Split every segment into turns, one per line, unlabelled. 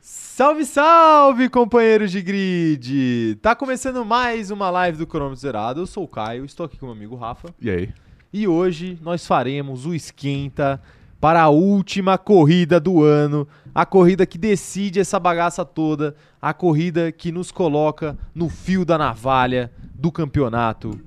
Salve, salve, companheiros de grid! Tá começando mais uma live do Cronômetro Zerado. Eu sou o Caio, estou aqui com o meu amigo Rafa.
E aí?
E hoje nós faremos o esquenta para a última corrida do ano, a corrida que decide essa bagaça toda, a corrida que nos coloca no fio da navalha do campeonato.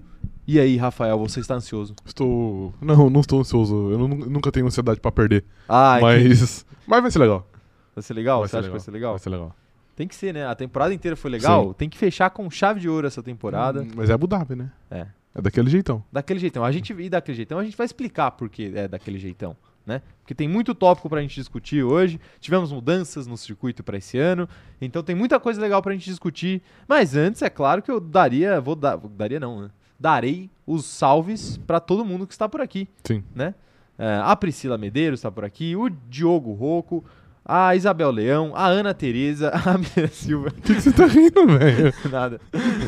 E aí, Rafael, você está ansioso?
Estou. Não, não estou ansioso. Eu nu- nunca tenho ansiedade pra perder.
Ah,
mas. Mas vai ser legal.
vai ser legal?
vai
Você
ser
acha
legal.
que vai ser legal?
Vai ser legal.
Tem que ser, né? A temporada inteira foi legal. Tem que fechar com chave de ouro essa temporada.
Hum, Mas é Abu Dhabi, né?
É.
É daquele jeitão.
Daquele jeitão. A gente, e daquele jeitão, a gente vai explicar por que é daquele jeitão, né? Porque tem muito tópico pra gente discutir hoje. Tivemos mudanças no circuito pra esse ano. Então tem muita coisa legal pra gente discutir. Mas antes, é claro que eu daria. Vou dar. Daria não, né? Darei os salves pra todo mundo que está por aqui.
Sim.
Né? É, a Priscila Medeiros está por aqui, o Diogo Rocco, a Isabel Leão, a Ana Tereza, a Mira Silva.
Por que, que você tá rindo, velho?
Nada.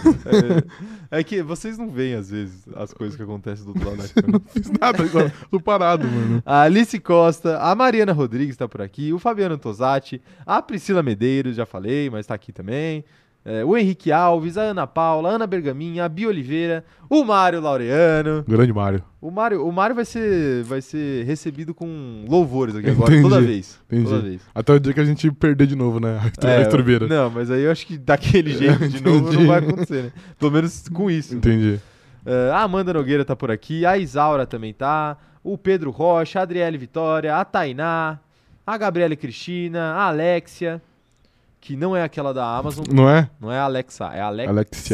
É, é que vocês não veem, às vezes, as coisas que acontecem do outro lado da
Não
câmera.
fiz nada, agora. tô parado, mano.
A Alice Costa, a Mariana Rodrigues está por aqui, o Fabiano Tosati, a Priscila Medeiros, já falei, mas está aqui também. é, o Henrique Alves, a Ana Paula, a Ana Bergaminha, a Bia Oliveira, o Mário Laureano.
Grande Mário.
O Mário, o Mário vai, ser, vai ser recebido com louvores aqui agora, toda
Entendi,
vez. Toda
entendi.
vez.
Até o dia que a gente perder de novo, né? A
É,
estrubeira.
não, mas aí eu acho que daquele jeito de novo não
Entendi.
vai acontecer, né? Pelo menos com isso.
Entendi.
Eh, a Amanda Nogueira tá por aqui, a Isaura também tá, o Pedro Rocha, a Adriele Vitória, a Tainá, a Gabriele Cristina, a Alexia, que não é aquela da Amazon,
Não é?
não é a Alexa, é a Alexia.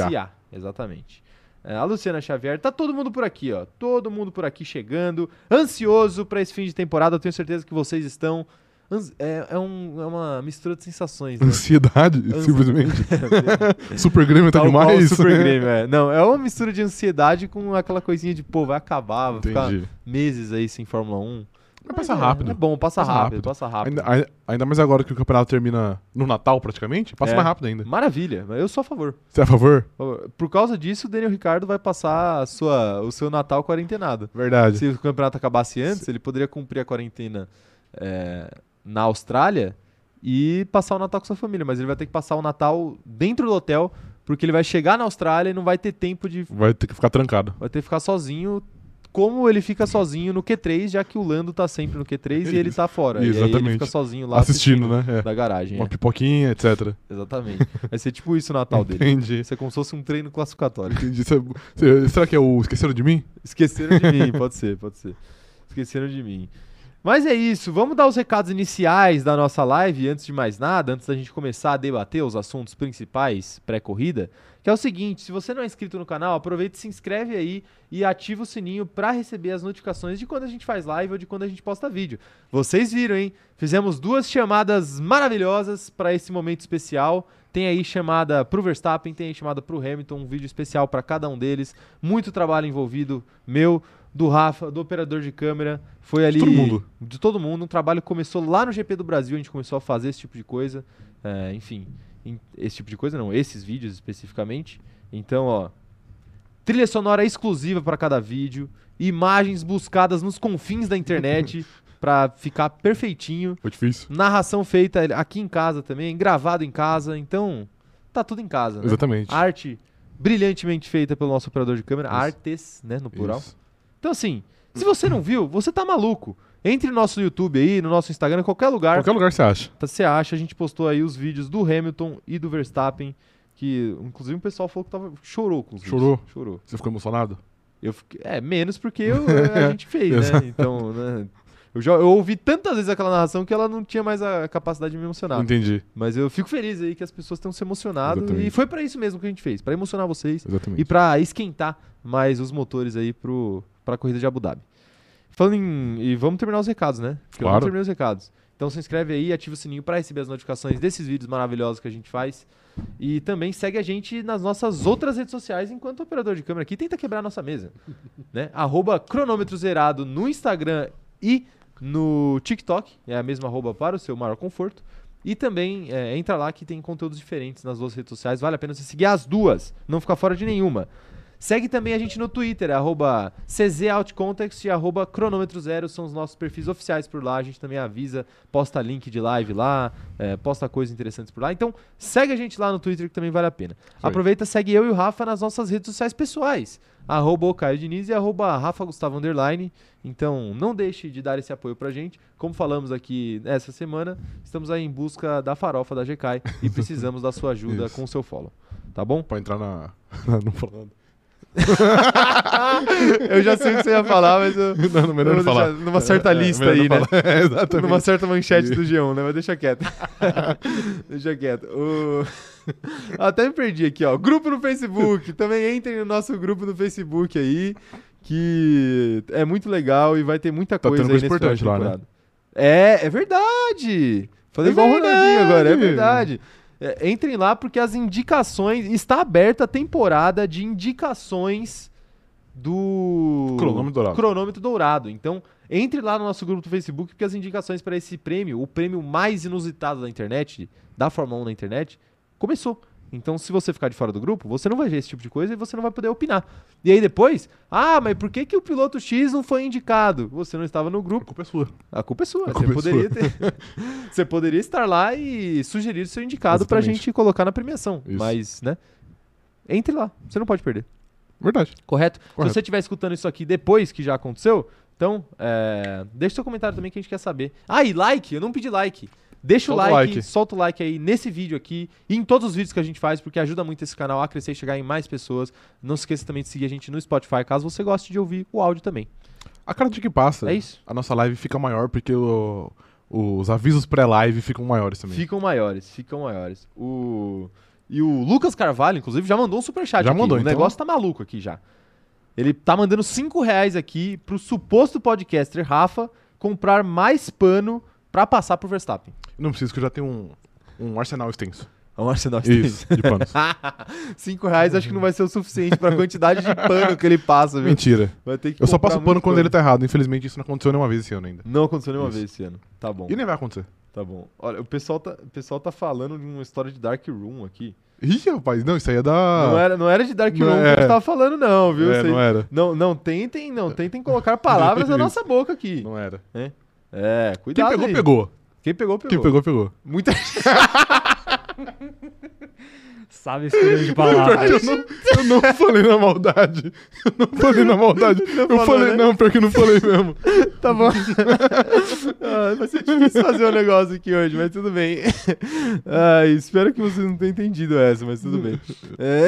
Alexia.
Exatamente. Eh, A Luciana Xavier, tá todo mundo por aqui, ó. Todo mundo por aqui chegando, ansioso pra esse fim de temporada. Eu tenho certeza que vocês estão. ans- É, é um- é uma mistura de sensações,
tá
né?
Ansiedade,
Ansi-
simplesmente. Super Grêmio tá
Tal qual o
demais.
Super Grêmio, é. Não, é uma mistura de ansiedade com aquela coisinha de, pô, vai acabar, vai ficar
Entendi.
meses aí sem Fórmula 1.
Mas passa
é-
rápido.
É bom, passa,
Passa
rápido,
rápido.
passa rápido.
Ainda, ai- ainda mais agora que o campeonato termina no Natal, praticamente. Passa
É.
mais rápido ainda.
Maravilha, mas eu sou a favor.
Você é a favor?
Por causa disso, o Daniel Ricardo vai passar a sua, o seu Natal quarentenado.
Verdade.
Se o campeonato acabasse antes, ele poderia cumprir a quarentena é, na Austrália e passar o Natal com sua família, mas ele vai ter que passar o Natal dentro do hotel, porque ele vai chegar na Austrália e não vai ter tempo de.
Vai ter que ficar trancado.
Vai ter que ficar sozinho. Como ele fica sozinho no Q3, já que o Lando tá sempre no Q3 e ele tá fora. E aí ele
Exatamente.
fica sozinho lá
assistindo, né? É.
da garagem.
Uma
é.
pipoquinha, etc.
Exatamente. Vai ser tipo isso o Natal dele.
Entendi.
Isso é como se fosse um treino classificatório.
Entendi. Isso é- se- Será que é o Esqueceram de Mim?
Esqueceram de mim, pode ser, pode ser. Esqueceram de mim. Mas é isso, vamos dar os recados iniciais da nossa live, antes de mais nada, antes da gente começar a debater os assuntos principais pré-corrida, que é o seguinte, se você não é inscrito no canal, aproveita e se inscreve aí e ativa o sininho para receber as notificações de quando a gente faz live ou de quando a gente posta vídeo. Vocês viram, hein? Fizemos duas chamadas maravilhosas para esse momento especial. Tem aí chamada pro Verstappen, tem aí chamada pro Hamilton, um vídeo especial para cada um deles. Muito trabalho envolvido, meu, do Rafa, do operador de câmera. Foi ali
todo mundo.
de todo mundo. Um trabalho que começou lá no GP do Brasil, a gente começou a fazer esse tipo de coisa. É, enfim, em- esse tipo de coisa não, esses vídeos especificamente. Então, ó, trilha sonora exclusiva para cada vídeo, imagens buscadas nos confins da internet para ficar perfeitinho,
Foi difícil.
narração feita aqui em casa também, gravado em casa, então tá tudo em casa, né?
Exatamente.
Arte brilhantemente feita pelo nosso operador de câmera,
Isso.
artes, né, no plural.
Isso.
Então, assim, se você não viu, você tá maluco. Entre no nosso YouTube aí, no nosso Instagram, em qualquer lugar
Qualquer lugar você acha.
tá- você acha. A gente postou aí os vídeos do Hamilton e do Verstappen, que inclusive o pessoal falou que tava, chorou com os vídeos.
Chorou?
Chorou.
Você ficou emocionado?
Eu fiquei- é, menos porque eu- a gente fez, né? Então, né? Eu, já, eu ouvi tantas vezes aquela narração que ela não tinha mais a capacidade de me emocionar.
Entendi.
Mas eu fico feliz aí que as pessoas tenham se emocionado.
Exatamente.
E foi pra isso mesmo que a gente fez, pra emocionar vocês
Exatamente.
e pra esquentar mais os motores aí pro, pra corrida de Abu Dhabi. Falando em. E vamos terminar os recados, né? Porque eu não
Claro.
terminei os recados. Então se inscreve aí, ativa o sininho pra receber as notificações desses vídeos maravilhosos que a gente faz. E também segue a gente nas nossas outras redes sociais enquanto operador de câmera aqui tenta quebrar a nossa mesa. né? Arroba cronômetro zerado no Instagram e no TikTok. É a mesma arroba para o seu maior conforto. E também é, entra lá que tem conteúdos diferentes nas duas redes sociais. Vale a pena você seguir as duas, não ficar fora de nenhuma. Segue também a gente no Twitter, arroba CZOutContext e arroba cronômetro zero, são os nossos perfis oficiais por lá. A gente também avisa, posta link de live lá, eh, posta coisas interessantes por lá. Então, segue a gente lá no Twitter que também vale a pena.
aí.
Aproveita, segue eu e o Rafa nas nossas redes sociais pessoais, arroba o Caio Diniz e arroba Rafa Gustavo Underline. Então, não deixe de dar esse apoio pra gente. Como falamos aqui essa semana, estamos aí em busca da farofa da GK e precisamos da sua ajuda
Isso.
com o seu follow. Tá bom?
Pra entrar na. na- não falando.
eu já sei o que você ia falar, mas eu.
Não, não, melhor
eu
não
vou
falar.
deixar numa certa
É, é,
lista
melhor
aí,
não
né?
falar. É, exatamente.
Numa certa manchete do G1, né? Mas deixa quieto. deixa quieto. O- Ah, Até me perdi aqui, ó. Grupo no Facebook. Também entrem no nosso grupo no Facebook aí, que é muito legal e vai ter muita
Tá
coisa
tendo
aí
coisa
nesse final de
importante lá, né?
temporada. É, é verdade. Falei
É
igual o Ronaldinho agora, é
verdade.
verdade. É, entrem lá porque as indicações. Está aberta a temporada de indicações do.
Cronômetro Dourado.
Cronômetro Dourado. Então, entre lá no nosso grupo do Facebook porque as indicações para esse prêmio, o prêmio mais inusitado da internet, da Fórmula 1 na internet, começou. Então, se você ficar de fora do grupo, você não vai ver esse tipo de coisa e você não vai poder opinar. E aí depois, ah, mas por que, que o piloto X não foi indicado? Você não estava no grupo.
A culpa é sua.
A culpa é sua.
A culpa
você,
é
poderia ter- você poderia estar lá e sugerir o seu indicado pra
Exatamente.
gente colocar na premiação.
Isso.
Mas, né? Entre lá. Você não pode perder.
Verdade.
Correto?
Correto.
Se você estiver escutando isso aqui depois que já aconteceu, então, é, deixa seu comentário também que a gente quer saber. Ah, e like? Eu não pedi like. Deixa
Solta
o
o
like,
like.
solta o like aí nesse vídeo aqui e em todos os vídeos que a gente faz, porque ajuda muito esse canal a crescer e chegar em mais pessoas. Não se esqueça também de seguir a gente no Spotify, caso você goste de ouvir o áudio também.
A cada dia que passa,
É isso?
a nossa live fica maior porque o- os avisos pré-live ficam maiores também.
Ficam maiores, ficam maiores. O... E o Lucas Carvalho, inclusive, já mandou um superchat
Já
aqui.
mandou,
o
então.
negócio tá maluco aqui já. Ele tá mandando 5 reais aqui pro suposto podcaster Rafa comprar mais pano pra passar pro Verstappen.
Não preciso, que eu já tenho um, um arsenal extenso.
É um arsenal
Isso, de panos.
5 reais acho que não vai ser o suficiente pra quantidade de pano que ele passa, viu?
Mentira.
Vai ter que
Eu só
comprar
passo
muito
pano quando ele tá errado. Infelizmente, isso não aconteceu nenhuma vez esse ano ainda.
Não aconteceu nenhuma
Isso.
vez esse ano. Tá bom,
E nem vai acontecer.
tá bom. Olha, o pessoal tá, o pessoal tá falando de uma história de Dark Room aqui.
Ih, rapaz, não, isso aí é da.
Não, era, não era de Dark
Não
Room que a gente
é.
tava falando, não, viu?
É,
Isso aí-
não era.
Não, não tentem, não tentem colocar palavras na nossa boca aqui.
Não era.
É,
Quem
cuidado.
pegou,
aí.
pegou.
Quem pegou, pegou.
Quem pegou, pegou.
Muita
Sabe escolha de
Pior que
palavras.
Ah, eu, não, eu não falei na maldade. Eu não falei na maldade. eu
falou,
falei,
né?
não, pior que eu não falei mesmo.
tá bom. Ah, vai ser difícil fazer um negócio aqui hoje, mas tudo bem. Ah, espero que você não tenha entendido essa, mas tudo bem. É,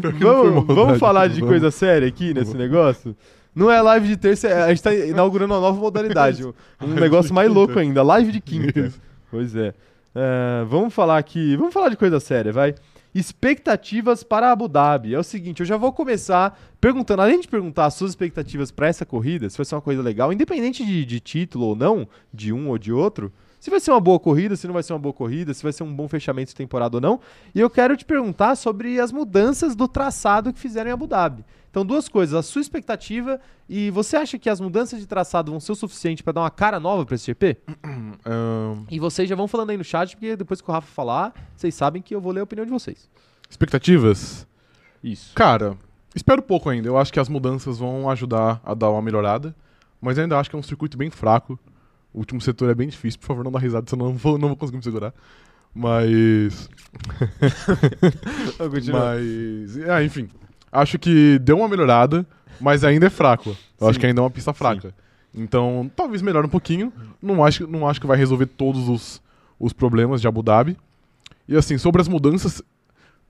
Pior que não foi
vamos,
maldade.
vamos falar de
Vamos.
coisa séria aqui nesse negócio? Não é live de terça, é- a gente tá inaugurando uma nova modalidade, um, um negócio mais louco ainda, live de quinta. Pois é. É, vamos falar aqui, vamos falar de coisa séria, vai. Expectativas para Abu Dhabi. É o seguinte, eu já vou começar perguntando, além de perguntar as suas expectativas para essa corrida, se vai ser uma coisa legal, independente de, de título ou não, de um ou de outro, se vai ser uma boa corrida, se não vai ser uma boa corrida, se vai ser um bom fechamento de temporada ou não. E eu quero te perguntar sobre as mudanças do traçado que fizeram em Abu Dhabi. Então, duas coisas, a sua expectativa e você acha que as mudanças de traçado vão ser o suficiente para dar uma cara nova para esse GP?
Ahn,
E vocês já vão falando aí no chat, porque depois que o Rafa falar, vocês sabem que eu vou ler a opinião de vocês.
expectativas?
Isso.
Cara, espero pouco ainda. Eu acho que as mudanças vão ajudar a dar uma melhorada. Mas eu ainda acho que é um circuito bem fraco. O último setor é bem difícil. Por favor, não dá risada, senão eu não vou, não vou conseguir me segurar. Mas. Mas. Ah, enfim. Acho que deu uma melhorada, mas ainda é fraco. Eu
Sim.
acho que ainda é uma pista fraca. Então, talvez melhore um pouquinho. Não acho, não acho que vai resolver todos os, os problemas de Abu Dhabi. E assim, sobre as mudanças,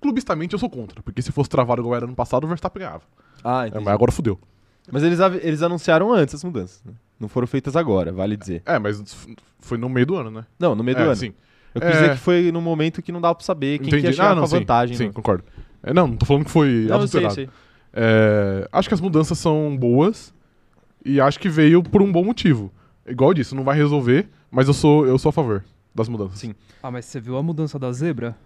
clubistamente eu sou contra. Porque se fosse travado igual era ano passado, o Verstappen ganhava.
Ah,
É,
entendi.
mas agora fudeu.
Mas eles, av- eles anunciaram antes as mudanças, né? Não foram feitas agora, vale dizer.
É, mas f- foi no meio do ano, né?
Não, no meio do
é,
ano.
Sim.
Eu quis
É.
dizer que foi num momento que não dava pra saber quem que ia chegar
Ah,
com
não,
a
sim,
vantagem.
Sim,
né?
concordo. É, não, não tô falando que foi
Não, eu sei, eu
adulterado.
sei.
É, acho que as mudanças são boas e acho que veio por um bom motivo. Igual eu disse, não vai resolver, mas eu sou, eu sou a favor das mudanças.
Sim.
Ah, mas você viu a mudança da zebra?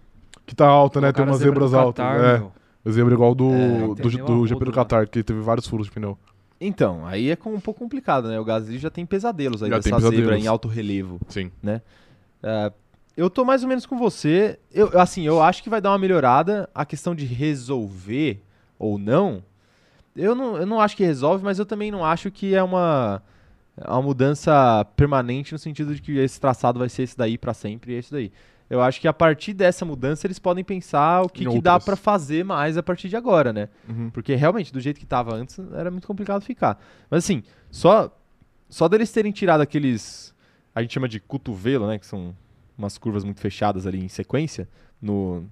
Que tá alta, né? Tem
Colocaram a
umas zebras
do
altas.
Catar,
é,
meu.
a zebra igual do,
É,
do,
entendeu?
do
A
né?
GP do
roda lá.
Qatar, que teve vários furos de pneu.
Então, aí é com- um pouco complicado, né? O Gasly já tem pesadelos aí
Já
dessa
tem
zebra
pesadelos.
em alto relevo.
Sim.
É, eu tô mais ou menos com você. Eu, assim, eu acho que vai dar uma melhorada. A questão de resolver, ou não, eu não, eu não acho que resolve, mas eu também não acho que é uma, é uma mudança permanente no sentido de que esse traçado vai ser esse daí pra sempre e é isso daí. Eu acho que a partir dessa mudança eles podem pensar o que,
Em
que dá
outras.
pra fazer mais a partir de agora, né?
Uhum.
Porque realmente, do jeito que tava antes, era muito complicado ficar. Mas assim, só, só deles terem tirado aqueles. A gente chama de cotovelo, né? Que são umas curvas muito fechadas ali em sequência. No.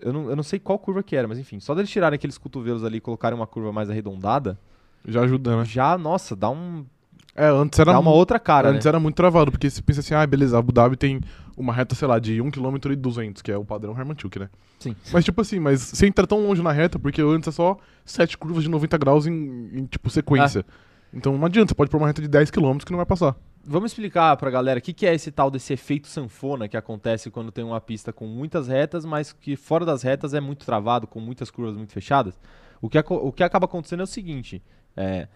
Eu não, eu não sei qual curva que era, mas enfim, só deles tirarem aqueles cotovelos ali e colocarem uma curva mais arredondada,
Já ajuda, né?
já, nossa, dá, um,
É, antes era
dá uma
mu-
outra cara.
Antes
né?
era muito travado, porque você pensa assim, ah, beleza, Abu Dhabi tem uma reta, sei lá, de 1km e 200, que é o padrão Hermanchuk, né?
Sim.
Mas tipo assim, mas você entra tão longe na reta, porque antes é só sete curvas de 90 graus em, em, tipo,
É.
sequência. Então não adianta, você pode pôr uma reta de 10km que não vai passar.
Vamos explicar pra galera o que, que é esse tal desse efeito sanfona que acontece quando tem uma pista com muitas retas, mas que fora das retas é muito travado, com muitas curvas muito fechadas. O que, aco- o que acaba acontecendo é o seguinte: é,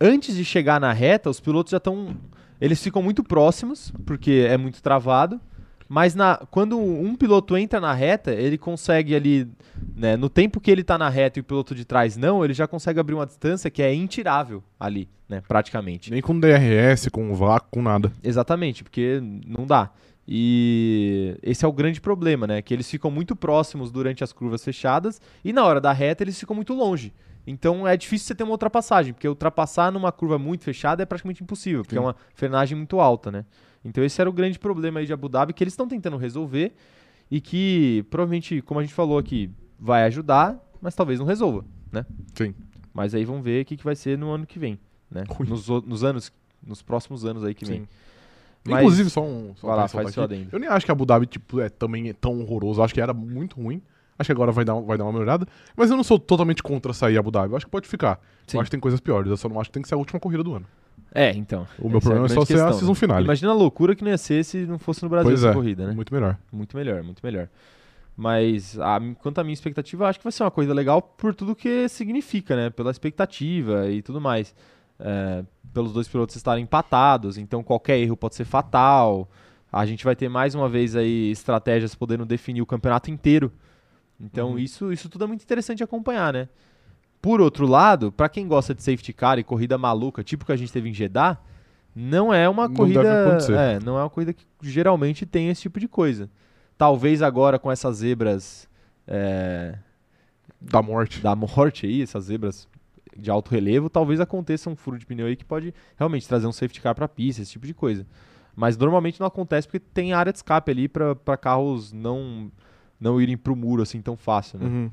antes de chegar na reta, os pilotos já estão. Eles ficam muito próximos, porque é muito travado. Mas na, quando um piloto entra na reta, ele consegue ali, né, no tempo que ele tá na reta e o piloto de trás não, ele já consegue abrir uma distância que é intirável ali, né, praticamente.
Nem com DRS, com vácuo, com nada.
Exatamente, porque não dá. E esse é o grande problema, né? Que eles ficam muito próximos durante as curvas fechadas e na hora da reta eles ficam muito longe. Então é difícil você ter uma ultrapassagem, porque ultrapassar numa curva muito fechada é praticamente impossível, porque é
Sim.
uma frenagem muito alta, né? Então esse era o grande problema aí de Abu Dhabi que eles estão tentando resolver e que provavelmente, como a gente falou aqui, vai ajudar, mas talvez não resolva, né?
Sim.
Mas aí vamos ver o que, que vai ser no ano que vem, né?
Ui.
Nos, o- nos anos, nos próximos anos aí que vem.
Sim.
Mas-
Inclusive, só um. Só
Vai lá,
pra ressaltar
faz seu
aqui,
adendo.
Eu nem acho que Abu Dhabi tipo, é, também é tão horroroso. Eu acho que era muito ruim. Acho que agora vai dar, um, vai dar uma melhorada. Mas eu não sou totalmente contra sair Abu Dhabi. Eu acho que pode ficar.
Sim.
Eu acho que tem coisas piores. Eu só não acho que tem que ser a última corrida do ano.
É, então.
O meu
Essa
problema é,
grande
só ser a
questão,
season
né?
finale.
Imagina a loucura que não ia ser se não fosse no Brasil
Pois
essa
é,
corrida, né? Muito...
muito melhor.
melhor, muito melhor. Mas a- quanto à minha expectativa, eu acho que vai ser uma corrida legal por tudo que significa, né? Pela expectativa e tudo mais. É, pelos dois pilotos estarem empatados, então qualquer erro pode ser fatal. A gente vai ter mais uma vez aí estratégias podendo definir o campeonato inteiro. Então
Uhum.
isso, isso tudo é muito interessante de acompanhar, né? Por outro lado, pra quem gosta de safety car e corrida maluca, tipo que a gente teve em Jeddah, não é uma
Não
corrida,
deve acontecer.
é, não é uma corrida que geralmente tem esse tipo de coisa. Talvez agora com essas zebras é,
Da morte.
da morte aí, essas zebras de alto relevo, talvez aconteça um furo de pneu aí que pode realmente trazer um safety car pra pista, esse tipo de coisa. Mas normalmente não acontece porque tem área de escape ali pra pra carros não não irem pro muro assim tão fácil, né?
Uhum.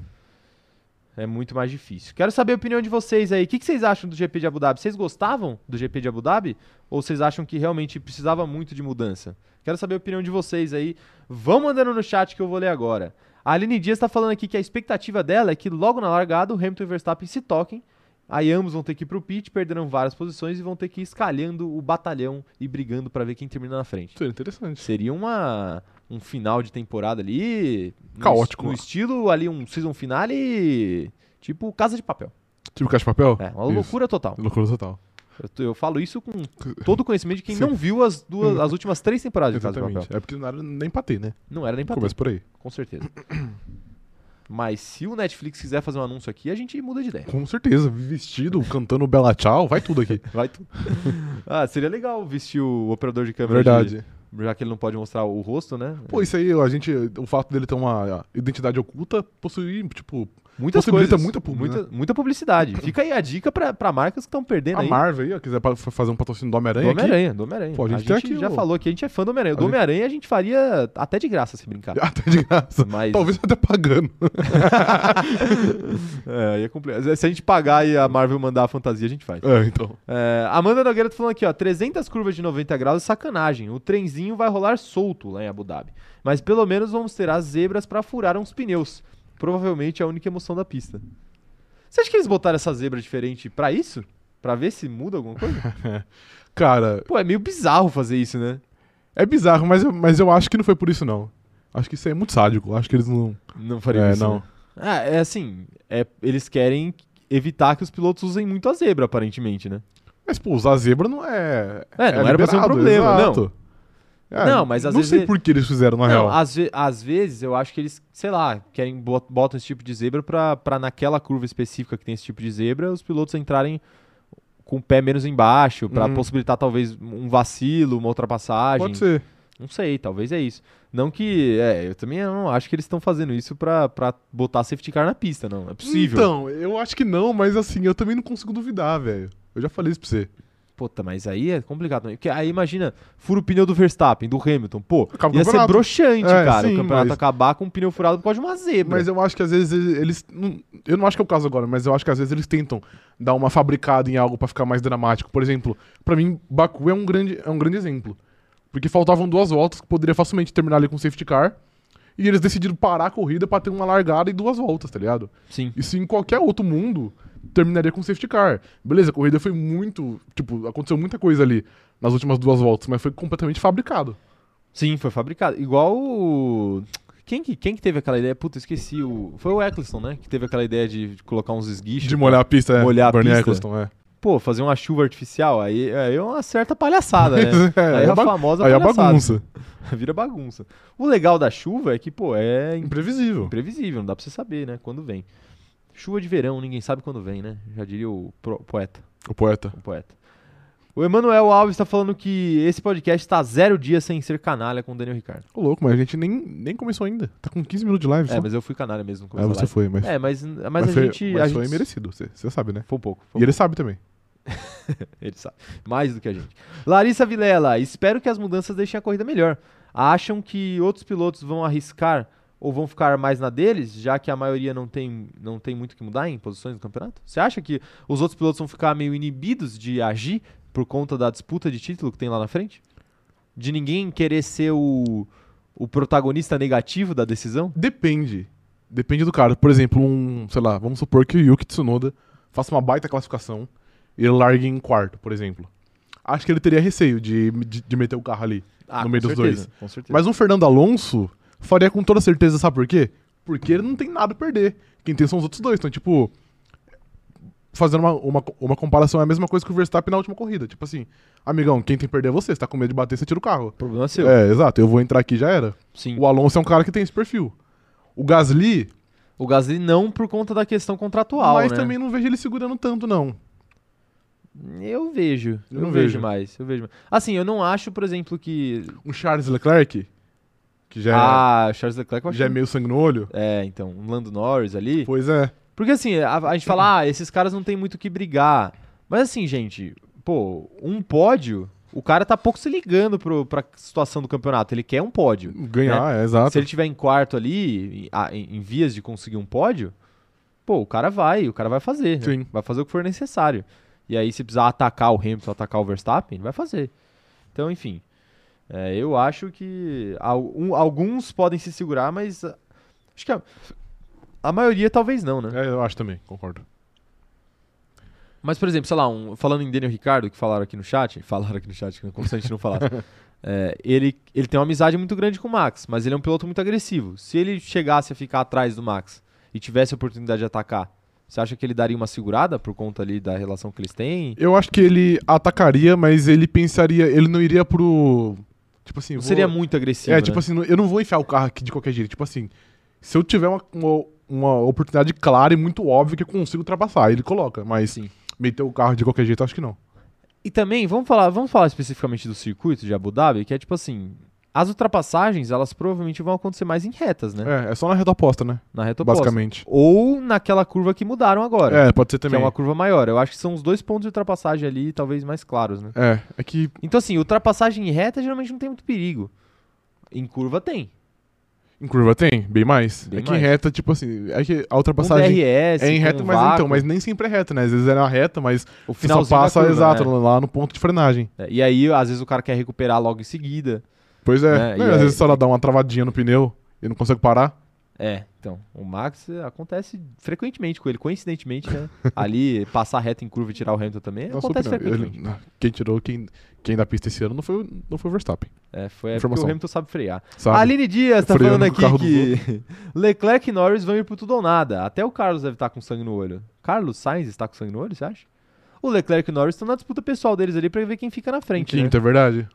É muito mais difícil. Quero saber a opinião de vocês aí. O que, que vocês acham do GP de Abu Dhabi? Vocês gostavam do GP de Abu Dhabi? Ou vocês acham que realmente precisava muito de mudança? Quero saber a opinião de vocês aí. Vão mandando no chat que eu vou ler agora. A Aline Dias está falando aqui que a expectativa dela é que logo na largada o Hamilton e o Verstappen se toquem. Aí ambos vão ter que ir pro pit, perderão várias posições e vão ter que ir escalhando o batalhão e brigando para ver quem termina na frente.
Seria é interessante.
Seria uma, um final de temporada ali. no
Caótico.
es- No, estilo ali, um season finale. Tipo Casa de Papel.
Tipo caixa de papel?
É, uma
Isso.
loucura total.
Loucura total.
Eu, tô- eu falo isso com todo o conhecimento de quem
Sim. Uhum.
não viu as, duas, as últimas três temporadas de Casa de Papel.
Exatamente. É porque não era nem pra ter, né?
Não era nem pra ter,
Começa por aí.
com certeza. Mas se o Netflix quiser fazer um anúncio aqui, a gente muda de ideia.
Com certeza. Vestido, cantando Bela Tchau, vai tudo aqui.
Vai tu. ah, seria legal vestir o operador de câmera. de-
Verdade.
já que ele não pode mostrar o rosto, né?
Pô, isso aí, a gente, o fato dele ter uma identidade oculta possui, tipo,
Muitas
possibilita
coisas.
muita pub,
muita, muita publicidade. Fica aí a dica pra, pra marcas que estão perdendo
a
aí.
Marvel aí, ó, quiser pa- fa- fazer um patrocínio do
Do
Homem-Aranha aqui.
Homem-Aranha, do Homem-Aranha.
Pô, a
a
gente
gente,
tem aqui
já
o-
falou que a gente é fã do Homem-Aranha.
A
Do
gente-
Homem-Aranha a gente faria até de graça se brincar.
Até de graça.
Mas.
Talvez até pagando.
É, aí é complicado. Se a gente pagar e a Marvel mandar a fantasia, a gente faz.
É, então.
É, Amanda Nogueira tá falando aqui, ó. 300 curvas de 90 graus é sacanagem. O trenzinho vai rolar solto lá em Abu Dhabi. Mas pelo menos vamos ter as zebras pra furar uns pneus. Provavelmente é a única emoção da pista. Você acha que eles botaram essa zebra diferente pra isso? Pra ver se muda alguma coisa?
Cara,
Pô, é meio bizarro fazer isso, né?
é bizarro, mas, eu- mas eu acho que não foi por isso, não. Acho que isso aí é muito sádico. Acho que eles não.
Não faria
É,
isso.
não.
né? Ah, é assim. é- eles querem evitar que os pilotos usem muito a zebra, aparentemente, né?
Mas, pô, usar zebra não é.
É, não era pra ser um
liberado,
problema,
exato. É,
Não, mas às
não
vezes
sei
ele-
por que eles fizeram, na
Não,
real.
às, ve- às vezes eu acho que eles, sei lá, querem bot- botam esse tipo de zebra pra, pra naquela curva específica que tem esse tipo de zebra, os pilotos entrarem com o pé menos embaixo, pra
Uhum.
possibilitar talvez um vacilo, uma ultrapassagem.
Pode ser.
Não sei, talvez é isso. Não que, é, eu também não acho que eles estão fazendo isso pra, pra botar safety car na pista, não. É possível.
Então, eu acho que não, mas assim, eu também não consigo duvidar, velho. Eu já falei isso pra você.
Puta, mas aí é complicado. também, Porque aí imagina, fura o pneu do Verstappen, do Hamilton. Pô,
Acaba o
ia ser
campeonato.
broxante,
É,
cara,
sim,
o campeonato
mas-
acabar com um pneu furado por causa de uma zebra.
Mas eu acho que às vezes eles. eles não- eu não acho que é o caso agora, mas eu acho que às vezes eles tentam dar uma fabricada em algo pra ficar mais dramático. Por exemplo, pra mim, Baku é um grande, é um grande exemplo. Porque faltavam duas voltas que poderia facilmente terminar ali com safety car. E eles decidiram parar a corrida pra ter uma largada e duas voltas, tá ligado?
Sim.
Isso em qualquer outro mundo terminaria com safety car. Beleza, a corrida foi muito. Tipo, aconteceu muita coisa ali nas últimas duas voltas, mas foi completamente fabricado.
Sim, foi fabricado. Igual o. Quem que, quem que teve aquela ideia? Puta, esqueci. O... Foi o Eccleston, né? Que teve aquela ideia de de colocar uns esguichos.
De molhar a pista, é.
Molhar a
Bernie
pista.
Eccleston, é.
Pô, fazer uma chuva artificial. Aí, aí é uma certa palhaçada, né?
É,
Aí
é
é
a
a
ba-
famosa
Aí a
palhaçada.
bagunça.
Vira bagunça. O legal da chuva é que, pô, é
Imprevisível.
imprevisível. Não dá pra você saber, né? Quando vem. Chuva de verão, ninguém sabe quando vem, né? Já diria o pro- poeta.
O poeta.
O poeta. O Emanuel Alves tá falando que esse podcast tá zero dias sem ser canalha com o Daniel Ricardo.
Ô, louco, mas a gente nem, nem começou ainda. Tá com 15 minutos de live só.
É, mas eu fui canalha mesmo. no
ah,
começo da
você
live.
foi, mas.
É, mas, mas,
mas
a
foi,
gente.
mas
a
foi
gente...
merecido, você você sabe, né?
Foi um pouco. foi um
E ele sabe também.
pouco. Ele sabe. Mais do que a gente. Larissa Vilela, espero que as mudanças deixem a corrida melhor. Acham que outros pilotos vão arriscar ou vão ficar mais na deles, já que a maioria não tem, não tem muito o que mudar em posições do campeonato? Você acha que os outros pilotos vão ficar meio inibidos de agir por conta da disputa de título que tem lá na frente? De ninguém querer ser o, o protagonista negativo da decisão?
Depende. Depende do cara. Por exemplo, um, sei lá, vamos supor que o Yuki Tsunoda faça uma baita classificação e ele largue em quarto, por exemplo. Acho que ele teria receio de, de, de meter o carro ali.
Ah,
No meio
com
dos
certeza, Com certeza.
Mas um Fernando Alonso faria com toda certeza, sabe por quê? Porque ele não tem nada a perder. Quem tem são os outros dois. Então, tipo, fazendo uma, uma, uma comparação, é a mesma coisa que o Verstappen na última corrida. Tipo assim, amigão, quem tem que perder é você. Você tá com medo de bater, você tira o carro.
o problema é seu.
É, exato. Eu vou entrar aqui já era.
Sim.
O Alonso é um cara que tem esse perfil. O Gasly,
O Gasly não por conta da questão contratual,
mas
né?
também não vejo ele segurando tanto, não.
Eu vejo.
Eu
Eu,
não
vejo.
vejo.
mais. Eu vejo mais. Assim, eu não acho, por exemplo, que.
O Um Charles Leclerc, que já, é-
Ah, Charles Leclerc eu acho.
já é
que-
meio sangue no olho.
É, então, um Lando Norris ali.
Pois é.
Porque assim, a, a gente fala, ah, esses caras não tem muito o que brigar. Mas assim, gente, pô, um pódio, o cara tá pouco se ligando pro, pra situação do campeonato. Ele quer um pódio.
Ganhar, é, exato.
Se ele tiver em quarto ali, em, ah, em- em vias de conseguir um pódio, pô, o cara vai, o cara vai fazer. né?
Sim.
Vai fazer o que for necessário. E aí, se precisar atacar o Hamilton, atacar o Verstappen, ele vai fazer. Então, enfim. é, eu acho que al- um- alguns podem se segurar, mas ah, acho que a, a maioria talvez não, né?
É, eu acho também, concordo.
Mas, por exemplo, sei lá, um- falando em Daniel Ricardo, que falaram aqui no chat, falaram aqui no chat, que é como se a gente não falasse. É, ele, ele tem uma amizade muito grande com o Max, mas ele é um piloto muito agressivo. Se ele chegasse a ficar atrás do Max e tivesse a oportunidade de atacar, você acha que ele daria uma segurada por conta ali da relação que eles têm?
Eu acho que ele atacaria, mas ele pensaria. Ele não iria pro. Tipo assim.
Não
vou-
seria muito agressivo.
É,
né?
tipo assim, eu não vou enfiar o carro aqui de qualquer jeito. Tipo assim, se eu tiver uma, uma, uma oportunidade clara e muito óbvia que eu consigo ultrapassar, ele coloca. Mas
Sim.
meter o carro de qualquer jeito, eu acho que não.
E também, vamos falar, vamos falar especificamente do circuito de Abu Dhabi, que é tipo assim. As ultrapassagens, elas provavelmente vão acontecer mais em retas, né?
É, é só na reta oposta, né?
Na reta oposta.
Basicamente.
Ou naquela curva que mudaram agora.
É, pode ser
Que é
também.
uma curva maior. Eu acho que são os dois pontos de ultrapassagem ali, talvez mais claros, né?
É, é que.
Então, assim, ultrapassagem em reta geralmente não tem muito perigo. Em curva tem.
Em curva tem, bem mais.
Bem
é que
mais.
em reta, tipo assim, é que a
Com
ultrapassagem
DRS,
é em
com
reta, mas
um vácuo,
então, mas nem sempre é reta, né? Às vezes é na reta, mas
o
você só
finalzinho da
passa
curva,
exato
né?
lá no ponto de frenagem.
É, E aí, às vezes, o cara quer recuperar logo em seguida.
Pois é,
Né?
Não,
E
às
aí-
vezes só ela dá uma travadinha no pneu e não consegue parar.
É, então, o Max é, acontece frequentemente com ele, coincidentemente, né? Ali, passar reta em curva e tirar o Hamilton também,
Na sua
acontece
opinião,
frequentemente.
um ele- quem tirou quem, quem da pista esse ano não foi, o- não foi o Verstappen.
É, foi é porque
Informação.
o Hamilton sabe frear.
Sabe?
Aline Dias tá
Freando
falando
com o carro
aqui que Leclerc e Norris vão ir pro tudo ou nada. Até o Carlos deve estar com sangue no olho. Carlos Sainz está com sangue no olho, você acha? O Leclerc e o Norris estão na disputa pessoal deles ali pra ver quem fica na
Em
frente. né?
quinto, é verdade?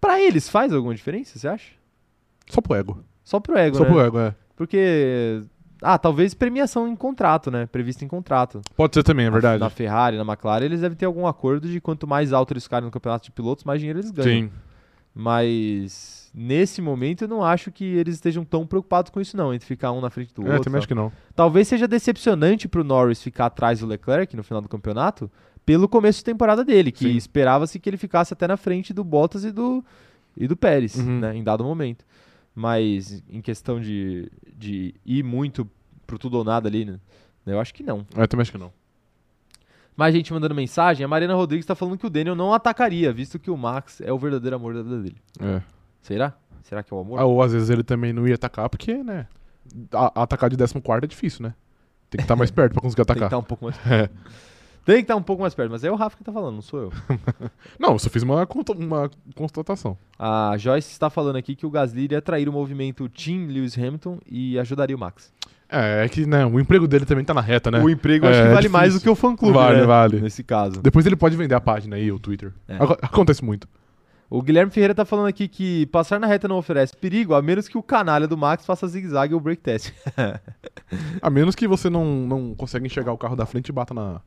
Pra eles faz alguma diferença, você acha?
Só pro ego.
Só pro ego,
Só
né?
pro ego, é.
Porque. Ah, talvez premiação em contrato, né? Prevista em contrato.
Pode ser também, é verdade.
Na Ferrari, na McLaren, eles devem ter algum acordo de quanto mais alto eles ficarem no campeonato de pilotos, mais dinheiro eles ganham.
Sim.
Mas nesse momento eu não acho que eles estejam tão preocupados com isso, não, entre ficar um na frente do
É,
outro.
também acho que não.
Talvez seja decepcionante pro Norris ficar atrás do Leclerc no final do campeonato, pelo começo de temporada dele, que
Sim.
esperava-se que ele ficasse até na frente do Bottas e do, e do Pérez,
Uhum.
né, em dado momento. Mas em questão de, de ir muito pro tudo ou nada ali, né, eu acho que não.
É, também acho que não.
Mas gente mandando mensagem, a Mariana Rodrigues tá falando que o Daniel não atacaria, visto que o Max é o verdadeiro amor da vida dele.
É.
Será? Será que é o amor?
Ah, ou às vezes ele também não ia atacar, porque, né? a- atacar de 14 é difícil, né? Tem que estar mais perto pra conseguir
Tem que
atacar.
estar um pouco mais perto. Tem que estar um pouco mais perto, mas é o Rafa que tá falando, não sou eu. tá-
Não, eu só fiz uma, conta- uma constatação.
A Joyce está falando aqui que o Gasly iria trair o movimento Team Lewis Hamilton e ajudaria o Max.
É, é que, né, o emprego dele também tá na reta, né?
O emprego acho
É,
que vale
difícil.
mais do que o fã-clube,
Vale,
né?
vale.
Nesse caso.
Depois ele pode vender a página aí, o Twitter.
É.
Aco- Acontece muito.
O Guilherme Ferreira tá falando aqui que passar na reta não oferece perigo, a menos que o canalha do Max faça zigue-zague ou break test.
A menos que você não, não consiga enxergar o carro da frente e bata na, na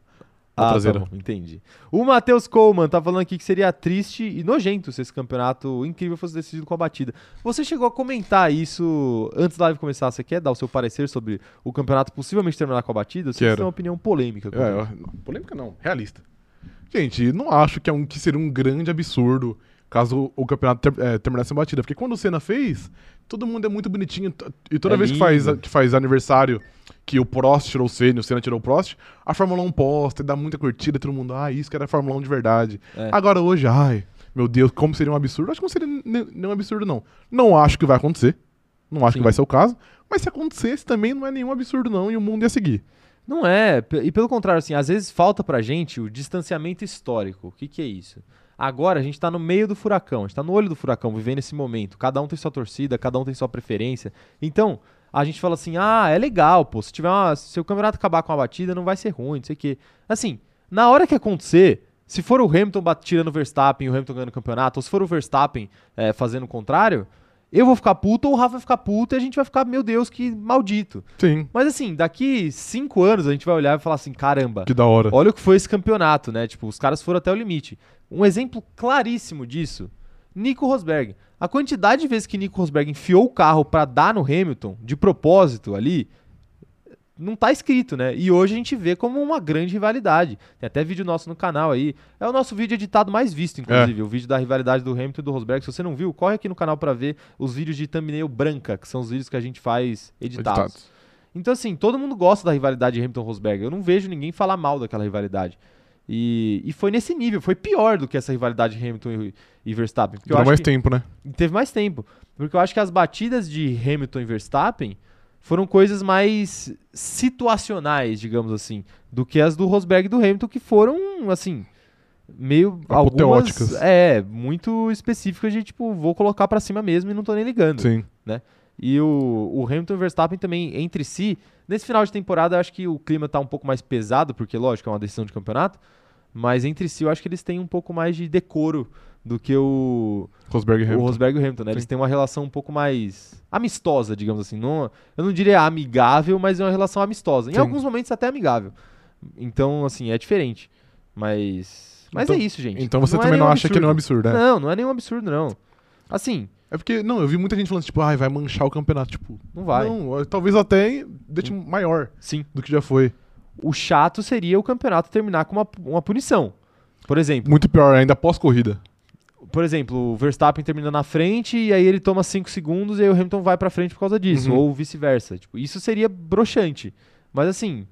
tá
traseira.
bom, entendi. O Matheus Coleman tá falando aqui que seria triste e nojento se esse campeonato incrível fosse decidido com a batida. Você chegou a comentar isso antes da live começar. Você quer dar o seu parecer sobre o campeonato possivelmente terminar com a batida? Eu sei que
Quero.
Você tem uma opinião polêmica.
É, eu- não, polêmica não, realista. Gente, não acho que é um que seria um grande absurdo caso o campeonato ter- eh, terminasse sem batida, porque quando o Senna fez, todo mundo é muito bonitinho t- e toda
É
vez que faz,
lindo.
que faz aniversário que o Prost tirou o Senna, e o Senna tirou o Prost, a Fórmula 1 posta e dá muita curtida, todo mundo, ah, isso que era a Fórmula 1 de verdade.
É.
Agora hoje, ai, meu Deus, como seria um absurdo? Acho que não seria ne- nenhum absurdo não. Não acho que vai acontecer. Não acho
Sim.
que vai ser o caso, mas se acontecesse também não é nenhum absurdo não e o mundo ia seguir.
Não é, pe- e pelo contrário, assim, às vezes falta pra gente o distanciamento histórico. O que, que é isso? Agora a gente tá no meio do furacão, a gente tá no olho do furacão, vivendo esse momento. Cada um tem sua torcida, cada um tem sua preferência. Então, a gente fala assim: ah, é legal, pô, se tiver uma, se o campeonato acabar com uma batida, não vai ser ruim, não sei o quê. Assim, na hora que acontecer, se for o Hamilton bat- tirando o Verstappen e o Hamilton ganhando o campeonato, ou se for o Verstappen eh, fazendo o contrário, eu vou ficar puto, ou o Rafa vai ficar puto e a gente vai ficar, meu Deus, que maldito.
Sim,
Mas assim, daqui cinco anos a gente vai olhar e falar assim: caramba,
que da hora.
olha o que foi esse campeonato, né? Tipo, os caras foram até o limite. Um exemplo claríssimo disso: Nico Rosberg. A quantidade de vezes que Nico Rosberg enfiou o carro pra dar no Hamilton, de propósito ali, não tá escrito, né? E hoje a gente vê como uma grande rivalidade. Tem até vídeo nosso no canal aí. É o nosso vídeo editado mais visto, inclusive. O vídeo da rivalidade do Hamilton e do Rosberg. Se você não viu, corre aqui no canal pra ver os vídeos de thumbnail branca, que são os vídeos que a gente faz editados.
Editados.
Então, assim, todo mundo gosta da rivalidade Hamilton-Rosberg. Eu não vejo ninguém falar mal daquela rivalidade. E, e foi nesse nível, foi pior do que essa rivalidade Hamilton e, e Verstappen. Porque eu
Dá
acho
mais
que
tempo, né?
teve mais tempo. Porque eu acho que as batidas de Hamilton e Verstappen foram coisas mais situacionais, digamos assim, do que as do Rosberg e do Hamilton, que foram, assim, meio algumas,
Apoteóticas.
É, muito específicas de, tipo, vou colocar pra cima mesmo e não tô nem ligando.
Sim.
E o, o Hamilton e o Verstappen também, entre si, nesse final de temporada, eu acho que o clima tá um pouco mais pesado, porque, lógico, é uma decisão de campeonato, mas entre si eu acho que eles têm um pouco mais de decoro do que o,
Rosberg e
o
Hamilton.
Rosberg e o Hamilton, né? Eles
Sim.
têm uma relação um pouco mais amistosa, digamos assim. Não, eu não diria amigável, mas é uma relação amistosa. Em
Sim.
alguns momentos até amigável. Então, assim, é diferente. Mas, mas
Então-
é isso, gente.
Então você
é
também não
nenhum
acha que não é um absurdo, né?
Não, não é nenhum absurdo, não. Assim,
É porque, não, eu vi muita gente falando, tipo, ai, vai manchar o campeonato. Tipo,
não vai.
não, eh, talvez até deixe maior
Sim.
do que já foi.
O chato seria o campeonato terminar com uma, uma punição. Por exemplo,
Muito pior ainda pós-corrida.
por exemplo, o Verstappen termina na frente e aí ele toma 5 segundos e aí o Hamilton vai pra frente por causa disso,
Uhum.
ou vice-versa. Tipo, isso seria broxante. Mas assim,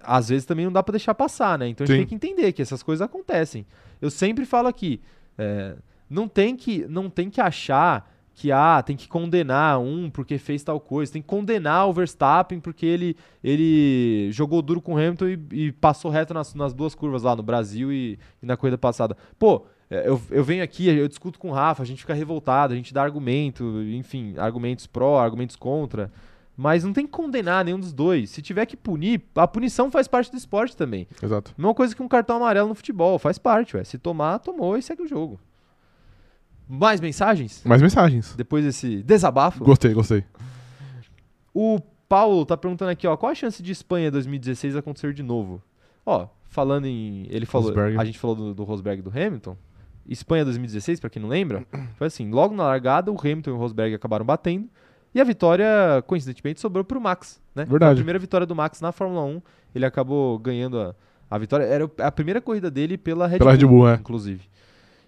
às vezes também não dá pra deixar passar, né? Então a gente
Sim.
tem que entender que essas coisas acontecem. Eu sempre falo aqui, é, não tem que não tem que achar que ah, tem que condenar um porque fez tal coisa, tem que condenar o Verstappen porque ele ele jogou duro com o Hamilton e, e passou reto nas, nas duas curvas lá no Brasil e, e na corrida passada. Pô, é, eu, eu venho aqui, eu discuto com o Rafa, a gente fica revoltado, a gente dá argumento, enfim, argumentos pró, argumentos contra. Mas não tem que condenar nenhum dos dois. Se tiver que punir, a punição faz parte do esporte também.
Exato.
Mesma coisa que um cartão amarelo no futebol, faz parte, ué. Se tomar, tomou e segue o jogo. Mais mensagens?
Mais mensagens.
Depois desse desabafo.
Gostei, gostei.
O Paulo tá perguntando aqui, ó, qual a chance de Espanha 2016 acontecer de novo? Ó, falando em. Ele falou.
Rosberg.
A gente falou do, do Rosberg e do Hamilton. Espanha 2016, pra quem não lembra, foi assim: logo na largada, o Hamilton e o Rosberg acabaram batendo. E a vitória, coincidentemente, sobrou pro Max, né? Foi a
Verdade.
primeira vitória do Max na Fórmula 1. Ele acabou ganhando a, a vitória. Era a primeira corrida dele pela Red
Pela Red Bull, é.
inclusive.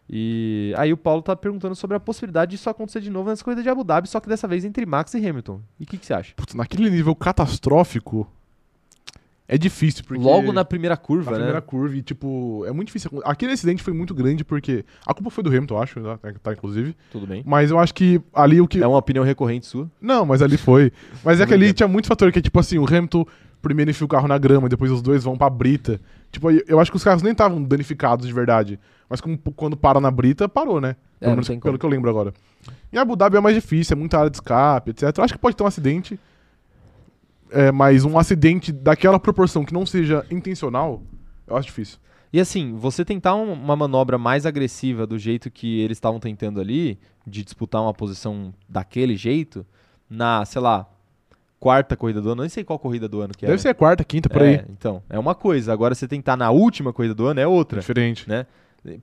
E aí o Paulo tá perguntando sobre a possibilidade disso acontecer de novo nessa corrida de Abu Dhabi, só que dessa vez entre Max e Hamilton. E o que, que você acha?
Putz, naquele nível catastrófico, é difícil, porque...
Logo na primeira curva,
Na
né?
primeira curva e, tipo, é muito difícil. acon- Aquele acidente foi muito grande porque. A culpa foi do Hamilton, eu acho, né, tá, inclusive.
Tudo bem.
Mas eu acho que ali o que.
É uma opinião recorrente sua.
Não, mas ali foi. Mas é que ali
Obrigado.
tinha muitos fatores que é tipo assim: o Hamilton primeiro enfia o carro na grama, depois os dois vão pra brita. Tipo, eu- eu acho que os carros nem estavam danificados de verdade. Mas como, quando para na brita, parou,
É,
né? Pelo menos pelo que eu lembro agora. Em Abu Dhabi é mais difícil, é muita área de escape, etc. Eu acho que pode ter um acidente. É, mas um acidente daquela proporção que não seja intencional, eu acho difícil.
E assim, você tentar um- uma manobra mais agressiva do jeito que eles estavam tentando ali, de disputar uma posição daquele jeito, na, sei lá, quarta corrida do ano, nem sei qual corrida do ano que
Deve
era.
ser a quarta, quinta, por
é,
aí.
Então, é uma coisa. Agora você tentar na última corrida do ano é outra.
Diferente.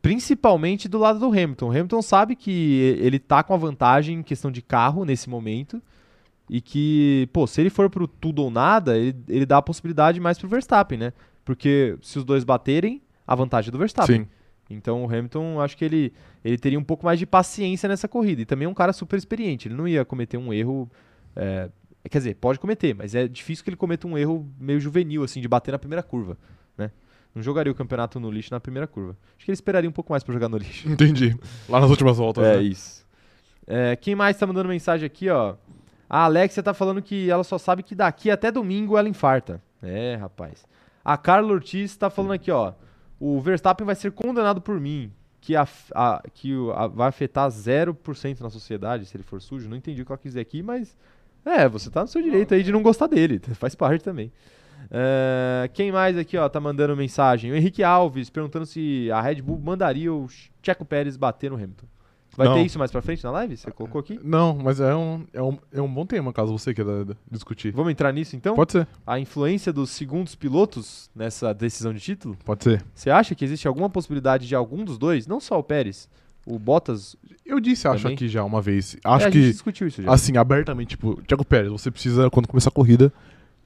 Principalmente do lado do Hamilton. O Hamilton sabe que ele tá com a vantagem em questão de carro nesse momento. E que, pô, se ele for pro tudo ou nada, ele, ele dá a possibilidade mais pro Verstappen, né? Porque se os dois baterem, a vantagem é do Verstappen.
Sim.
Então o Hamilton, acho que ele, ele teria um pouco mais de paciência nessa corrida. E também é um cara super experiente. Ele não ia cometer um erro. é, quer dizer, pode cometer, mas é difícil que ele cometa um erro meio juvenil, assim, de bater na primeira curva. né? Não jogaria o campeonato no lixo na primeira curva. Acho que ele esperaria um pouco mais pra jogar no lixo.
Entendi. Lá nas últimas voltas.
É
né?
isso. É, quem mais tá mandando mensagem aqui, ó? A Alexia tá falando que ela só sabe que daqui até domingo ela infarta. É, rapaz. A Carla Ortiz tá falando aqui, ó. O Verstappen vai ser condenado por mim. Que, af- a- que o- a- vai afetar 0% na sociedade se ele for sujo. Não entendi o que ela quis dizer aqui, mas. É, você tá no seu direito aí de não gostar dele. Faz parte também. É, quem mais aqui, ó, tá mandando mensagem? O Henrique Alves perguntando se a Red Bull mandaria o Checo Pérez bater no Hamilton. Vai
Não. Ah,
ter isso mais pra frente na live? Você colocou aqui?
Não, mas é um, é, um, é um bom tema, caso você queira discutir.
Vamos entrar nisso então?
Pode ser,
A influência dos segundos pilotos nessa decisão de título?
pode ser.
Você acha que existe alguma possibilidade de algum dos dois, não só o Pérez, o Bottas?
Eu disse, acho
Também?
aqui já uma vez.
É,
Acho
a gente
que,
discutiu isso já.
assim, abertamente, tipo, Thiago Pérez, você precisa, quando começar a corrida,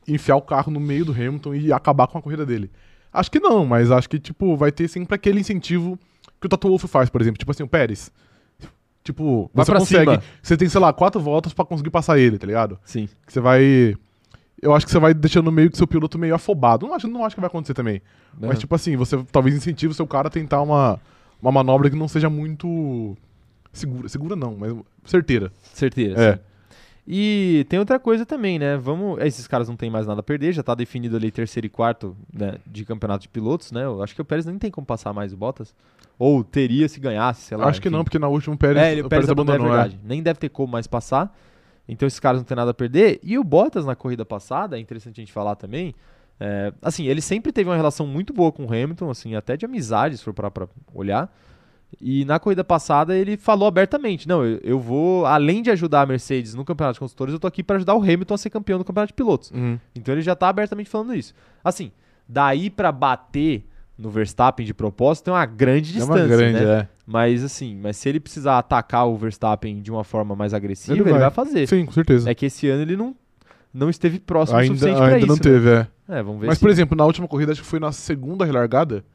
enfiar o carro no meio do Hamilton e acabar com a corrida dele. Acho que não, mas acho que, tipo, vai ter sempre aquele incentivo que o Tato Wolff faz, por exemplo. Tipo assim, o Pérez. Tipo,
Vai
você
pra
consegue.
cima.
Você tem, sei lá, quatro voltas pra conseguir passar ele, tá ligado?
Sim.
que você vai. Eu acho que você vai deixando meio que seu piloto meio afobado. Não acho, não acho que vai acontecer também.
É.
Mas, tipo assim, você talvez incentive o seu cara a tentar uma, uma manobra que não seja muito segura. Segura não, mas certeira.
Certeira.
É.
assim. E tem outra coisa também, né? Vamos, esses caras não têm mais nada a perder, já tá definido ali terceiro e quarto né, de campeonato de pilotos, né? Eu acho que o Pérez nem tem como passar mais o Bottas. Ou teria se ganhasse, sei lá.
acho que
enfim.
não, porque na última o Pérez,
é, ele, o Pérez abandonou, é verdade. Nem deve ter como mais passar. Então esses caras não têm nada a perder. E o Bottas na corrida passada, é interessante a gente falar também. é, assim, ele sempre teve uma relação muito boa com o Hamilton, assim, até de amizade, se for parar pra olhar. E na corrida passada ele falou abertamente: não, eu, eu vou, além de ajudar a Mercedes no campeonato de construtores, eu tô aqui pra ajudar o Hamilton a ser campeão do campeonato de pilotos.
Uhum.
Então ele já tá abertamente falando isso. Assim, daí pra bater no Verstappen de propósito tem uma grande
É
distância,
uma grande,
né?
é.
Mas assim, mas se ele precisar atacar o Verstappen de uma forma mais agressiva, ele
Ele
vai,
vai.
fazer.
Sim, com certeza.
É que esse ano ele não, não esteve próximo o
ainda
suficiente pra
ainda
isso.
não teve, é.
né? É, vamos ver
Mas,
se...
por exemplo, na última corrida, acho que foi na segunda relargada,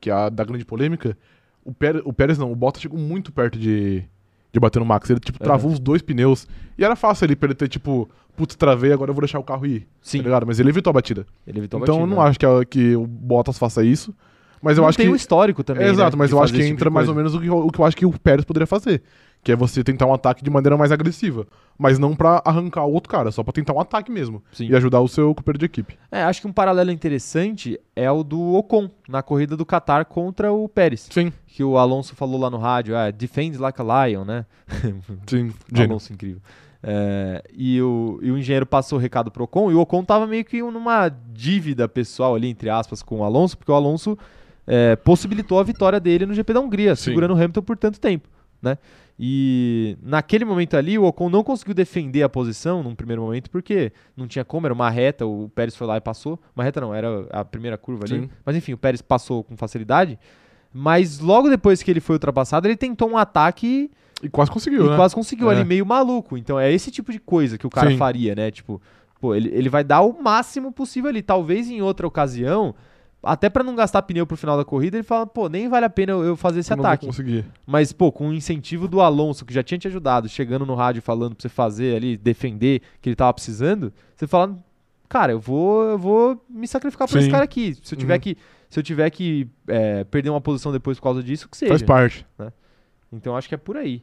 que é a da grande polêmica, o Pérez, o Pérez não, o Bottas chegou muito perto de, de bater no Max. Ele, tipo,
Aham.
travou os dois pneus. E era fácil ali pra ele ter, tipo, putz, travei, agora eu vou deixar o carro ir.
Sim,
Tá ligado? Mas ele evitou a batida.
ele evitou a
então eu
batida,
não
né?
acho que, a- que o Bottas faça isso. Mas eu
Não
acho
tem
que.
um histórico também,
É,
né,
exato, mas
de
eu acho
fazer
que
esse tipo de
entra mais ou
coisa.
menos o que, eu- o que eu acho que o Pérez poderia fazer. Que é você tentar um ataque de maneira mais agressiva. Mas não pra arrancar o outro cara, só pra tentar um ataque mesmo.
Sim.
E ajudar o seu companheiro de equipe.
É, acho que um paralelo interessante é o do Ocon, na corrida do Qatar contra o Pérez.
Sim,
Que o Alonso falou lá no rádio, ah, defend like a lion, né?
sim. Gênio.
Alonso incrível. É, e, o, e o engenheiro passou o recado pro Ocon, e o Ocon tava meio que numa dívida pessoal ali, entre aspas, com o Alonso, porque o Alonso é, possibilitou a vitória dele no GP da Hungria,
Sim.
segurando o Hamilton por tanto tempo. né? E naquele momento ali, o Ocon não conseguiu defender a posição num primeiro momento, porque não tinha como, era uma reta, o Pérez foi lá e passou. Uma reta não, era a primeira curva ali.
Sim.
Mas enfim, o Pérez passou com facilidade. Mas logo depois que ele foi ultrapassado, ele tentou um ataque
E quase conseguiu,
e
né?
quase conseguiu
É.
ali, meio maluco. Então é esse tipo de coisa que o cara
Sim.
faria, né? Tipo, pô, ele, ele vai dar o máximo possível ali. Talvez em outra ocasião, até pra não gastar pneu pro final da corrida, ele fala, pô, nem vale a pena eu, eu fazer esse
Eu não vou
ataque.
conseguir.
Mas, pô, com o incentivo do Alonso, que já tinha te ajudado, chegando no rádio falando pra você fazer ali, defender que ele tava precisando, você fala, cara, eu vou, eu vou me sacrificar por
Sim.
esse cara aqui. Se eu tiver
Uhum.
que, se eu tiver que é, perder uma posição depois por causa disso, que seja.
Faz parte.
Então acho que é por aí.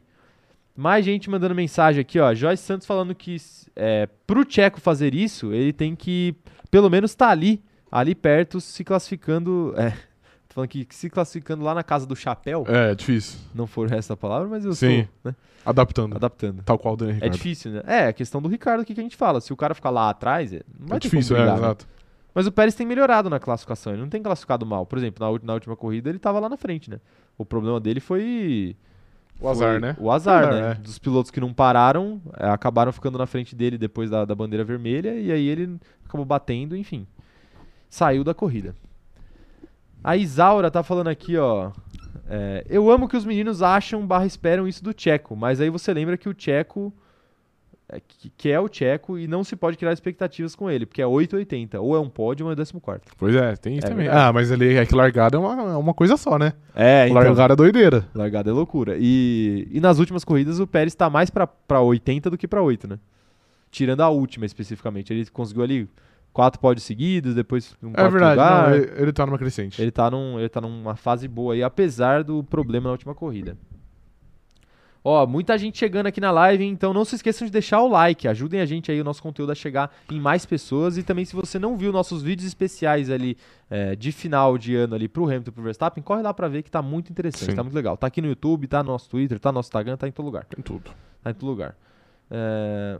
Mais gente mandando mensagem aqui, ó. Joyce Santos falando que é, pro Tcheco fazer isso, ele tem que pelo menos estar ali, ali perto, se classificando. É, tô falando que se classificando lá na casa do chapéu,
É, difícil.
não for essa palavra, mas eu
Sim.
estou né,
Adaptando.
adaptando.
Tal qual o Daniel
É
Ricardo.
difícil, né? É, a questão do Ricardo aqui que a gente fala. Se o cara ficar lá atrás, é- não vai
É
ter
difícil,
como
é,
brigar, né?
exato.
Mas o Pérez tem melhorado na classificação, ele não tem classificado mal. Por exemplo, na, ú- na última corrida ele tava lá na frente, né? O problema dele foi
O azar,
foi
né?
O azar,
Azar,
né?
é.
Dos pilotos que não pararam, eh, acabaram ficando na frente dele depois da, da bandeira vermelha, e aí ele acabou batendo, enfim. Saiu da corrida. A Isaura tá falando aqui, ó. eh, eu amo que os meninos acham barra esperam isso do Tcheco, mas aí você lembra que o Tcheco. eh, Que que é o Tcheco e não se pode criar expectativas com ele, porque é 8,80. Ou é um pódio ou é 14.
Pois é, tem isso
É
também.
verdade.
Ah, mas ali é que largada é uma, é uma coisa só, né?
É,
Largada é doideira.
Largada é loucura. E, e nas últimas corridas o Pérez tá mais pra, pra 80 do que pra 8, né? Tirando a última especificamente. Ele conseguiu ali quatro pódios seguidos, depois um
É
quarto
verdade,
lugar.
não, ele, ele tá numa crescente.
Ele tá, num, ele tá numa fase boa aí, apesar do problema na última corrida. Ó, muita gente chegando aqui na live, hein? então não se esqueçam de deixar o like. Ajudem a gente aí, o nosso conteúdo a chegar em mais pessoas. E também, se você não viu nossos vídeos especiais ali é, de final de ano ali pro Hamilton e pro Verstappen, corre lá pra ver que tá muito interessante,
Sim.
tá muito legal. Tá aqui no YouTube, tá no nosso Twitter, tá no nosso Instagram, tá em todo lugar.
Tem tudo.
Tá em todo lugar. É,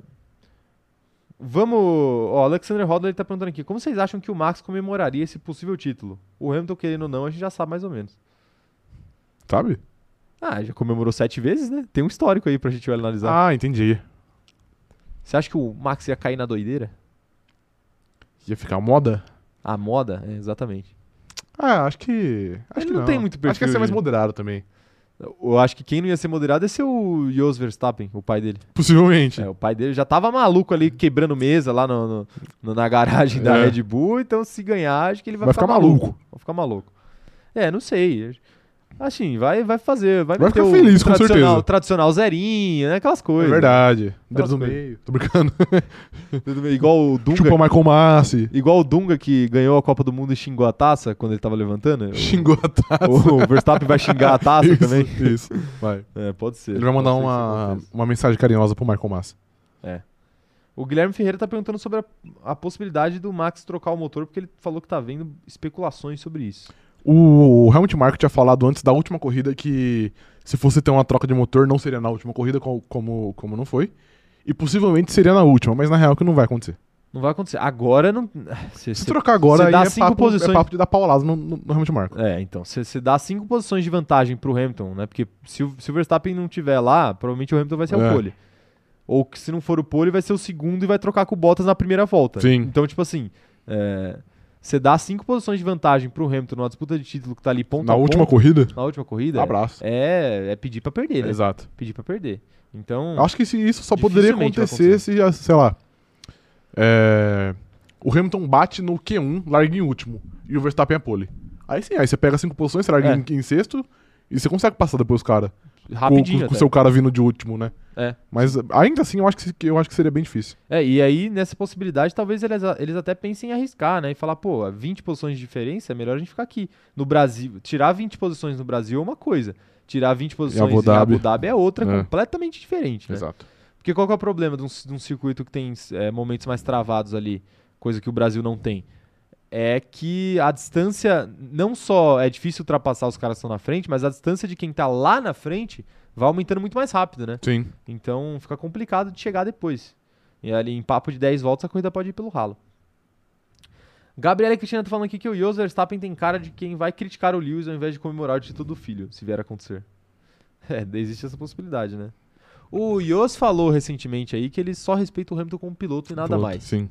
Vamos. Ó, Alexander Rodler tá perguntando aqui: como vocês acham que o Max comemoraria esse possível título? O Hamilton, querendo ou não, a gente já sabe mais ou menos.
Sabe?
Ah, já comemorou sete vezes, né? Tem um histórico aí pra gente analisar.
Ah, entendi.
Você acha que o Max ia cair na doideira?
Ia ficar moda?
A moda? É, exatamente.
Ah, acho que. Acho que
não
não,
tem muito
Acho que ia
perfil
ser mais
de-
moderado também.
Eu acho que quem não ia ser moderado ia ser o Jos Verstappen, o pai dele.
Possivelmente.
É, o pai dele já tava maluco ali quebrando mesa lá no, no- no- na garagem da
É.
Red Bull, então se ganhar, acho que ele vai,
Vai ficar maluco.
Vai ficar maluco. É, não sei. Assim, vai, vai fazer, vai,
Vai
meter
ficar
o
feliz, com
tradicional,
certeza.
tradicional zerinho, né? Aquelas
É
coisas.
verdade. Dedo
Aquelas
no
coisas.
meio. Tô brincando.
Igual o Dunga,
Chupa o Michael Massi.
igual o Dunga que ganhou a Copa do Mundo e xingou a taça quando ele tava levantando.
Xingou a taça.
O, o Verstappen vai xingar a taça
isso,
também.
Isso. Vai.
É, pode ser.
Ele vai mandar
Pode ser que isso
uma,
aconteça.
uma mensagem carinhosa pro Michael Massi.
O Guilherme Ferreira tá perguntando sobre a, a possibilidade do Max trocar o motor, porque ele falou que tá vendo especulações sobre isso.
O Helmut Marko tinha falado antes da última corrida que se fosse ter uma troca de motor, não seria na última corrida, co- como, como não foi. E possivelmente seria na última, mas na real que não vai acontecer.
Não vai acontecer. Agora não. Cê,
Se
cê-
trocar agora,
você
aí
dá
é,
cinco
papo,
posições-
é papo de dar paulado no, no, no Helmut Marko.
É, então. Você dá cinco posições de vantagem pro Hamilton, né? Porque se o, se o Verstappen não tiver lá, provavelmente o Hamilton vai ser
É.
o pole. Ou que se não for o pole, vai ser o segundo e vai trocar com o Bottas na primeira volta.
Sim.
Então, tipo assim. Você dá cinco posições de vantagem pro Hamilton numa disputa de título que tá ali ponto
Na
a
última
ponto,
corrida,
na última corrida.
abraço.
É, é pedir pra perder, né?
Exato.
Pedir pra perder. Então.
Acho que se- isso só poderia
Dificilmente vai
acontecer se, já, sei lá, é, o Hamilton bate no Q1, larga em último, e o Verstappen é pole. Aí sim, aí você pega cinco posições, você larga
É.
em, em sexto, e você consegue passar depois os caras.
rapidinho.
com, com
até.
o seu cara vindo de último, né?
É.
Mas ainda assim, eu acho que, se- que eu acho que seria bem difícil.
É, e aí, nessa possibilidade, talvez eles, a- eles até pensem em arriscar, né? E falar, pô, 20 posições de diferença, é melhor a gente ficar aqui. No Brasil, tirar 20 posições no Brasil é uma coisa. Tirar 20 posições
Abu Dhabi.
em Abu Dhabi é outra,
É.
completamente diferente, né?
Exato.
Porque qual que é o problema de um, ci- de um circuito que tem é, momentos mais travados ali, coisa que o Brasil não tem? É que a distância não só é difícil ultrapassar os caras que estão na frente, mas a distância de quem tá lá na frente vai aumentando muito mais rápido, né?
Sim.
Então fica complicado de chegar depois. E ali em papo de 10 voltas a corrida pode ir pelo ralo. Gabriela e Cristina tá falando aqui que o Jos Verstappen tem cara de quem vai criticar o Lewis ao invés de comemorar o título do filho, se vier a acontecer. É, existe essa possibilidade, né? O Yos falou recentemente aí que ele só respeita o Hamilton como piloto e nada
Piloto,
mais.
Sim.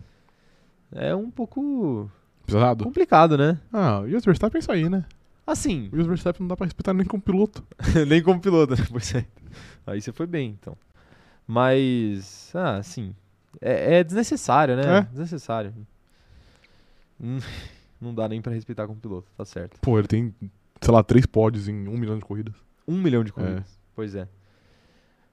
É um pouco
Pesado?
complicado, né?
Ah, o Jos Verstappen é isso aí, né?
Assim,
O Jos Verstappen não dá pra respeitar nem como piloto.
nem como piloto, né? Pois é. Aí você foi bem, então. Mas, ah, assim, é, é desnecessário, né?
É.
Desnecessário. Hum, Não dá nem pra respeitar como piloto, tá certo.
Pô, ele tem, sei lá, três pódios em um milhão de corridas.
Um milhão de corridas. Pois é.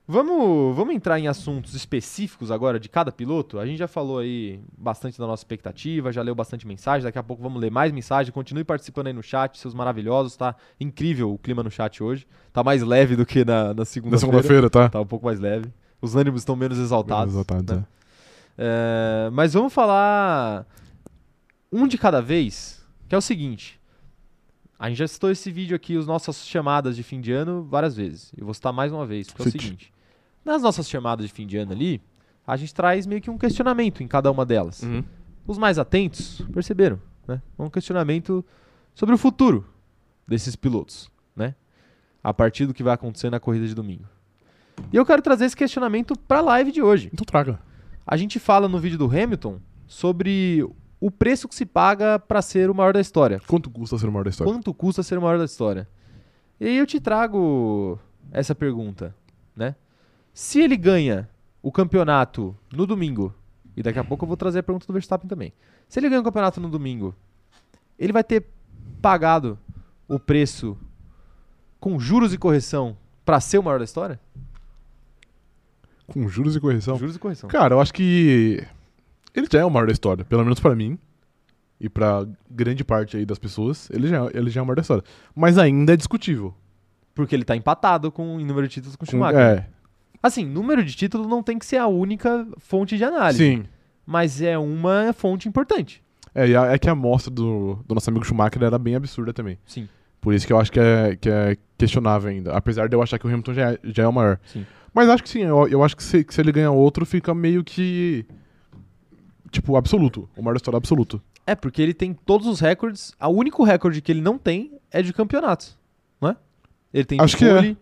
Vamos, vamos entrar em assuntos específicos agora de cada piloto? A gente já falou aí bastante da nossa expectativa, já leu bastante mensagem, daqui a pouco vamos ler mais mensagem. Continue participando aí no chat, seus maravilhosos, tá incrível o clima no chat hoje. Tá mais leve do que na, na
Na
segunda-feira.
segunda-feira, tá?
Tá um pouco mais leve. Os ânimos estão menos exaltados.
Exaltados,
né?
é.
É, mas vamos falar um de cada vez, que é o seguinte. A gente já citou esse vídeo aqui, as nossas chamadas de fim de ano, várias vezes. Eu vou citar mais uma vez, porque é o
Cite.
seguinte. Nas nossas chamadas de fim de ano ali, a gente traz meio que um questionamento em cada uma delas. Os mais atentos perceberam, né? Um questionamento sobre o futuro desses pilotos, né? A partir do que vai acontecer na corrida de domingo. E eu quero trazer esse questionamento para a live de hoje.
Então traga.
A gente fala no vídeo do Hamilton sobre o preço que se paga para ser o maior da história.
Quanto custa ser o maior da história?
Quanto custa ser o maior da história? E aí eu te trago essa pergunta, né? Se ele ganha o campeonato no domingo, e daqui a pouco eu vou trazer a pergunta do Verstappen também. Se ele ganha o campeonato no domingo, ele vai ter pagado o preço com juros e correção para ser o maior da história?
Com juros e correção?
Juros e correção.
Cara, eu acho que ele já é o maior da história, pelo menos pra mim e pra grande parte aí das pessoas, ele já, ele já é o maior da história. Mas ainda é discutível.
Porque ele tá empatado com em número de títulos com o
Com-
Schumacher.
é,
Assim, número de título não tem que ser a única fonte de análise.
sim.
Mas é uma fonte importante.
É, e a- é que a amostra do, do nosso amigo Schumacher era bem absurda também.
Sim.
Por isso que eu acho que é, que é questionável ainda. Apesar de eu achar que o Hamilton já é, já é o maior.
Sim.
Mas acho que sim, eu, eu acho que se, que se ele ganha outro, fica meio que. Tipo, absoluto. O maior da história absoluto.
É, porque ele tem todos os recordes. O único recorde que ele não tem é de campeonatos, não é? Ele tem
Acho
de
que é.
pole,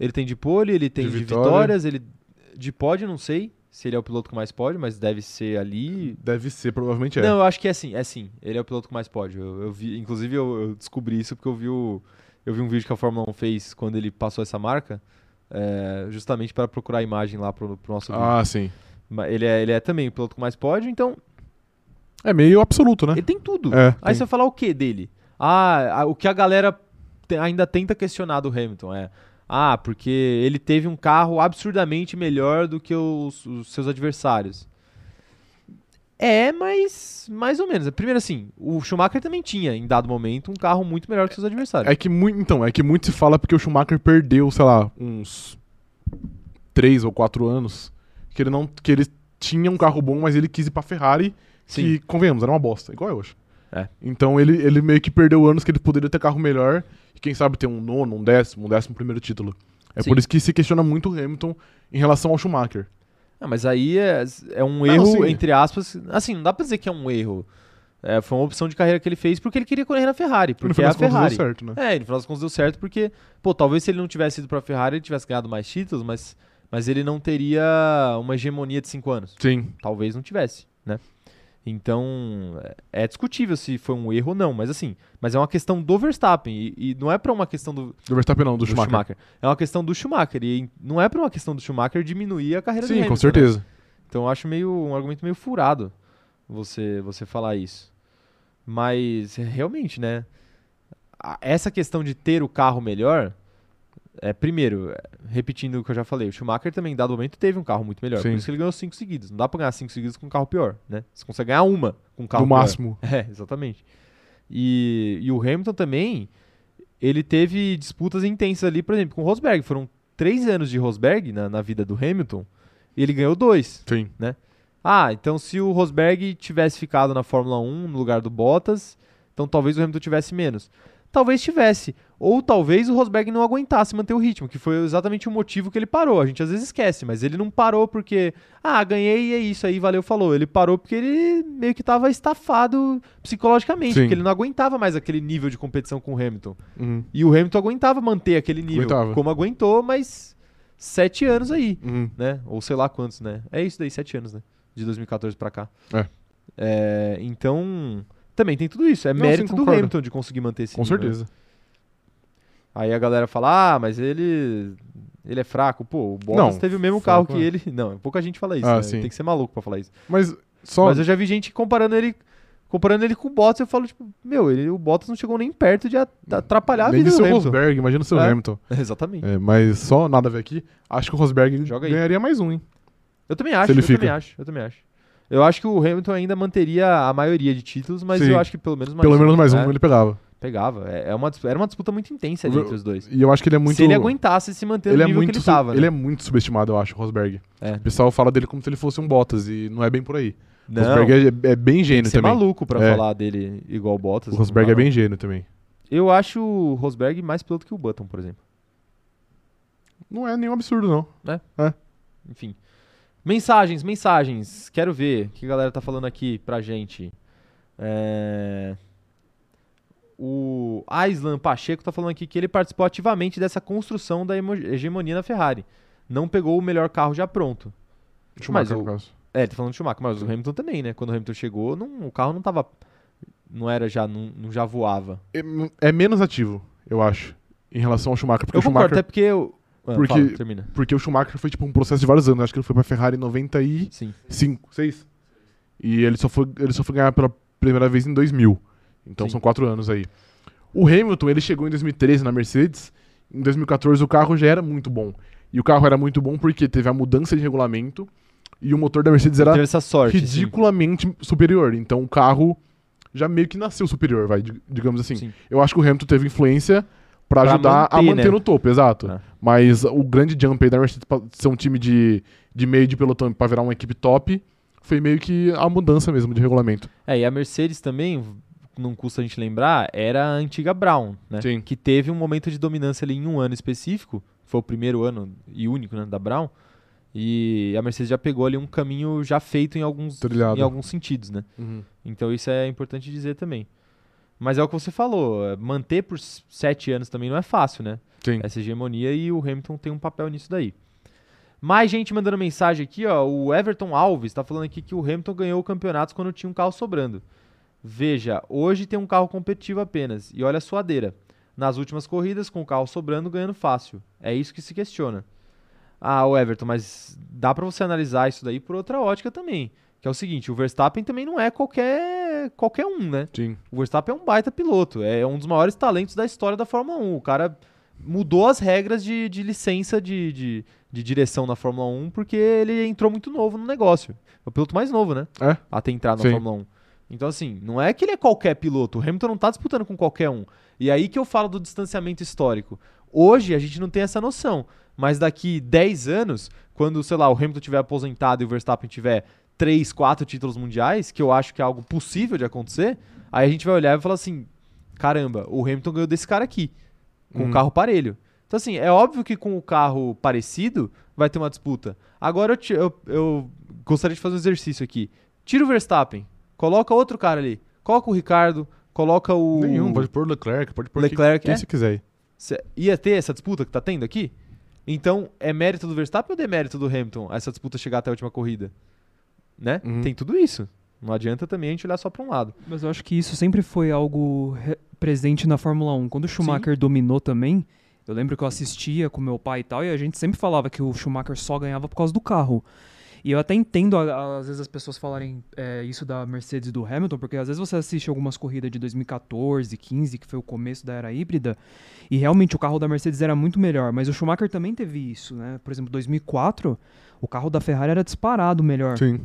ele tem de pole, ele tem de,
vitória.
vitórias, ele de pódio, não sei se ele é o piloto que mais pode, mas deve ser ali.
Deve ser, provavelmente é.
Não, eu acho que é sim, é sim. Ele é o piloto que mais pode. Eu, eu vi, inclusive eu, eu descobri isso porque eu vi o, eu vi um vídeo que a Fórmula 1 fez quando ele passou essa marca, é, justamente para procurar a imagem lá pro, pro nosso vídeo.
Ah, sim.
Mas Ele é, ele é também o piloto com mais pódio, então
É meio absoluto, né?
ele tem tudo.
É,
Aí
tem.
você vai falar o que dele? Ah, a- o que a galera te- ainda tenta questionar do Hamilton é. Ah, porque ele teve um carro absurdamente melhor do que os, os seus adversários. É, mas mais ou menos. Primeiro assim, o Schumacher também tinha, em dado momento, um carro muito melhor que seus adversários.
É que muito, então, é que muito se fala porque o Schumacher perdeu, sei lá, uns três ou quatro anos que ele não que ele tinha um carro bom, mas ele quis ir pra Ferrari, que convenhamos, era uma bosta, igual eu acho.
É.
Então ele, ele meio que perdeu anos que ele poderia ter carro melhor e quem sabe ter um nono, um décimo, um décimo primeiro título. É
Sim.
por isso que se questiona muito o Hamilton em relação ao Schumacher.
Ah, mas aí é, é um
Não,
erro,
sim.
entre aspas. Assim, não dá pra dizer que é um erro. É, foi uma opção de carreira que ele fez porque ele queria correr na Ferrari,
no
porque é
final
a
das contas,
Ferrari.
Deu certo, né?
É, ele final das contas deu certo porque, pô, talvez se ele não tivesse ido pra Ferrari, ele tivesse ganhado mais títulos, mas, mas ele não teria uma hegemonia de cinco anos.
Sim.
Talvez não tivesse, né? Então, é é discutível se foi um erro ou não, mas assim, mas é uma questão do Verstappen e, e não é pra uma questão do,
Do Verstappen não, do,
do Schumacher.
Schumacher.
É uma questão do Schumacher e não é pra uma questão do Schumacher diminuir a carreira
Sim,
do
com
Hamilton, né?
certeza.
Então eu acho meio um argumento meio furado você você falar isso. Mas realmente, né? a- Essa questão de ter o carro melhor é primeiro, é, repetindo o que eu já falei, o Schumacher também em dado momento teve um carro muito melhor, por
Sim.
isso que ele ganhou cinco seguidos. Não dá pra ganhar cinco seguidos com um carro pior, né? Você consegue ganhar uma com um carro
do
pior.
máximo.
É, exatamente. E, e o Hamilton também, ele teve disputas intensas ali, por exemplo, com o Rosberg. Foram três anos de Rosberg na, na vida do Hamilton e ele ganhou dois.
Sim.
Ah, então se o um, Rosberg tivesse ficado na Fórmula 1 no lugar do Bottas, então talvez o Hamilton tivesse menos. talvez tivesse. Ou talvez o Rosberg não aguentasse manter o ritmo, que foi exatamente o motivo que ele parou. A gente às vezes esquece, mas ele não parou porque, ah, ganhei e é isso aí, valeu, falou. Ele parou porque ele meio que estava estafado psicologicamente,
Sim.
porque ele não aguentava mais aquele nível de competição com o Hamilton.
Uhum,
E o Hamilton aguentava manter aquele nível,
Aguentava.
como aguentou, mas sete anos aí
uhum.
né? Ou sei lá quantos, né? É isso daí, sete anos, né? De 2014 pra cá.
É.
É, então, também tem tudo isso. É
Não,
mérito
sim,
do
concordo.
Hamilton de conseguir manter esse
Com
nível, né?
certeza.
Aí a galera fala, ah, mas ele ele é fraco. Pô, o Bottas
Não,
teve o mesmo
fraco
carro que
é.
ele. Não, pouca gente fala isso,
Ah,
né?
sim.
Tem que ser maluco pra falar isso.
Mas só.
Mas eu já vi gente comparando ele comparando ele com o Bottas. Eu falo, tipo, meu, ele, o Bottas não chegou nem perto de a- atrapalhar a
nem
vida do
de seu
Hamilton.
Rosberg, imagina o seu
É.
Hamilton.
Exatamente.
É, mas só nada a ver aqui. Acho que o Rosberg
Joga aí.
ganharia mais um, hein?
Eu também acho,
Se ele
eu também
fica.
acho, eu também acho. Eu acho que o Hamilton ainda manteria a maioria de títulos, mas
Sim.
eu acho que pelo menos mais
Pelo menos mais um
né?
ele pegava.
Pegava. É, é uma, dis- era uma disputa muito intensa ali
Eu-
entre os dois.
E eu acho que ele é muito.
Se ele aguentasse se manter
ele
no
é
nível
muito
que ele
su-
tava, né?
ele é muito subestimado, eu acho, o Rosberg.
É.
O pessoal fala dele como se ele fosse um Bottas e não é bem por aí. O
Não,
Rosberg é, é bem
tem que
gênio
ser
também.
maluco pra
É.
falar dele igual o Bottas.
O Rosberg
não
é
dá, não.
bem gênio também.
Eu acho o Rosberg mais piloto que o Button, por exemplo.
Não é nenhum absurdo, não.
Enfim. Mensagens, mensagens. Quero ver o que a galera tá falando aqui pra gente. É... O Aislan Pacheco tá falando aqui que ele participou ativamente dessa construção da hemo- hegemonia na Ferrari. Não pegou o melhor carro já pronto. Mas
Schumacher, no
o-
caso.
É, ele tá falando de Schumacher, mas o Hamilton também, né? Quando o Hamilton chegou, não- o carro não tava. Não era já, não, não já voava.
É, é menos ativo, eu acho, em relação ao Schumacher. Porque,
Eu
o, Schumacher
concordo, até porque. Eu... Ah,
Porque-
fala, termina.
porque o Schumacher foi tipo um processo de vários anos. Acho que ele foi pra Ferrari em 95,
Sim.
6. E ele só, foi, ele só foi ganhar pela primeira vez em 2000. Então
Sim.
são quatro anos aí. O Hamilton, ele chegou em 2013 na Mercedes. Em 2014 o carro já era muito bom. E o carro era muito bom porque teve a mudança de regulamento e o motor da Mercedes era
Teve essa sorte. sim.
ridiculamente superior. Então o carro já meio que nasceu superior, vai, dig- digamos assim.
Sim.
Eu acho que o Hamilton teve influência pra
Pra
ajudar a
manter,
manter
né?
no topo, exato.
É.
Mas o grande jump aí da Mercedes pra ser um time de, de meio de pelotão pra virar uma equipe top foi meio que a mudança mesmo de regulamento.
É, e a Mercedes também, não custa a gente lembrar, era a antiga Brown, né?
Sim.
Que teve um momento de dominância ali em um ano específico, foi o primeiro ano e único né, da Brown, e a Mercedes já pegou ali um caminho já feito em alguns,
Trilhado. Uhum.
em alguns sentidos, né? Então isso é importante dizer também. Mas é o que você falou, é, manter por s- sete anos também não é fácil, né?
Sim.
Essa hegemonia e o Hamilton tem um papel nisso daí. Mais gente mandando mensagem aqui, ó. O Everton Alves tá falando aqui que o Hamilton ganhou campeonatos quando tinha um carro sobrando. Veja, hoje tem um carro competitivo apenas. E olha a suadeira. Nas últimas corridas, com o carro sobrando, ganhando fácil. É isso que se questiona. Ah, o Everton, mas dá pra você analisar isso daí por outra ótica também. Que é o seguinte, o Verstappen também não é qualquer, qualquer um, né?
Sim.
O Verstappen é um baita piloto, é um dos maiores talentos da história da Fórmula 1. O cara mudou as regras de, de licença de, de, de direção na Fórmula 1 porque ele entrou muito novo no negócio. É o piloto mais novo, né?
É.
Até entrar na
Sim.
Fórmula 1. Então, assim, não é que ele é qualquer piloto. O Hamilton não tá disputando com qualquer um. E aí que eu falo do distanciamento histórico. Hoje a gente não tem essa noção. Mas daqui 10 anos, quando, sei lá, o Hamilton tiver aposentado e o Verstappen tiver 3, 4 títulos mundiais, que eu acho que é algo possível de acontecer, aí a gente vai olhar e falar assim: caramba, o Hamilton ganhou desse cara aqui, com
Hum.
um carro parelho. Então, assim, é óbvio que com o carro parecido vai ter uma disputa. Agora eu, ti- eu, eu gostaria de fazer um exercício aqui. Tira o Verstappen, coloca outro cara ali, coloca o Ricardo, coloca o.
Nenhum, pode pôr Leclerc, pode pôr
Leclerc,
quem, quem
é?
você quiser. aí.
Cê- ia ter essa disputa que tá tendo aqui? Então, é mérito do Verstappen ou demérito do Hamilton essa disputa chegar até a última corrida? Né?
Uhum.
Tem tudo isso. Não adianta também a gente olhar só pra um lado.
Mas eu acho que isso sempre foi algo re- presente na Fórmula 1. Quando o Schumacher dominou também, eu lembro que eu assistia com meu pai e tal, e a gente sempre falava que o Schumacher só ganhava por causa do carro. E eu até entendo, a- a- às vezes, as pessoas falarem é, isso da Mercedes e do Hamilton, porque às vezes você assiste algumas corridas de 2014, 15, que foi o começo da era híbrida, e realmente o carro da Mercedes era muito melhor, mas o Schumacher também teve isso, né? Por exemplo, 2004, o carro da Ferrari era disparado melhor
Sim.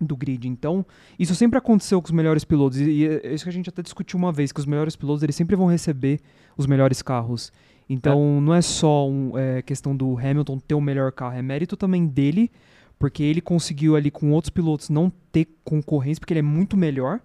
do grid. Então, isso sempre aconteceu com os melhores pilotos. E, e é isso que a gente até discutiu uma vez, que os melhores pilotos eles sempre vão receber os melhores carros. Então, não é só um, é, questão do Hamilton ter o melhor carro, é mérito também dele, porque ele conseguiu ali com outros pilotos não ter concorrência, porque ele é muito melhor.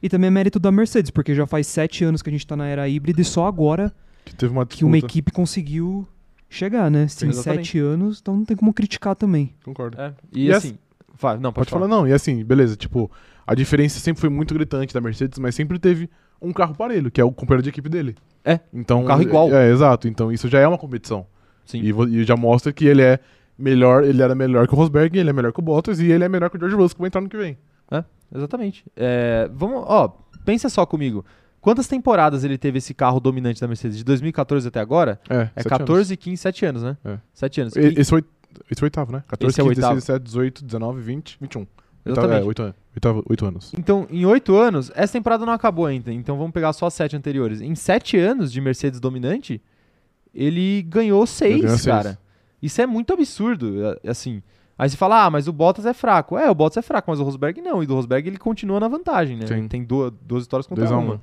E E também é mérito da Mercedes, porque já faz sete anos que a gente tá na era híbrida e só agora
Que teve uma disputa.
que uma equipe conseguiu chegar, né? Tem
Exatamente.
sete anos, então não tem como criticar também.
Concordo.
É, E,
E
assim. fa- não,
Pode falar, não. E assim, beleza, tipo, a diferença sempre foi muito gritante da Mercedes, mas sempre teve um carro parelho, que é o companheiro de equipe dele.
É,
Então,
um carro igual.
É, é, exato. Então isso já é uma competição.
Sim.
E, vo- e já mostra que ele é melhor, ele era melhor que o Rosberg, ele é melhor que o Bottas e ele é melhor que o George Russell que vai entrar no que vem.
É, exatamente. É, vamos, ó, pensa só comigo. Quantas temporadas ele teve esse carro dominante da Mercedes? De 2014 até agora?
É,
É
sete
14, 15, 7 anos, né?
É.
7 anos.
anos. E-
E-
Esse foi esse foi oitavo, né? 14,
Esse é o
15,
oitavo.
16, 17, 18, 19, 20, 21. Oitavo,
exatamente.
é, oito, anos. oitavo, oito anos.
Então, em 8 anos, essa temporada não acabou ainda, então vamos pegar só as 7 anteriores. Em 7 anos de Mercedes dominante, ele ganhou
Ele ganhou
6,
seis.
cara. Isso é muito absurdo, a- assim. Aí você fala, ah, mas o Bottas é fraco. É, o Bottas é fraco, mas o Rosberg não. E do Rosberg ele continua na vantagem, né?
Sim.
Ele Tem duas, duas histórias contra
2 a
uma.
1.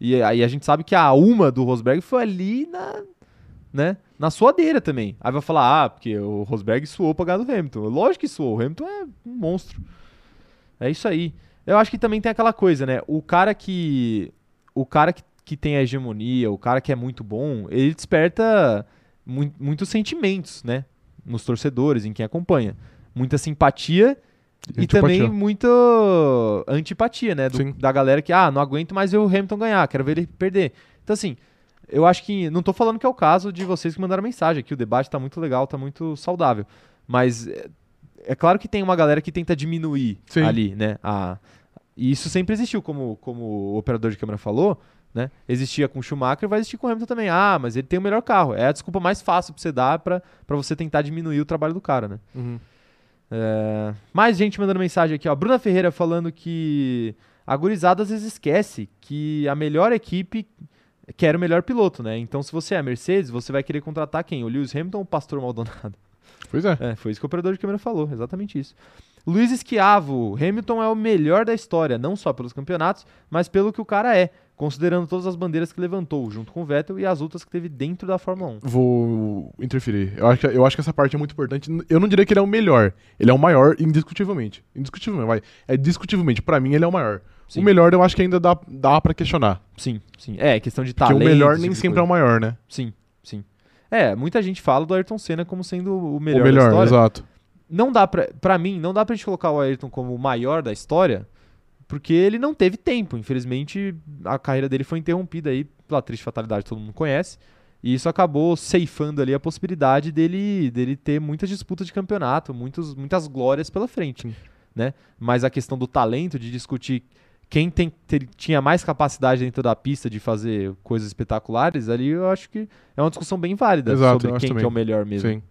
E aí a gente sabe que a uma do Rosberg foi ali na, né, na suadeira também. Aí vai falar, ah, porque o Rosberg suou pra ganhar do Hamilton. Lógico que suou, o Hamilton é um monstro. É isso aí. Eu acho que também tem aquela coisa, né? O cara que. O cara que, que tem a hegemonia, o cara que é muito bom, ele desperta mui- muitos sentimentos, né? Nos torcedores, em quem acompanha. Muita simpatia e também muita antipatia, né? do-
Sim.
da galera que, ah, não aguento mais ver o Hamilton ganhar, quero ver ele perder. Então, assim, eu acho que. Não tô falando que é o caso de vocês que mandaram mensagem aqui. O debate tá muito legal, tá muito saudável. Mas é, é claro que tem uma galera que tenta diminuir
Sim.
ali, né? A, e isso sempre existiu, como, como o operador de câmera falou, né? Existia com o Schumacher, vai existir com o Hamilton também. Ah, mas ele tem o melhor carro. É a desculpa mais fácil pra você dar pra, pra você tentar diminuir o trabalho do cara, né?
Uhum.
É, Mais gente mandando mensagem aqui, ó. Bruna Ferreira falando que a gurizada às vezes esquece que a melhor equipe quer o melhor piloto, né? Então, se você é a Mercedes, você vai querer contratar quem? O Lewis Hamilton ou o Pastor Maldonado?
Pois é.
É, foi isso que o operador de câmera falou, exatamente isso. Luiz Esquiavo, Hamilton é o melhor da história, não só pelos campeonatos, mas pelo que o cara é, considerando todas as bandeiras que levantou, junto com o Vettel e as outras que teve dentro da Fórmula 1.
Vou interferir. Eu acho, que, eu acho que essa parte é muito importante. Eu não diria que ele é o melhor. Ele é o maior, indiscutivelmente. Indiscutivelmente, vai. É discutivelmente. Pra mim, ele é o maior.
Sim.
O melhor eu acho que ainda dá, dá para questionar.
Sim, sim. É, questão de
Porque
talento.
o melhor
esse
nem
tipo de
sempre
coisa.
é o maior, né?
Sim, sim. É, muita gente fala do Ayrton Senna como sendo o melhor,
o melhor,
da história. né?
exato.
Não dá pra, pra mim, não dá pra gente colocar o Ayrton como o maior da história, porque ele não teve tempo. Infelizmente, a carreira dele foi interrompida aí pela triste fatalidade que todo mundo conhece. E isso acabou ceifando ali a possibilidade dele, dele ter muitas disputas de campeonato, muitos, muitas glórias pela frente.
Sim.
Né? Mas a questão do talento, de discutir quem tem- ter- tinha mais capacidade dentro da pista de fazer coisas espetaculares, ali eu acho que é uma discussão bem válida
Exato, eu
sobre
acho
quem que é
também.
o melhor mesmo.
Sim.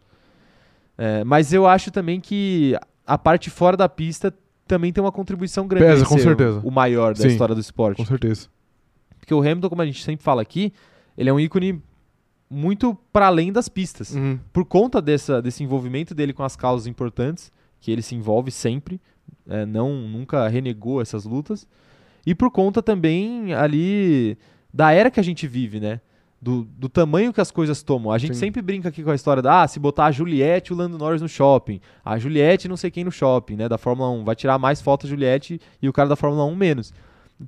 É, mas eu acho também que a parte fora da pista também tem uma contribuição grande.
Pesa,
em
com
ser
certeza.
O maior da
Sim.
história do esporte.
Com certeza.
Porque o Hamilton, como a gente sempre fala aqui, ele é um ícone muito para além das pistas.
Uhum.
Por conta dessa- desse envolvimento dele com as causas importantes, que ele se envolve sempre, é, não nunca renegou essas lutas. E por conta também ali da era que a gente vive, né? Do, do tamanho que as coisas tomam. A gente
Sim.
sempre brinca aqui com a história da, ah, se botar a Juliette e o Lando Norris no shopping, a Juliette não sei quem no shopping, né, da Fórmula 1, vai tirar mais foto a Juliette e o cara da Fórmula 1 menos.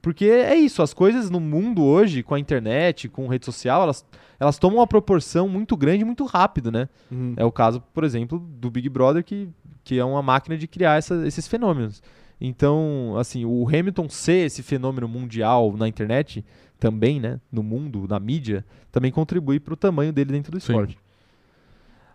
Porque é isso, as coisas no mundo hoje, com a internet, com rede social, elas, elas tomam uma proporção muito grande, muito rápido, né?
Uhum.
É o caso, por exemplo, do Big Brother, que, que é uma máquina de criar essa- esses fenômenos. Então, assim, o Hamilton ser esse fenômeno mundial na internet, também, né? No mundo, na mídia, também contribui para o tamanho dele dentro do
Sim.
esporte.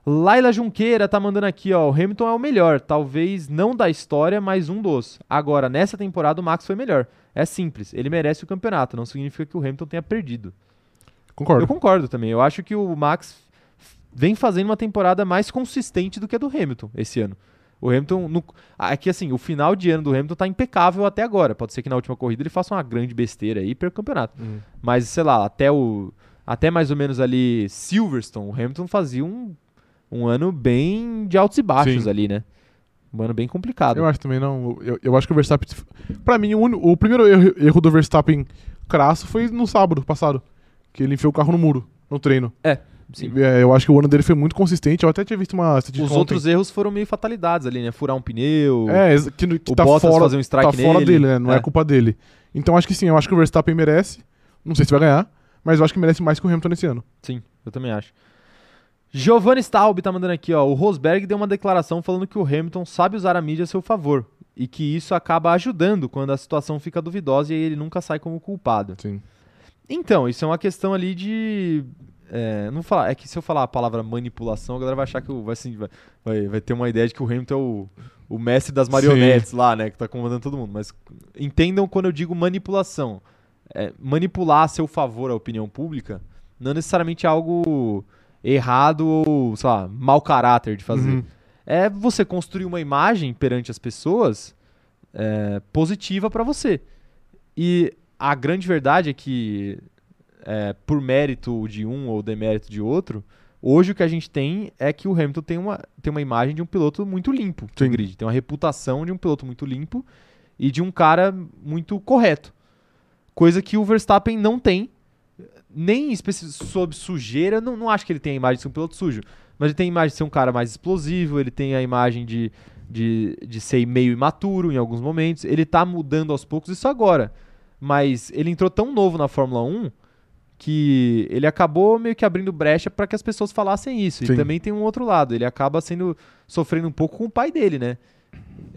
Laila Junqueira tá mandando aqui, ó. O Hamilton é o melhor, talvez não da história, mas um dos. Agora, nessa temporada, o Max foi melhor. É simples, ele merece o campeonato, não significa que o Hamilton tenha perdido. Eu
Concordo.
concordo também. Eu acho que o Max f- vem fazendo uma temporada mais consistente do que a do Hamilton esse ano. O Hamilton. No, ah, é que assim, o final de ano do Hamilton tá impecável até agora. Pode ser que na última corrida ele faça uma grande besteira aí e perca o campeonato.
Uhum.
Mas, sei lá, até o. Até mais ou menos ali Silverstone, o Hamilton fazia um, um ano bem de altos e baixos
Sim.
ali, né? Um ano bem complicado.
Eu acho também, não. Eu, eu acho que o Verstappen. Pra mim, o, uni- o primeiro erro, erro do Verstappen crasso foi no sábado passado. Que ele enfiou o carro no muro, no treino.
É, Sim.
É, eu acho que o ano dele foi muito consistente. Eu até tinha visto uma estatística
Os
ontem.
outros erros foram meio fatalidades ali, né? Furar um pneu,
É, ex- que, que
o
tá
Bottas
fora,
fazer um strike
tá fora
nele.
dele, né? Não é.
É.
culpa dele. Então acho que sim, eu acho que o Verstappen merece. Não sei se vai ganhar, mas eu acho que merece mais que o Hamilton esse ano.
Sim, eu também acho. Giovanni Staub tá mandando aqui, ó. O Rosberg deu uma declaração falando que o Hamilton sabe usar a mídia a seu favor e que isso acaba ajudando quando a situação fica duvidosa e ele nunca sai como culpado.
Sim.
Então, isso é uma questão ali de. é, não vou falar, é que se eu falar a palavra manipulação, a galera vai achar que o- vai, assim, vai, vai, vai ter uma ideia de que o Hamilton é o, o mestre das marionetes lá, né? Que tá comandando todo mundo. Mas entendam quando eu digo manipulação. É, manipular a seu favor a opinião pública não necessariamente é algo errado ou, sei lá, mau caráter de fazer.
Uhum.
É você construir uma imagem perante as pessoas é, positiva pra você. E a grande verdade é que, é, por mérito de um ou demérito de outro, hoje o que a gente tem é que o Hamilton tem uma, tem uma imagem de um piloto muito limpo no
Sim.
grid. Tem uma reputação de um piloto muito limpo e de um cara muito correto. Coisa que o Verstappen não tem, nem especi- sob sujeira, eu não, não acho que ele tenha a imagem de ser um piloto sujo, mas ele tem a imagem de ser um cara mais explosivo, ele tem a imagem de, de, de ser meio imaturo em alguns momentos, ele tá mudando aos poucos isso agora, mas ele entrou tão novo na Fórmula 1 que ele acabou meio que abrindo brecha para que as pessoas falassem isso.
Sim.
E também tem um outro lado, ele acaba sendo sofrendo um pouco com o pai dele, né?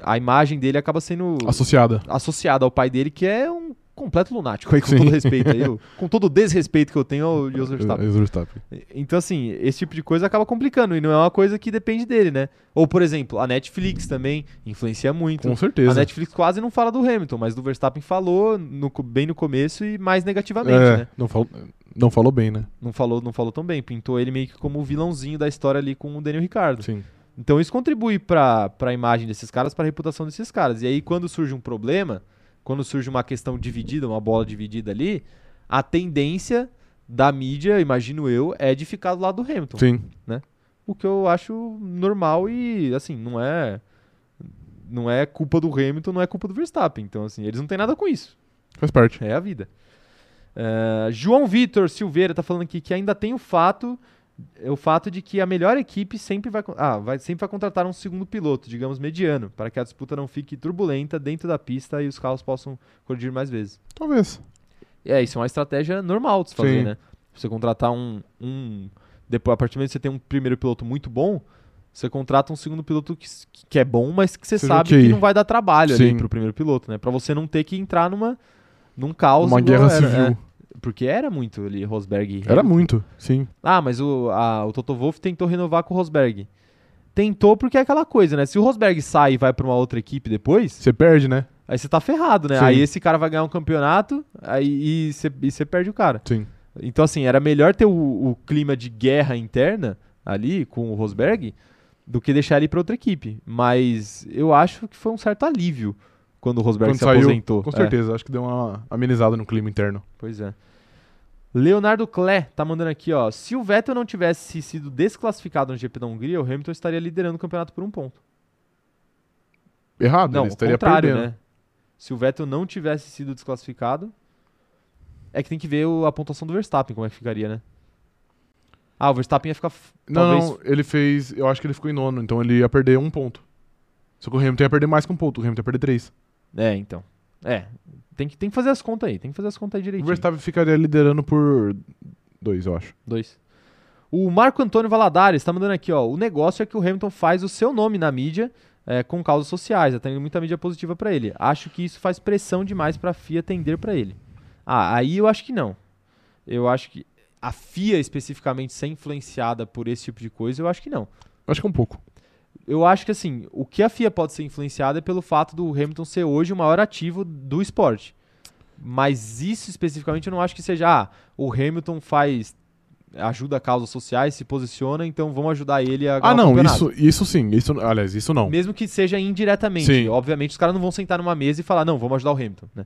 A imagem dele acaba sendo
Associada.
associado ao pai dele, que é um completo lunático aí, com
Sim.
todo respeito aí, eu- com todo o desrespeito que eu tenho ao Jos Verstappen.
Ex- Verstappen.
Então, assim, esse tipo de coisa acaba complicando, e não é uma coisa que depende dele, né? Ou, por exemplo, a Netflix também influencia muito.
Com
A
certeza.
Netflix quase não fala do Hamilton, mas do Verstappen falou no co- bem no começo e mais negativamente,
É,
né?
não, falou, não falou bem, né?
Não falou, não falou tão bem. Pintou ele meio que como o vilãozinho da história ali com o Daniel Ricardo.
Sim.
Então isso contribui para a imagem desses caras, para a reputação desses caras. E aí quando surge um problema, quando surge uma questão dividida, uma bola dividida ali, a tendência da mídia, imagino eu, é de ficar do lado do Hamilton.
Sim.
O que eu acho normal e assim, não é não é culpa do Hamilton, não é culpa do Verstappen. Então assim, eles não têm nada com isso.
Faz parte.
É a vida. Eh, João Vitor Silveira tá falando aqui que ainda tem o fato é o fato de que a melhor equipe sempre vai, con- ah, vai- sempre vai contratar um segundo piloto, digamos mediano, para que a disputa não fique turbulenta dentro da pista e os carros possam colidir mais vezes.
Talvez.
É, isso é uma estratégia normal de se fazer,
Sim.
né? Você contratar um, um- Depois, a partir do momento que você tem um primeiro piloto muito bom, você contrata um segundo piloto que, s- que é bom, mas que você
Seja
sabe
o QI.
que não vai dar trabalho ali
Sim.
pro primeiro piloto, né? Pra você não ter que entrar numa. Num caos.
Uma
igual
guerra
era, é.
civil.
Porque era muito ali, Rosberg. e
Era
Hamilton.
muito, sim.
Ah, mas o, a- o Toto Wolff tentou renovar com o Rosberg. Tentou porque é aquela coisa, né? Se o Rosberg sai e vai pra uma outra equipe depois,
Você perde, né?
aí você tá ferrado, né?
Sim.
Aí esse cara vai ganhar um campeonato aí, e você e você perde o cara.
Sim.
Então, assim, era melhor ter o, o clima de guerra interna ali com o Rosberg do que deixar ele pra outra equipe. Mas eu acho que foi um certo alívio quando o Rosberg
Quando
se
saiu,
aposentou.
com
É.
certeza. Acho que deu uma amenizada no clima interno.
Pois é. Leonardo Clé tá mandando aqui, ó. Se o Vettel não tivesse sido desclassificado no GP da Hungria, o Hamilton estaria liderando o campeonato por um ponto.
Errado,
não,
Ah, ele
ao
estaria
contrário,
perdendo.
né? Se o Vettel não tivesse sido desclassificado, é que tem que ver o- a pontuação do Verstappen, como é que ficaria, né? Ah, o Verstappen ia ficar f-
Não,
talvez
não, ele fez. Eu acho que ele ficou em nono, então ele ia perder um ponto. Só que o Hamilton ia perder mais que um ponto, o Hamilton ia perder três.
É, então. É, tem que tem que fazer as contas aí, tem que fazer as contas aí
O
direitinho.
Verstappen ficaria liderando por dois, eu acho.
Dois. O Marco Antônio Valadares está mandando aqui, ó. O negócio é que o Hamilton faz o seu nome na mídia é, com causas sociais. Está tendo muita mídia positiva para ele. Acho que isso faz pressão demais para a FIA atender para ele. Ah, aí eu acho que não. Eu acho que a FIA especificamente ser influenciada por esse tipo de coisa, eu acho que não.
Acho que um pouco.
Eu acho que assim, o que a FIA pode ser influenciada é pelo fato do Hamilton ser hoje o maior ativo do esporte. Mas isso especificamente eu não acho que seja, ah, o Hamilton faz ajuda causas sociais, se posiciona, então vamos ajudar ele a ganhar
Ah,
o
não,
campeonato.
isso, isso sim. Isso, aliás, isso não.
Mesmo que seja indiretamente.
Sim.
Obviamente os caras não vão sentar numa mesa e falar, não, vamos ajudar o Hamilton, né?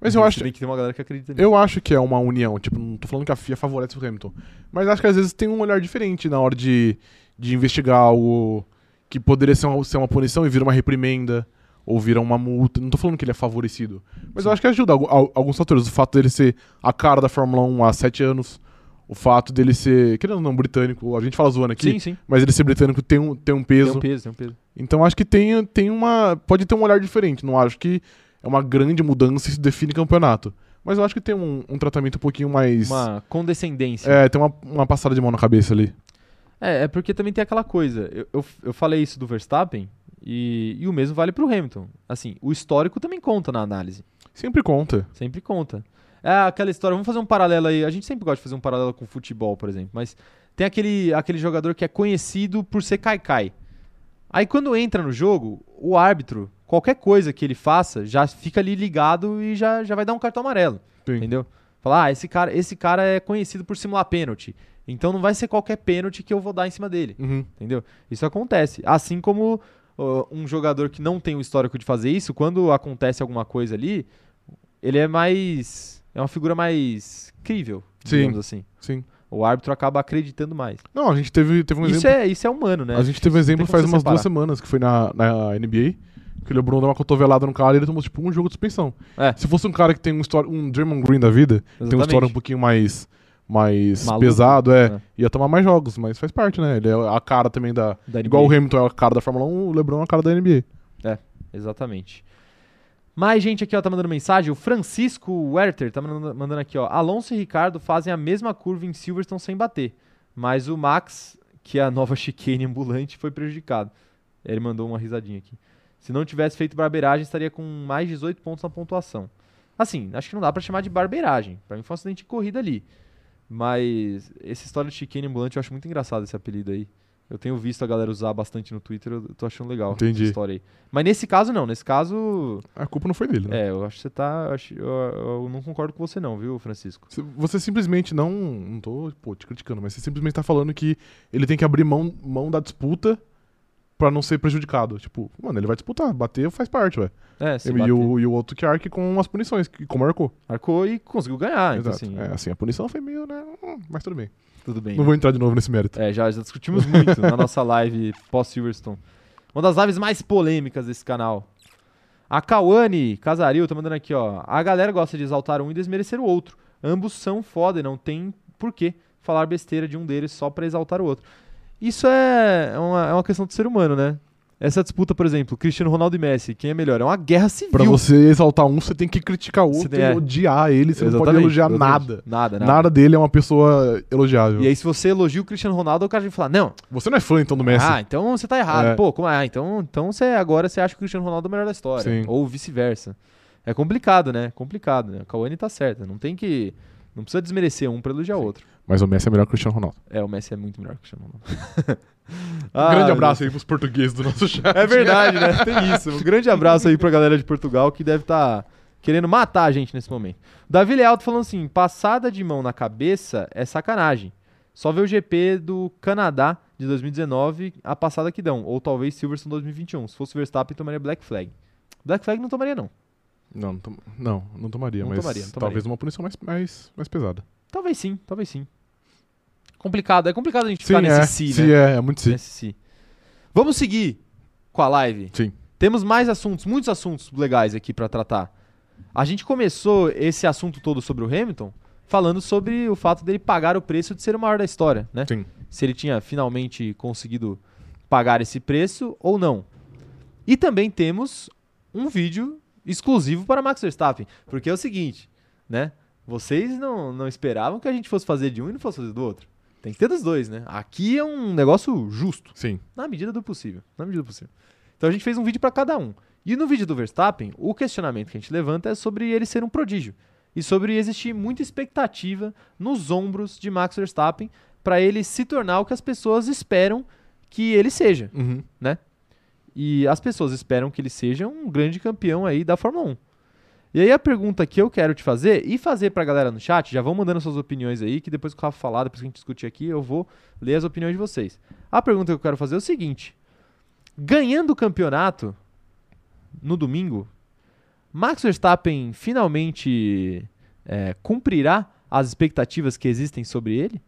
Mas eu
Se
acho,
bem que tem uma galera que acredita nisso.
eu acho que é uma união. Tipo, não tô falando que a FIA favorece o Hamilton. Mas acho que às vezes tem um olhar diferente na hora de, de investigar algo que poderia ser uma, ser uma punição e vira uma reprimenda ou vira uma multa. Não tô falando que ele é favorecido. Mas eu acho que ajuda algu- al- alguns fatores. O fato dele ser a cara da Fórmula 1 há um sete anos. o fato dele ser, querendo ou não, britânico, a gente fala zoando aqui,
Sim, sim.
mas ele ser britânico tem um, tem
Tem
um peso.
um peso, tem um peso.
Então acho que tem, tem uma. Pode ter um olhar diferente. Não acho que é uma grande mudança e isso define campeonato. Mas eu acho que tem um, um tratamento um pouquinho mais.
Uma condescendência.
É, tem uma, uma passada de mão na cabeça ali.
É, é porque também tem aquela coisa. Eu, eu, eu falei isso do Verstappen e, e o mesmo vale pro Hamilton. Assim, o histórico também conta na análise.
Sempre conta.
Sempre conta. É aquela história, vamos fazer um paralelo aí. A gente sempre gosta de fazer um paralelo com futebol, por exemplo, mas tem aquele, aquele jogador que é conhecido por ser caicai. Aí quando entra no jogo, o árbitro, qualquer coisa que ele faça, já fica ali ligado e já, já vai dar um cartão amarelo.
Sim.
Entendeu? Falar, ah, esse cara, esse cara é conhecido por simular pênalti. Então não vai ser qualquer pênalti que eu vou dar em cima dele.
Uhum.
Entendeu? Isso acontece. Assim como ó, um jogador que não tem o histórico de fazer isso, quando acontece alguma coisa ali, ele é mais. É uma figura mais crível,
Sim.
digamos assim.
Sim.
O árbitro acaba acreditando mais.
Não, a gente teve, teve um
isso,
exemplo.
é, isso é humano, né?
A gente teve um exemplo
como
faz
você
umas duas
separar.
semanas, que foi na, na NBA, que o LeBron deu uma cotovelada no cara e ele tomou, tipo, um jogo de suspensão.
É.
Se fosse um cara que tem um histórico, um Draymond Green da vida, que tem uma
Exatamente.
história um pouquinho mais, mais
Maluco.
pesado, é,
É.
ia tomar mais jogos, mas faz parte, né? Ele é a cara também da...
Da
Igual o
NBA.
Hamilton é a cara da Fórmula 1, o LeBron é a cara da NBA.
Exatamente. Mais gente aqui, ó, tá mandando mensagem. O Francisco Werther tá mandando, mandando aqui, ó. Alonso e Ricardo fazem a mesma curva em Silverstone sem bater. Mas o Max, que é a nova chicane ambulante, foi prejudicado. Ele mandou uma risadinha aqui. Se não tivesse feito barbeiragem, estaria com mais 18 pontos na pontuação. Assim, acho que não dá pra chamar de barbeiragem. Pra mim foi um acidente de corrida ali. Mas essa história de chicane ambulante eu acho muito engraçado esse apelido aí. Eu tenho visto a galera usar bastante no Twitter, eu tô achando legal
Entendi.
essa história aí. Mas nesse caso não, nesse caso,
A culpa não foi dele, né?
é, eu acho que você tá, eu, acho- eu- eu não concordo com você não, viu, Francisco?
Se- Você simplesmente não. Não tô pô, te criticando, mas você simplesmente tá falando que ele tem que abrir mão, mão da disputa pra não ser prejudicado. Tipo, mano, ele vai disputar, bater faz parte, ué.
É, se
E,
bater.
o, e o outro que arque com as punições, que- como arcou.
Marcou e conseguiu ganhar, então
Exato.
assim,
É, assim, a punição foi meio, né? hum, Mas tudo bem.
tudo bem. né?
Não vou entrar de novo nesse mérito.
É, já, já discutimos muito na nossa live pós-Silverstone. Uma das lives mais polêmicas desse canal. A Kawane Casaril tá mandando aqui, ó. A galera gosta de exaltar um e desmerecer o outro. Ambos são foda e não tem porquê falar besteira de um deles só pra exaltar o outro. Isso é uma, é uma questão do ser humano, né? Essa disputa, por exemplo, Cristiano Ronaldo e Messi, quem é melhor? É uma guerra civil.
Pra você exaltar um, você tem que criticar o
Você
outro
tem-
e
é.
odiar ele. Você não pode
Exatamente,
elogiar
exatamente.
nada.
Nada, nada.
Nada dele é uma pessoa elogiável.
E aí, se você elogia o Cristiano Ronaldo, o cara vai falar, não,
Você não é fã, então, do Messi.
Ah, então você tá errado.
É.
Pô, como ah, então, então você agora você acha que o Cristiano Ronaldo é o melhor da história.
Sim.
Ou vice-versa. É complicado, né? Complicado. Né? A Cauane tá certa. Não tem que. Não precisa desmerecer um pra elogiar o outro.
Mas o Messi é melhor que o Cristiano Ronaldo.
É, o Messi é muito melhor que o Cristiano Ronaldo.
Um
Ah,
grande abraço aí pros portugueses do nosso chat.
É verdade, né? Tem isso. Um grande abraço aí pra galera de Portugal que deve estar querendo matar a gente nesse momento. Davi Lealto falando assim: passada de mão na cabeça é sacanagem. Só ver o GP do Canadá de 2019, a passada que dão. Ou talvez Silverstone 2021. Se fosse Verstappen, tomaria Black Flag. Black Flag não tomaria, não.
Não, não, tom- não, não tomaria,
Não
mas
tomaria, não tomaria.
talvez uma punição mais, mais, mais pesada.
Talvez sim, talvez sim. Complicado, é complicado a gente ficar nesse
é,
si,
se
né?
é, é muito sim.
Nesse si. Vamos seguir com a live.
Sim.
Temos mais assuntos, muitos assuntos legais aqui pra tratar. A gente começou esse assunto todo sobre o Hamilton falando sobre o fato dele pagar o preço de ser o maior da história, né?
Sim.
Se ele tinha finalmente conseguido pagar esse preço ou não. E também temos um vídeo exclusivo para Max Verstappen, porque é o seguinte, né? Vocês não, não esperavam que a gente fosse fazer de um e não fosse fazer do outro. Tem que ter dos dois, né? Aqui é um negócio justo
Sim.
na medida do possível, na medida do possível. Então a gente fez um vídeo para cada um. E no vídeo do Verstappen, o questionamento que a gente levanta é sobre ele ser um prodígio e sobre existir muita expectativa nos ombros de Max Verstappen para ele se tornar o que as pessoas esperam que ele seja.
Uhum.
E as pessoas esperam que ele seja um grande campeão aí da Fórmula 1. E aí a pergunta que eu quero te fazer e fazer pra galera no chat, já vão mandando suas opiniões aí, que depois que o Rafa falar, depois que a gente discutir aqui, eu vou ler as opiniões de vocês. A pergunta que eu quero fazer é o seguinte: ganhando o campeonato no domingo, Max Verstappen finalmente é, cumprirá as expectativas que existem sobre ele?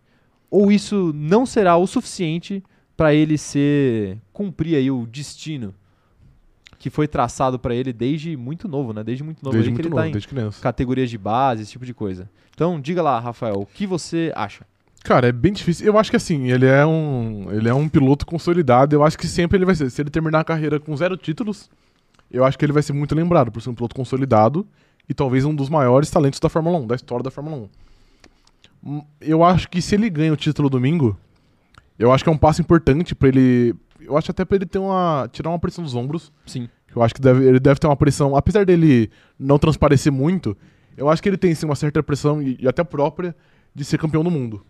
Ou isso não será o suficiente para ele ser cumprir aí o destino que foi traçado para ele desde muito novo, né? Desde muito novo,
Desde
aí que
muito
ele
novo,
tá em
desde criança.
categorias de base, esse tipo de coisa. Então, diga lá, Rafael, o que você acha?
Cara, é bem difícil. Eu acho que assim, ele é um, ele é um piloto consolidado. Eu acho que sempre ele vai ser. Se ele terminar a carreira com zero títulos, eu acho que ele vai ser muito lembrado por ser um piloto consolidado e talvez um dos maiores talentos da Fórmula 1, da história da Fórmula 1. Hum, Eu acho que se ele ganha o título domingo, eu acho que é um passo importante pra ele. Eu acho até pra ele ter uma tirar uma pressão dos ombros
Sim.
eu acho que deve- ele deve ter uma pressão, apesar dele não transparecer muito, eu acho que ele tem sim uma certa pressão e, e até própria de ser campeão do mundo.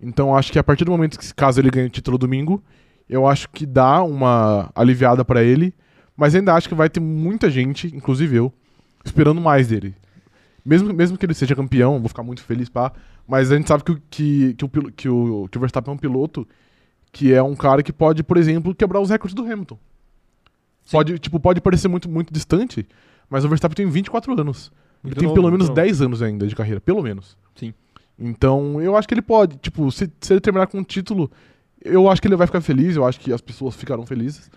Então acho que a partir do momento que, caso ele ganhe o título domingo, eu acho que dá uma aliviada pra ele, mas ainda acho que vai ter muita gente, inclusive eu, esperando mais dele. Mesmo, mesmo que ele seja campeão, vou ficar muito feliz, pá. Mas a gente sabe que, o- que, que, o, pilo- que, o, que o Verstappen é um piloto que é um cara que pode, por exemplo, quebrar os recordes do Hamilton.
Sim.
Pode, tipo, pode parecer muito, muito distante, mas o Verstappen tem 24 anos. Ele
Muito
tem
novo,
pelo
muito
menos
novo.
10 anos ainda de carreira, pelo menos.
Sim.
Então, eu acho que ele pode, tipo, se, se ele terminar com um título, eu acho que ele vai ficar feliz, eu acho que as pessoas ficarão felizes.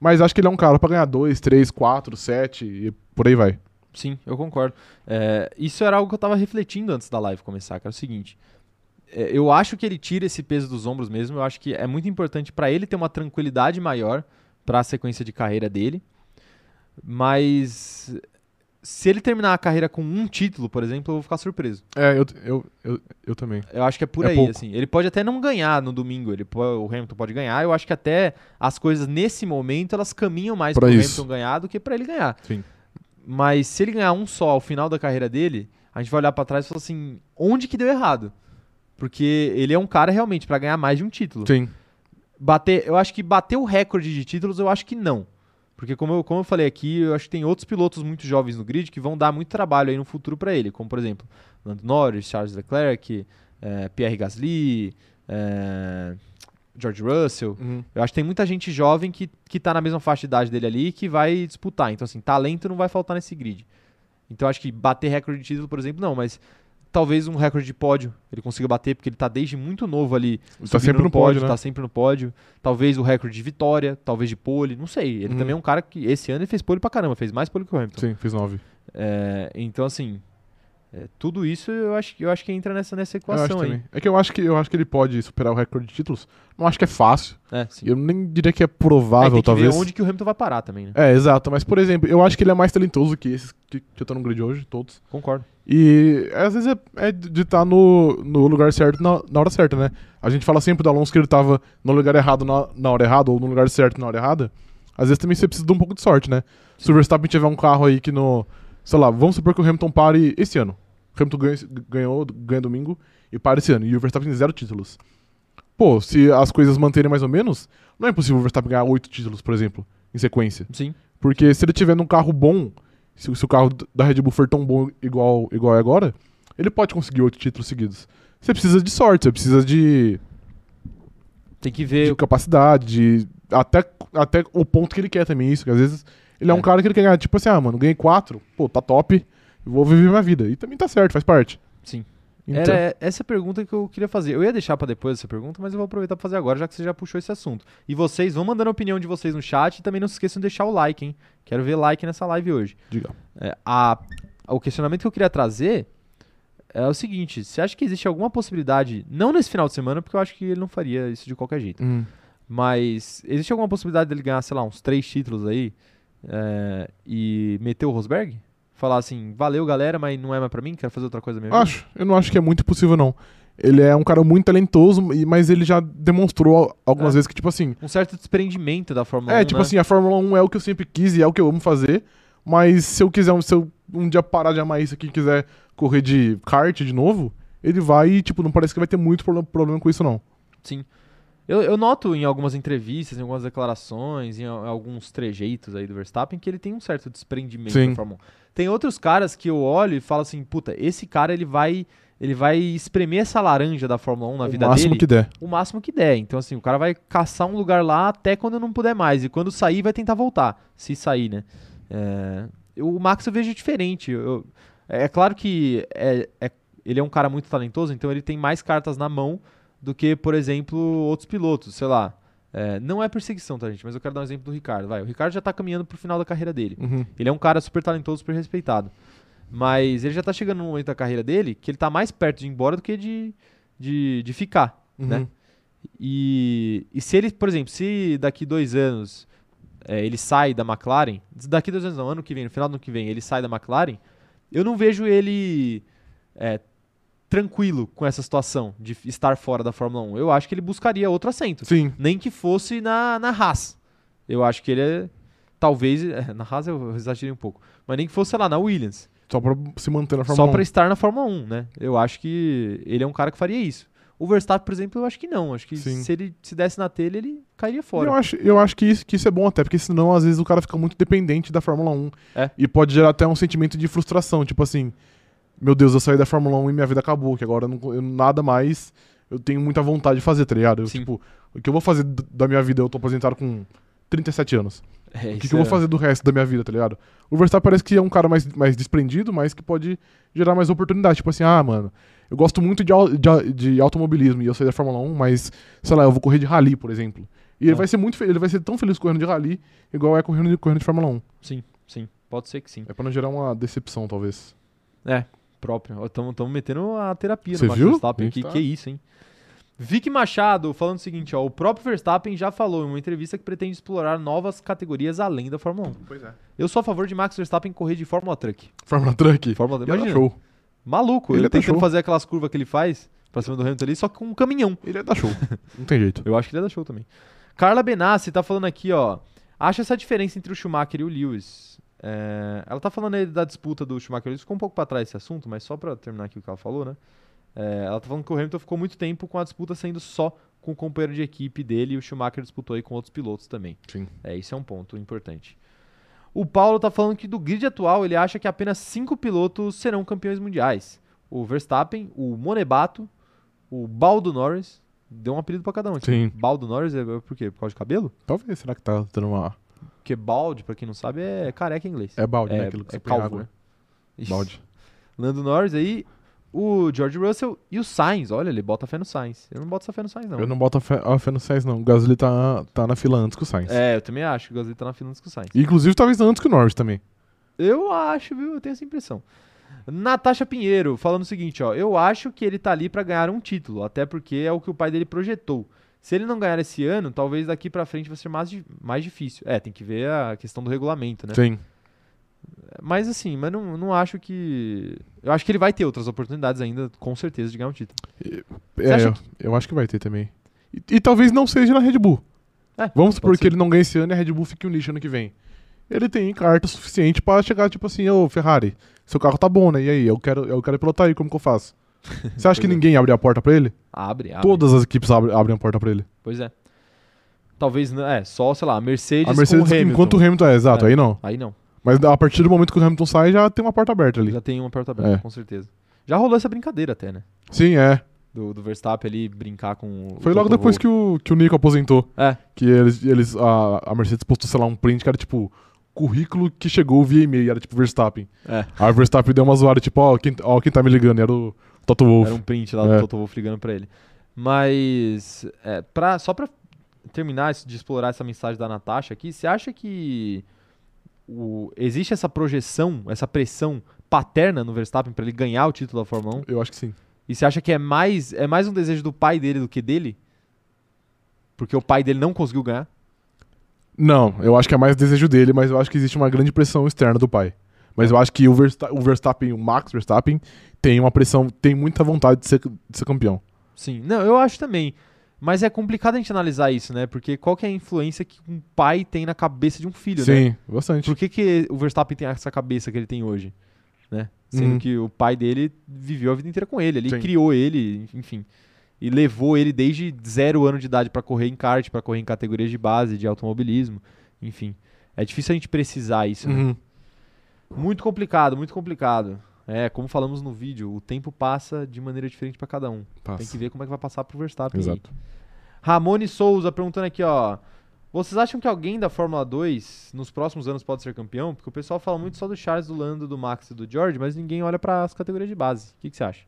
Mas acho que ele é um cara pra ganhar 2, 3, 4, 7 e por aí vai.
Sim, eu concordo. É, isso era algo que eu tava refletindo antes da live começar, que era o seguinte. é, eu acho que ele tira esse peso dos ombros mesmo. Eu acho que é muito importante pra ele ter uma tranquilidade maior pra sequência de carreira dele. Mas se ele terminar a carreira com um título, por exemplo, eu vou ficar surpreso.
É, eu, eu, eu, eu também.
Eu acho que é por
É
aí,
pouco.
assim. Ele pode até não ganhar no domingo, ele po- o Hamilton pode ganhar. Eu acho que até as coisas nesse momento elas caminham mais
Pra
pro
isso.
Hamilton ganhar do que pra ele ganhar.
Sim.
Mas se ele ganhar um só ao final da carreira dele, a gente vai olhar pra trás e falar assim, onde que deu errado? Porque ele é um cara realmente pra ganhar mais de um título.
Sim.
Bater, eu acho que bater o recorde de títulos, eu acho que não. Porque como eu, como eu falei aqui, eu acho que tem outros pilotos muito jovens no grid que vão dar muito trabalho aí no futuro pra ele, como por exemplo, Lando Norris, Charles Leclerc, eh, Pierre Gasly, eh, George Russell.
Uhum.
Eu acho que tem muita gente jovem que, que tá na mesma faixa de idade dele ali e que vai disputar. Então, assim, talento não vai faltar nesse grid. Então, acho que bater recorde de título, por exemplo, não, mas talvez um recorde de pódio ele consiga bater, porque ele tá desde muito novo ali
Tá
subindo
sempre no pódio, né?
tá sempre no pódio. Talvez o recorde de vitória, talvez de pole, não sei. Ele
Uhum.
também é um cara que esse ano ele fez pole pra caramba, fez mais pole que o Hamilton.
Sim, fez 9.
É, então, assim, é, tudo isso eu acho, que- eu acho que entra nessa, nessa
Eu acho
equação aí.
também. É que eu acho que eu acho que ele pode superar o recorde de títulos. Não acho que é fácil.
É, sim.
Eu nem diria que é
Aí
provável,
tem que
talvez.
ver onde que o Hamilton vai parar também, né?
É, exato. Mas, por exemplo, eu acho que ele é mais talentoso que esses que que estão no grid hoje, todos.
Concordo.
E às vezes é, é de estar no, no lugar certo na, na hora certa, né? A gente fala sempre do Alonso que ele tava no lugar errado na, na hora errada, ou no lugar certo na hora errada. Às vezes também você precisa de um pouco de sorte, né? Se o Verstappen tiver um carro aí que no. Sei lá, vamos supor que o Hamilton pare esse ano. O Hamilton ganha, esse- ganhou, ganha domingo e para esse ano. E o Verstappen tem zero títulos. Pô, se as coisas manterem mais ou menos, não é impossível o Verstappen ganhar oito títulos, por exemplo, em sequência.
Sim.
Porque se ele tiver num carro bom, se, se o carro d- da Red Bull for tão bom igual, igual é agora, ele pode conseguir oito títulos seguidos. Você precisa de sorte, você precisa de,
Tem que
de
ver
capacidade, de- até, até o ponto que ele quer também, isso. Que às vezes ele é,
É.
um cara que ele quer ganhar, tipo assim, ah, mano, ganhei quatro, pô, tá top, eu vou viver minha vida. E também tá certo, faz parte.
Sim.
Então,
Era essa pergunta que eu queria fazer. Eu ia deixar pra depois essa pergunta, mas eu vou aproveitar pra fazer agora, já que você já puxou esse assunto. E vocês vão mandando a opinião de vocês no chat e também não se esqueçam de deixar o like, hein? Quero ver like nessa live hoje.
diga.
É, a- o questionamento que eu queria trazer é o seguinte: você acha que existe alguma possibilidade, não nesse final de semana, porque eu acho que ele não faria isso de qualquer jeito,
hum,
mas existe alguma possibilidade dele ganhar, sei lá, uns três títulos aí é, e meter o Rosberg? Falar assim, valeu galera, mas não é mais pra mim, quero fazer outra coisa mesmo.
Acho, eu não acho que é muito possível, não. Ele é um cara muito talentoso, e- mas ele já demonstrou al-
É.
algumas vezes que, tipo assim,
um certo desprendimento da Fórmula 1.
É, tipo
né?
assim, a Fórmula 1 é o que eu sempre quis e é o que eu amo fazer. Mas se eu quiser, um- se eu um dia parar de amar isso aqui e quiser correr de kart de novo, ele vai e, tipo, não parece que vai ter muito proble- problema com isso, não.
Eu, eu noto em algumas entrevistas, em algumas declarações, em al- alguns trejeitos aí do Verstappen, que ele tem um certo desprendimento
Sim.
da Fórmula 1. Tem outros caras que eu olho e falo assim, puta, esse cara ele vai, ele vai espremer essa laranja da Fórmula 1 na
o
vida
máximo
dele
que der.
o máximo que der. Então, assim, o cara vai caçar um lugar lá até quando não puder mais. E quando sair, vai tentar voltar. Se sair, né? É, eu- o Max eu vejo diferente. Eu- eu- é claro que é- é- ele é um cara muito talentoso, então ele tem mais cartas na mão do que, por exemplo, outros pilotos, sei lá. É, não é perseguição, tá, gente? Mas eu quero dar um exemplo do Ricardo. Vai, o Ricardo já tá caminhando pro final da carreira dele.
Uhum.
Ele é um cara super talentoso, super respeitado. Mas ele já tá chegando no momento da carreira dele que ele tá mais perto de ir embora do que de, de, de ficar, né?
Uhum.
E, e se ele, por exemplo, se daqui dois anos é, ele sai da McLaren, daqui dois anos não, ano que vem, no final do ano que vem, ele sai da McLaren, eu não vejo ele é, tranquilo com essa situação de f- estar fora da Fórmula 1. Eu acho que ele buscaria outro assento.
Sim.
Nem que fosse na, na Haas. Eu acho que ele é. Talvez. Na Haas eu exagerei um pouco. Mas nem que fosse, sei lá, na Williams.
Só pra se manter na Fórmula
Só para
1.
estar na Fórmula 1, né? Eu acho que ele é um cara que faria isso. O Verstappen, por exemplo, eu acho que não. Acho que
Sim.
se ele se desse na telha, ele cairia
Eu
fora.
acho, eu acho que, isso, que isso é bom até, porque senão às vezes o cara fica muito dependente da Fórmula 1.
É.
E pode gerar até um sentimento de frustração, tipo assim, meu Deus, eu saí da Fórmula 1 e minha vida acabou, que agora eu, não, eu nada mais, eu tenho muita vontade de fazer, tá ligado? Eu,
Sim.
tipo, o que eu vou fazer d- da minha vida? Eu tô aposentado com 37 anos.
É,
O que,
isso
que eu vou
é-
fazer do resto da minha vida, tá ligado? O Verstappen parece que é um cara mais, mais desprendido, mas que pode gerar mais oportunidade. Tipo assim, ah, mano, eu gosto muito de, au- de, au- de automobilismo e eu saí da Fórmula 1, mas, sei lá, eu vou correr de rally, por exemplo. E ele
É.
vai ser muito feliz, ele vai ser tão feliz correndo de rally, igual é correndo de, correndo de Fórmula 1.
Sim, sim. Pode ser que sim. É,
É pra não gerar uma decepção, talvez.
Próprio. Estamos metendo a terapia
É. Você
no Max
viu?
Verstappen.
A gente
Que,
tá-
que isso, hein? Vic Machado falando o seguinte, ó. O próprio Verstappen já falou em uma entrevista que pretende explorar novas categorias além da Fórmula 1.
Pois é.
Eu sou a favor de Max Verstappen correr de Fórmula Truck.
Fórmula Truck.
Fórmula
Ia dar
Imagina.
é show.
Maluco.
Ele
Ele,
ia dar
tentando
show.
fazer aquelas curvas que ele faz pra cima do Hamilton ali, só que com um caminhão.
Ele é da show. não tem jeito.
Eu acho que ele é da show também. Carla Benassi tá falando aqui, ó. Acha essa diferença entre o Schumacher e o Lewis. É, ela tá falando aí da disputa do Schumacher e Lewis. Ficou um pouco pra trás esse assunto, mas só pra terminar aqui o que ela falou, né? É, ela tá falando que o Hamilton ficou muito tempo com a disputa sendo só com o companheiro de equipe dele e o Schumacher disputou aí com outros pilotos também.
Sim.
É, isso é um ponto importante. O Paulo tá falando que do grid atual ele acha que apenas cinco pilotos serão campeões mundiais. O Verstappen, o Monebato, o Baldo Norris. Deu um apelido pra cada um aqui.
Sim.
Baldo Norris é por quê? Por causa de cabelo?
Talvez, será que tá dando uma...
Porque bald, pra quem não sabe, é careca em inglês.
É balde, né? Aquilo que você
é
põe
calvo,
água.
né? Isso.
Balde.
Lando Norris aí, o George Russell e o Sainz. Olha, ele bota fé no Sainz. Eu não boto essa fé no Sainz, não.
Eu não boto a fé, a fé no Sainz, não. O Gasly tá, tá na fila antes que o Sainz.
É, eu também acho que o Gasly tá na fila antes que o Sainz.
Inclusive, talvez antes que o Norris também.
Eu acho, viu? Eu tenho essa impressão. Natasha Pinheiro falando o seguinte, ó. Eu acho que ele tá ali pra ganhar um título, até porque é o que o pai dele projetou. Se ele não ganhar esse ano, talvez daqui pra frente vai ser mais, di- mais difícil. É, tem que ver a questão do regulamento, né?
Sim.
Mas assim, mas não, não acho que. Eu acho que ele vai ter outras oportunidades ainda, com certeza, de ganhar um título.
É,
acha
eu, eu acho que vai ter também. E, e talvez não seja na Red Bull.
É,
Vamos supor
pode
que ele não ganhe esse ano e a Red Bull fique um lixo ano que vem. Ele tem carta suficiente pra chegar, tipo assim, ô Ferrari, seu carro tá bom, né? E aí, eu quero, eu quero pilotar aí, como que eu faço? Você acha que
Pois é.
ninguém abre a porta pra ele?
Abre, abre.
Todas as equipes abrem, abrem a porta pra ele.
Pois é. Talvez, não- é, só, sei lá, a Mercedes,
a Mercedes,
com o Hamilton.
enquanto o Hamilton é, exato,
É.
aí não.
Aí não,
Mas a partir do momento que o Hamilton sai, já tem uma porta aberta ali.
já tem uma perto aberta,
É.
com certeza. Já rolou essa brincadeira até, né?
Sim, é.
Do, do Verstappen ali brincar com o.
Foi logo depois que o, que o Nico aposentou.
É.
Que eles, eles a, a Mercedes postou, sei lá, um print que era tipo currículo que chegou via e-mail, era tipo Verstappen.
É.
Aí o Verstappen deu uma zoada, tipo, ó, quem, ó, quem tá me ligando, e era o Toto Wolff.
Era um print lá do
É.
Toto Wolff ligando pra ele. Mas, é, pra- só pra terminar isso de explorar essa mensagem da Natasha aqui, você acha que o- existe essa projeção, essa pressão paterna no Verstappen pra ele ganhar o título da Fórmula 1?
Eu acho que sim.
E você acha que é mais, é mais um desejo do pai dele do que dele? Porque o pai dele não conseguiu ganhar?
Não, eu acho que é mais desejo dele, mas eu acho que existe uma grande pressão externa do pai. Mas eu acho que o, Versta o Verstappen, o Max Verstappen, tem uma pressão, tem muita vontade de ser, de ser campeão.
Sim, não, eu acho também. Mas é complicado a gente analisar isso, né? Porque qual que é a influência que um pai tem na cabeça de um filho, né?
Sim, bastante.
Por que, que o Verstappen tem essa cabeça que ele tem hoje? Né? Sendo
Uhum.
que o pai dele viveu a vida inteira com ele, ele
Sim.
criou ele, enfim. E levou ele desde zero ano de idade pra correr em kart, pra correr em categorias de base, de automobilismo, enfim. É difícil a gente precisar isso, né?
Uhum.
Muito complicado, muito complicado. É, como falamos no vídeo, o tempo passa de maneira diferente pra cada um.
Passa.
Tem que ver como é que vai passar pro Verstappen. aí.
Exato.
Ramone Souza perguntando aqui, ó. Vocês acham que alguém da Fórmula 2 nos próximos anos pode ser campeão? Porque o pessoal fala muito só do Charles, do Lando, do Max e do George, mas ninguém olha para as categorias de base. O que, que você acha?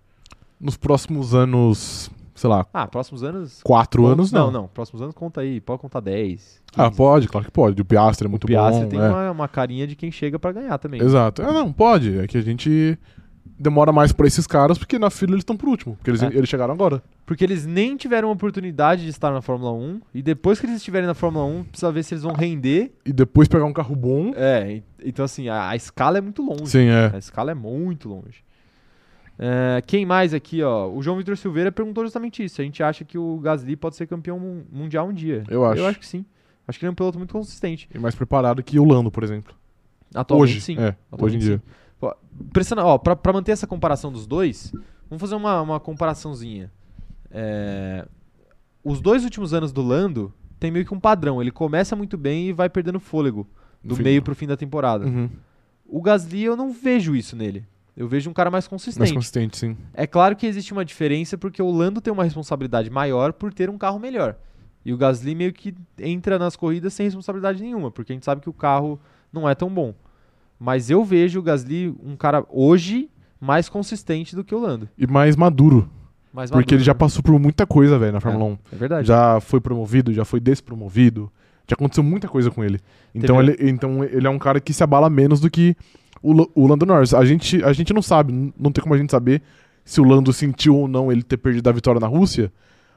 Nos próximos anos, sei lá,
Ah, próximos anos.
quatro
conta-
anos, não.
Não, Próximos anos conta aí. Pode contar 10.
Ah,
15.
pode, claro que pode. O Piastre é muito
o Piastri
bom.
tem
é.
uma, uma carinha de quem chega para ganhar também.
Exato. Ah, não, pode. É que a gente demora mais pra esses caras, porque na fila eles estão por último. Porque eles,
É.
eles chegaram agora.
Porque eles nem tiveram oportunidade de estar na Fórmula 1. E depois que eles estiverem na Fórmula 1, precisa ver se eles vão render.
E depois pegar um carro bom.
É, e- então assim, a, a escala é muito longe.
Sim, é.
A escala é muito longe. É, quem mais aqui, ó? O João Vitor Silveira perguntou justamente isso. A gente acha que o Gasly pode ser campeão mun- mundial um dia.
Eu acho.
Eu acho que sim. Acho que ele é um piloto muito consistente.
E mais preparado que o Lando, por exemplo.
Atualmente,
hoje,
sim.
é. Hoje em
Atualmente,
dia.
Pressiona- ó, pra, pra manter essa comparação dos dois, vamos fazer uma, uma comparaçãozinha. É, os dois últimos anos do Lando tem meio que um padrão. Ele começa muito bem e vai perdendo fôlego do
Enfim.
meio pro fim da temporada.
Uhum.
O Gasly, eu não vejo isso nele. Eu vejo um cara mais
Mais
consistente.
consistente, sim.
É claro que existe uma diferença porque o Lando tem uma responsabilidade maior por ter um carro melhor. E o Gasly meio que entra nas corridas sem responsabilidade nenhuma, porque a gente sabe que o carro não é tão bom. Mas eu vejo o Gasly um cara hoje mais consistente do que o Lando.
E mais maduro.
Mais
porque ele
maduro,
já
né?
passou por muita coisa, velho, na Fórmula 1.
É verdade.
já foi promovido, já foi despromovido. Já aconteceu muita coisa com ele. Então,
Teve-
ele, então ele é um cara que se abala menos do que o, L- o Lando Norris. A gente, a gente não sabe, n- não tem como a gente saber se o Lando sentiu ou não ele ter perdido a vitória na Rússia.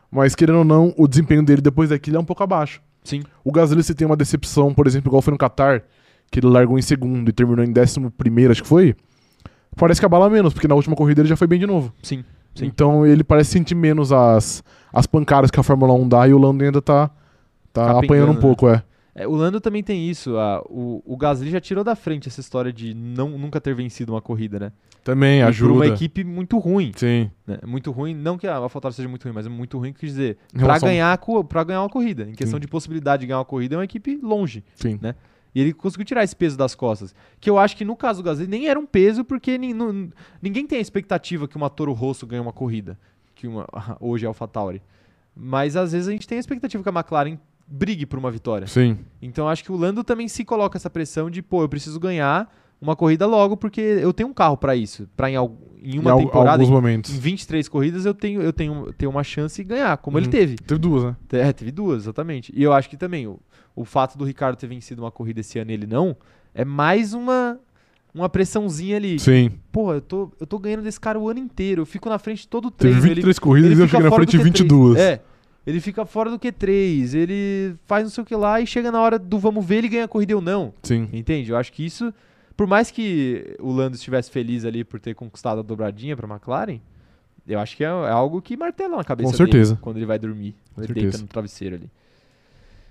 Mas querendo ou não, o desempenho dele depois daquilo é um pouco abaixo.
Sim.
O Gasly se tem uma decepção, por exemplo, igual foi no Qatar, que ele largou em segundo e terminou em décimo primeiro, acho que foi. Parece que abala menos, porque na última corrida ele já foi bem de novo.
Sim. Sim.
Então ele parece sentir menos as, as pancadas que a Fórmula 1 dá e o Lando ainda tá, tá
Capengando,
apanhando um
né?
pouco, é.
É, o Lando também tem isso. a- o, o Gasly já tirou da frente essa história de não, nunca ter vencido uma corrida, né?
Também
E
ajuda.
Por uma equipe muito ruim.
Sim.
né? Muito ruim, não que a AlphaTauri seja muito ruim, mas é muito ruim, quer dizer,
Em
para
relação-
ganhar, a co- pra ganhar uma corrida. Em questão
Sim.
de possibilidade de ganhar uma corrida, é uma equipe longe.
Sim.
E ele conseguiu tirar esse peso das costas. Que eu acho que no caso do Gasly nem era um peso, porque nin- nu- ninguém tem a expectativa que uma Toro Rosso ganhe uma corrida, que uma, hoje é a AlphaTauri. Mas às vezes a gente tem a expectativa que a McLaren brigue por uma vitória.
Sim.
Então acho que o Lando também se coloca essa pressão de, pô, eu preciso ganhar uma corrida logo, porque eu tenho um carro para isso. Pra em, al- em uma
em al-
temporada,
alguns
em
momentos.
em 23 corridas eu tenho, eu tenho, tenho uma chance de ganhar, como ele
Uhum.
teve.
Teve duas, né?
Te- É, teve duas, exatamente. E eu acho que também o, o fato do Ricardo ter vencido uma corrida esse ano e ele não, é mais uma, uma pressãozinha ali.
Sim.
Porra, eu tô, eu tô ganhando desse cara o ano inteiro, eu fico na frente todo o
Teve
treino. ele-
23 corridas e eu
fica
cheguei na
fora do
frente
Q3.
22.
É. Ele fica fora do Q3, ele faz não sei o que lá e chega na hora do vamos ver ele ganha a corrida ou não.
Sim.
Entende? Eu acho que isso, por mais que o Lando estivesse feliz ali por ter conquistado a dobradinha pra McLaren, eu acho que é, é algo que martela na cabeça
Com certeza.
dele quando ele vai dormir, quando ele
certeza.
deita no travesseiro ali.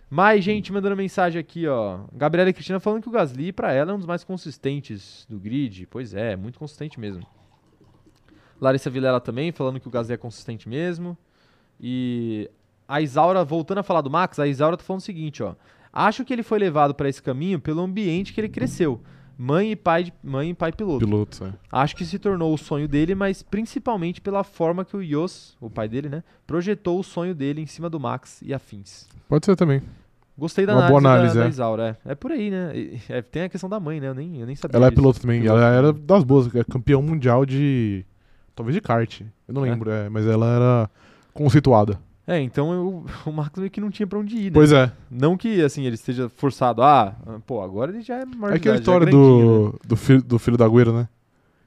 Mais gente mandando mensagem aqui, ó. Gabriela e Cristina falando que o Gasly, pra ela, é um dos mais consistentes do grid. Pois é, muito consistente mesmo. Larissa Vilela também falando que o Gasly é consistente mesmo. E a Isaura, voltando a falar do Max, a Isaura tá falando o seguinte, ó. Acho que ele foi levado para esse caminho pelo ambiente que ele cresceu. Mãe e pai, de- mãe e pai piloto.
Pilotos, é.
Acho que se tornou o sonho dele, mas principalmente pela forma que o Yos, o pai dele, né, projetou o sonho dele em cima do Max e afins.
Pode ser também.
Gostei da
Uma
análise,
boa
da-
análise,
da,
é.
Isaura. É, é por aí, né? E- é, tem a questão da mãe, né? Eu nem, eu nem sabia.
Ela é
disso.
piloto também.
Piloto.
Ela era das boas, é campeão mundial de. Talvez de kart. Eu não
É?
lembro, é, mas ela era conceituada.
É, então eu- o Max meio que não tinha pra onde ir, né?
Pois é.
Não que, assim, ele esteja forçado. Ah, pô, agora ele já é maior de
É aquela
idade, já é
história
grandinho, né?
do, do, filho, do filho da Agüero, né?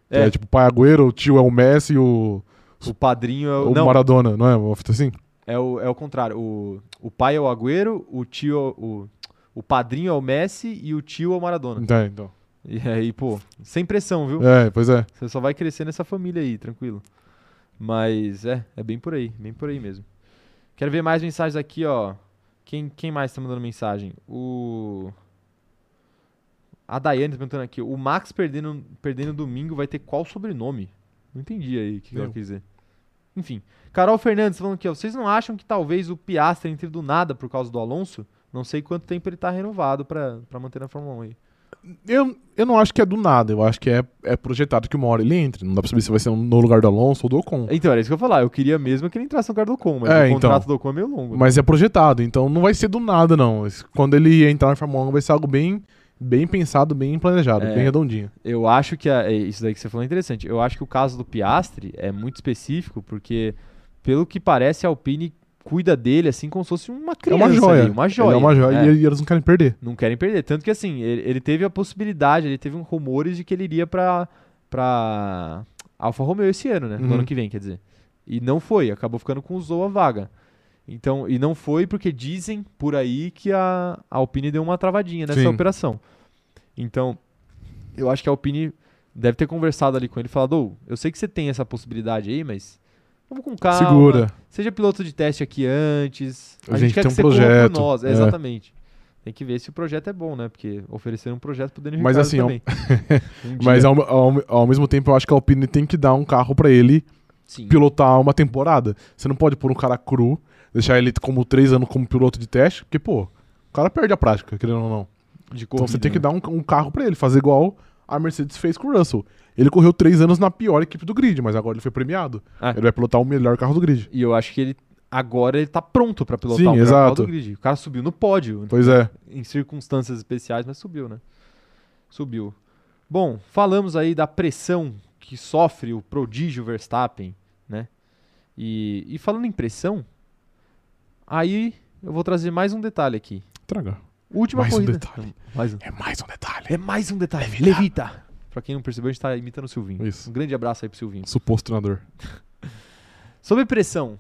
Que
É.
É. tipo, o pai Agüero, o tio é o Messi e o,
O padrinho é o...
o
não,
Maradona, não é? Uma fita assim?
É o, é o contrário. O, o pai é o Agüero, o tio é o, o- o padrinho é o Messi e o tio é o Maradona.
Então, então.
E aí, pô, sem pressão, viu?
É, pois é.
Você só vai crescer nessa família aí, tranquilo. Mas é, é bem por aí, bem por aí mesmo. Quero ver mais mensagens aqui, ó. Quem, quem mais tá mandando mensagem? O. A Daiane tá perguntando aqui. O Max perdendo, perdendo domingo vai ter qual sobrenome? Não entendi aí o que, que ela
Meu.
quer dizer. Enfim. Carol Fernandes falando aqui, ó. Vocês não acham que talvez o Piastre entre do nada por causa do Alonso? Não sei quanto tempo ele tá renovado pra, pra manter na Fórmula 1 aí.
Eu, eu não acho que é do nada, eu acho que é, é projetado que uma hora ele entre. Não dá pra saber se vai ser no lugar do Alonso ou do Ocon.
Então, era isso que eu ia falar. Eu queria mesmo que ele entrasse no lugar do Ocon, mas
É,
o contrato
então.
do Ocon é meio longo.
Mas é projetado, então não vai ser do nada, não. Esse- Quando ele entrar na Fórmula 1 vai ser algo bem, bem pensado, bem planejado,
É.
bem redondinho.
Eu acho que a- é, isso daí que você falou é interessante. Eu acho que o caso do Piastri é muito específico, porque, pelo que parece, a Alpine cuida dele assim como se fosse uma criança.
é uma joia.
ali, uma joia.
Ele é uma joia
É,
e, e eles não querem perder.
Não querem perder. Tanto que, assim, ele, ele teve a possibilidade, ele teve um rumores de que ele iria pra, pra Alfa Romeo esse ano, né? No
Uhum.
ano que vem, quer dizer. E não foi, acabou ficando com o Zou a vaga. Então, e não foi porque dizem por aí que a, a Alpine deu uma travadinha nessa
Sim.
operação. Então, eu acho que a Alpine deve ter conversado ali com ele e falado, "Ô, eu sei que você tem essa possibilidade aí, mas vamos com calma.
Segura.
Seja piloto de teste aqui antes. A,
A
gente,
gente
quer
tem
que
um
você corra
projeto,
por nós. É,
é.
Exatamente. Tem que ver se o projeto é bom, né? Porque ofereceram um projeto pro Daniel
Mas
Ricciardo
assim, é um-
também. Um dia.
Mas é ao, ao- ao mesmo tempo, eu acho que a Alpine tem que dar um carro pra ele
Sim.
pilotar uma temporada. Você não pode pôr um cara cru, deixar ele como três anos como piloto de teste, porque, pô, o cara perde a prática, querendo ou não.
de
Então
corrida,
você tem que
né?
dar um, um carro pra ele, fazer igual a Mercedes fez com o Russell. Ele correu três anos na pior equipe do grid, mas agora ele foi premiado.
Ah.
Ele vai pilotar o melhor carro do grid.
E eu acho que ele agora ele tá pronto pra pilotar
Sim,
o melhor
exato.
carro do grid. O cara subiu no pódio, então
Pois é.
em circunstâncias especiais, mas subiu, né? Subiu. Bom, falamos aí da pressão que sofre o prodígio Verstappen, né? E, e falando em pressão, aí eu vou trazer mais um detalhe aqui.
Traga.
Última
Mais um
corrida.
detalhe.
Mais um.
É mais um detalhe.
É mais um detalhe. Levita. Pra quem não percebeu, a gente tá imitando o Silvinho.
Isso.
Um grande abraço aí pro Silvinho.
Suposto treinador.
Sobre pressão.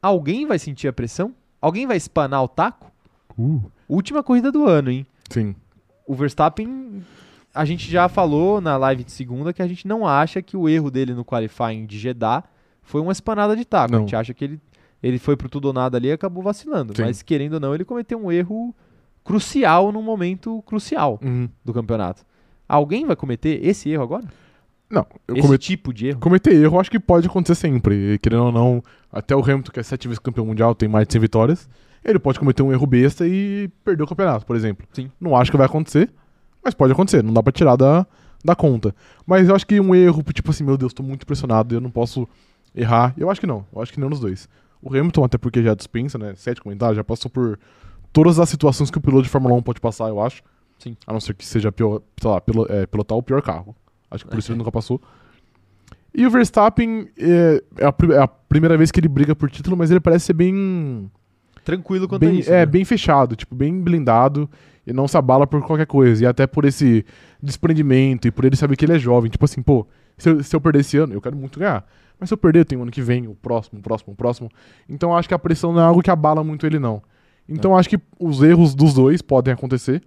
Alguém vai sentir a pressão? Alguém vai espanar o taco?
Uh.
Última corrida do ano, hein?
Sim.
O Verstappen, a gente já falou na live de segunda que a gente não acha que o erro dele no qualifying de Jeddah foi uma espanada de taco. A
Não.
gente acha que ele, ele foi pro tudo ou nada ali e acabou vacilando.
Sim.
Mas querendo ou não, ele cometeu um erro crucial num momento crucial
Uhum.
do campeonato. Alguém vai cometer esse erro agora?
Não, eu
esse
cometi.
tipo de erro?
Cometer erro, acho que pode acontecer sempre. E, Querendo ou não, até o Hamilton, que é sete vezes campeão mundial, tem mais de 100 vitórias. Ele pode cometer um erro besta e perder o campeonato, por exemplo.
Sim.
Não acho que vai acontecer, mas pode acontecer. Não dá pra tirar da, da conta. Mas eu acho que um erro, tipo assim, meu Deus, tô muito pressionado, eu não posso errar. Eu acho que não. Eu acho que não nos dois. O Hamilton, até porque já dispensa, né? Sete comentários, já passou por todas as situações que o piloto de Fórmula 1 pode passar, eu acho.
Sim.
A não ser que seja, pior, sei lá, pilo- é, pilotar o pior carro. Acho que por isso ele nunca passou. E o Verstappen é, é a, pri- é a primeira vez que ele briga por título, mas ele parece ser bem.
Tranquilo quanto a
bem
isso.
é,
né?
bem fechado, tipo, bem blindado e não se abala por qualquer coisa. E até por esse desprendimento e por ele saber que ele é jovem. Tipo assim, pô, se eu, se eu perder esse ano, eu quero muito ganhar. Mas se eu perder, eu tenho um ano que vem, o próximo, o próximo, o próximo. Então eu acho que a pressão não é algo que abala muito ele, não. Então eu acho que os erros dos dois podem acontecer.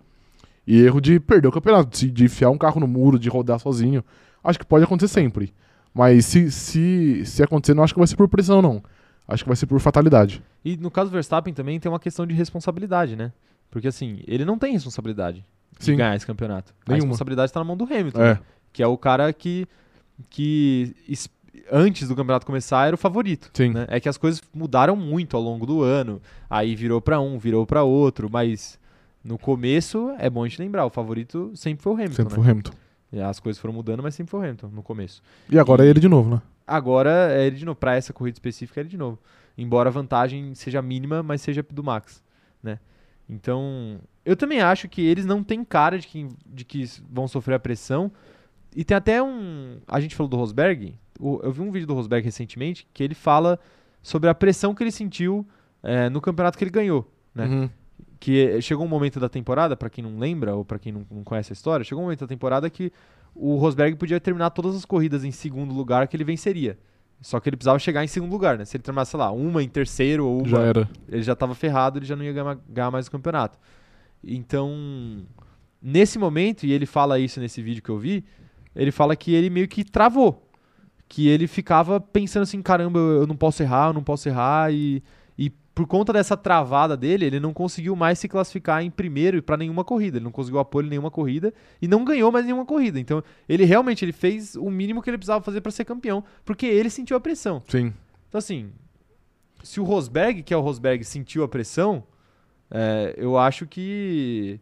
E erro de perder o campeonato, de, de enfiar um carro no muro, de rodar sozinho. Acho que pode acontecer sempre. Mas se, se, se acontecer, não acho que vai ser por pressão, não. Acho que vai ser por fatalidade.
E no caso do Verstappen também tem uma questão de responsabilidade, né? Porque assim, ele não tem responsabilidade de
Sim.
ganhar esse campeonato. A
Nenhuma.
responsabilidade está na mão do Hamilton,
É.
né? que é o cara que, que es- antes do campeonato começar era o favorito.
Sim.
né? É que as coisas mudaram muito ao longo do ano. Aí virou pra um, virou pra outro, mas no começo é bom a gente lembrar, o favorito sempre foi o Hamilton,
Sempre
né?
foi o Hamilton.
E As coisas foram mudando, mas sempre foi o Hamilton no começo.
E agora é ele de novo, né?
Agora é ele de novo. Pra essa corrida específica, é ele de novo. Embora a vantagem seja mínima, mas seja do Max, né? Então, eu também acho que eles não têm cara de que, de que s- vão sofrer a pressão. E tem até um... A gente falou do Rosberg. o- eu vi um vídeo do Rosberg recentemente que ele fala sobre a pressão que ele sentiu eh, no campeonato que ele ganhou. né? que chegou um momento da temporada, pra quem não lembra ou pra quem não, não conhece a história, chegou um momento da temporada que o Rosberg podia terminar todas as corridas em segundo lugar que ele venceria. Só que ele precisava chegar em segundo lugar, né? Se ele terminasse, sei lá, uma em terceiro ou uma,
Já era.
ele já tava ferrado, ele já não ia ganhar, ganhar mais o campeonato. Então, nesse momento, e ele fala isso nesse vídeo que eu vi, ele fala que ele meio que travou. Que ele ficava pensando assim, caramba, eu eu não posso errar, eu não posso errar. E, e por conta dessa travada dele, ele não conseguiu mais se classificar em primeiro pra nenhuma corrida. Ele não conseguiu apoio em nenhuma corrida e não ganhou mais nenhuma corrida. Então, ele realmente ele fez o mínimo que ele precisava fazer pra ser campeão, porque ele sentiu a pressão.
Sim.
Então, assim, se o Rosberg, que é o Rosberg, sentiu a pressão, é, eu acho que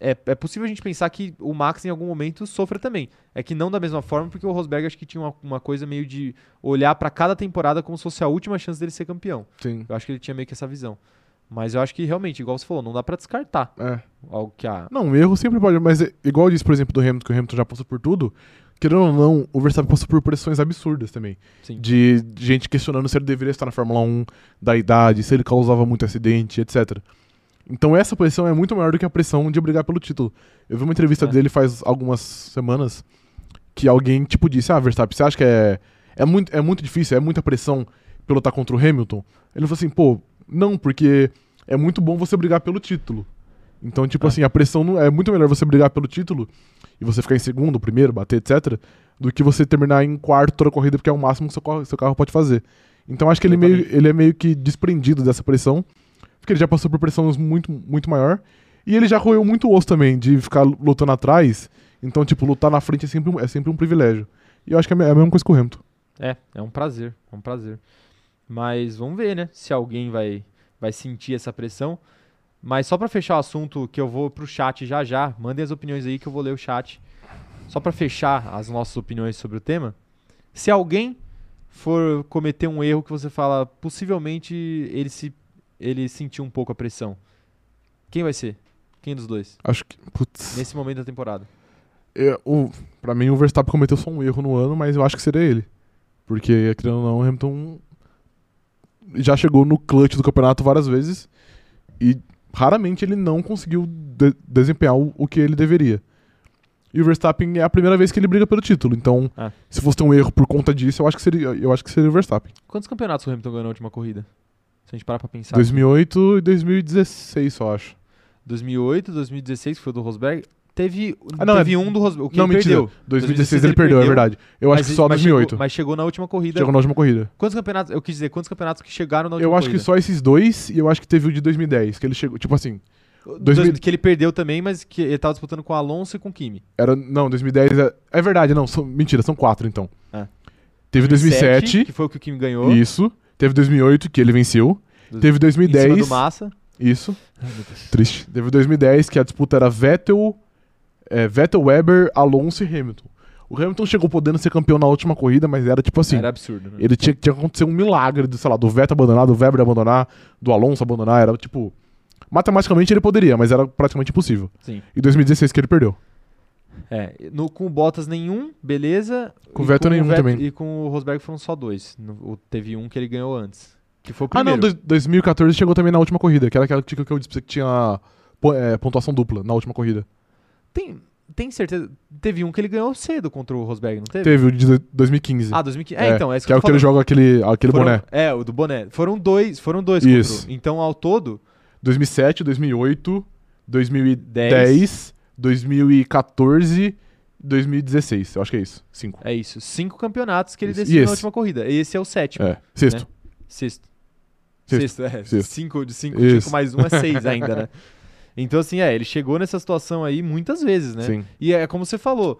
é, é possível a gente pensar que o Max em algum momento sofra também. É que não da mesma forma, porque o Rosberg acho que tinha uma, uma coisa meio de olhar pra cada temporada como se fosse a última chance dele ser campeão.
Sim.
Eu acho que ele tinha meio que essa visão. Mas eu acho que realmente, igual você falou, não dá pra descartar
É.
algo que ah, a.
Não, um erro sempre pode, mas é- igual eu disse, por exemplo, do Hamilton, que o Hamilton já passou por tudo. Querendo ou não, o Verstappen passou por pressões absurdas também.
Sim.
De de gente questionando se ele deveria estar na Fórmula 1, da idade, se ele causava muito acidente, etc. Então essa pressão é muito maior do que a pressão de brigar pelo título. Eu vi uma entrevista
É.
dele faz algumas semanas que alguém, tipo, disse, ah, Verstappen, você acha que é, é, muito, é muito difícil, é muita pressão pilotar contra o Hamilton? Ele falou assim, pô, não, porque é muito bom você brigar pelo título. Então, tipo
Ah.
assim, a pressão não, é muito melhor você brigar pelo título e você ficar em segundo, primeiro, bater, etc., do que você terminar em quarto toda a corrida, porque é o máximo que seu, co- seu carro pode fazer. Então acho que ele, meio, ele é meio que desprendido dessa pressão, porque ele já passou por pressão muito, muito maior. E ele já roeu muito o osso também, de ficar lutando atrás. Então, tipo, lutar na frente é sempre, um- é sempre um privilégio. E eu acho que é a me- é a mesma coisa com o Hamilton.
É, é um prazer, é um prazer. Mas vamos ver, né? Se alguém vai, vai sentir essa pressão. Mas só pra fechar o assunto, que eu vou pro chat já já. Mandem as opiniões aí que eu vou ler o chat. Só pra fechar as nossas opiniões sobre o tema. Se alguém for cometer um erro que você fala, possivelmente ele se ele sentiu um pouco a pressão. Quem vai ser? Quem dos dois?
Acho que. Putz.
Nesse momento da temporada.
É, o, pra mim, o Verstappen cometeu só um erro no ano, mas eu acho que seria ele. Porque, querendo ou não, o Hamilton já chegou no clutch do campeonato várias vezes e raramente ele não conseguiu de- desempenhar o, o que ele deveria. E o Verstappen é a primeira vez que ele briga pelo título, então
Ah.
se fosse ter um erro por conta disso, eu acho que seria, eu acho que seria o Verstappen.
Quantos campeonatos o Hamilton ganhou na última corrida? Se a gente parar pra pensar.
2008 e 2016, só acho.
2008, 2016, que foi o do Rosberg. Teve,
Ah, não,
teve
é-
um do Rosberg. O que
não,
ele
mentira.
perdeu.
2016 ele perdeu, é verdade. Eu acho
Mas-
que só
mas
2008.
Chegou, mas chegou na última corrida.
Chegou na última corrida.
Quantos campeonatos? Eu quis dizer, quantos campeonatos que chegaram na última
Eu acho que
corrida?
só esses dois, e eu acho que teve o de 2010, que ele chegou, tipo assim,
Dois-
2000.
Que ele perdeu também, mas que ele tava disputando com o Alonso e com o Kimi.
era, não, 2010, é, é verdade, não, são, mentira, são quatro então.
Ah.
Teve 2007,
Que foi o que o Kimi ganhou.
isso, teve 2008, que ele venceu,
Dois-
teve
em cima
2010,
do Massa.
isso, triste, teve 2010, que a disputa era Vettel, é, Vettel, Weber, Alonso e Hamilton. O Hamilton chegou podendo ser campeão na última corrida, mas era tipo assim,
Era absurdo, né?
Ele tinha que tinha que acontecer um milagre, do, sei lá, do Vettel abandonar, do Weber abandonar, do Alonso abandonar. Era tipo. Matematicamente ele poderia, mas era praticamente impossível.
Sim.
E 2016 que ele perdeu.
É, no- com o Bottas nenhum, beleza.
Com o
E
Vettel nenhum também.
E com o Rosberg foram só dois. No- o- teve um que ele ganhou antes. Que foi o
Ah,
primeiro.
não, dois- 2014 chegou também na última corrida, que era aquela que que eu disse pra você que tinha pô- é, pontuação dupla na última corrida.
Tem, tem certeza? Teve um que ele ganhou cedo contra o Rosberg, não teve?
Teve o de do- 2015.
Ah, 2015. É, então, é isso
que é
eu
o
tô
que ele
falando.
joga aquele, aquele
Foram-
boné.
É, o do boné. Foram dois, foram dois
Isso.
contra o- Então, ao todo,
2007, 2008, 2010,
10.
2014, 2016. Eu acho que é isso. Cinco.
é isso. Cinco campeonatos que ele
Isso. E
decidiu na
esse?
última corrida. E esse é o sétimo.
É. Sexto.
Sexto.
Sexto.
Sexto, é.
Sexto.
Cinco de cinco,
Isso.
cinco mais um é seis ainda, né? Então, assim, é, ele chegou nessa situação aí muitas vezes, né?
Sim.
E é como você falou,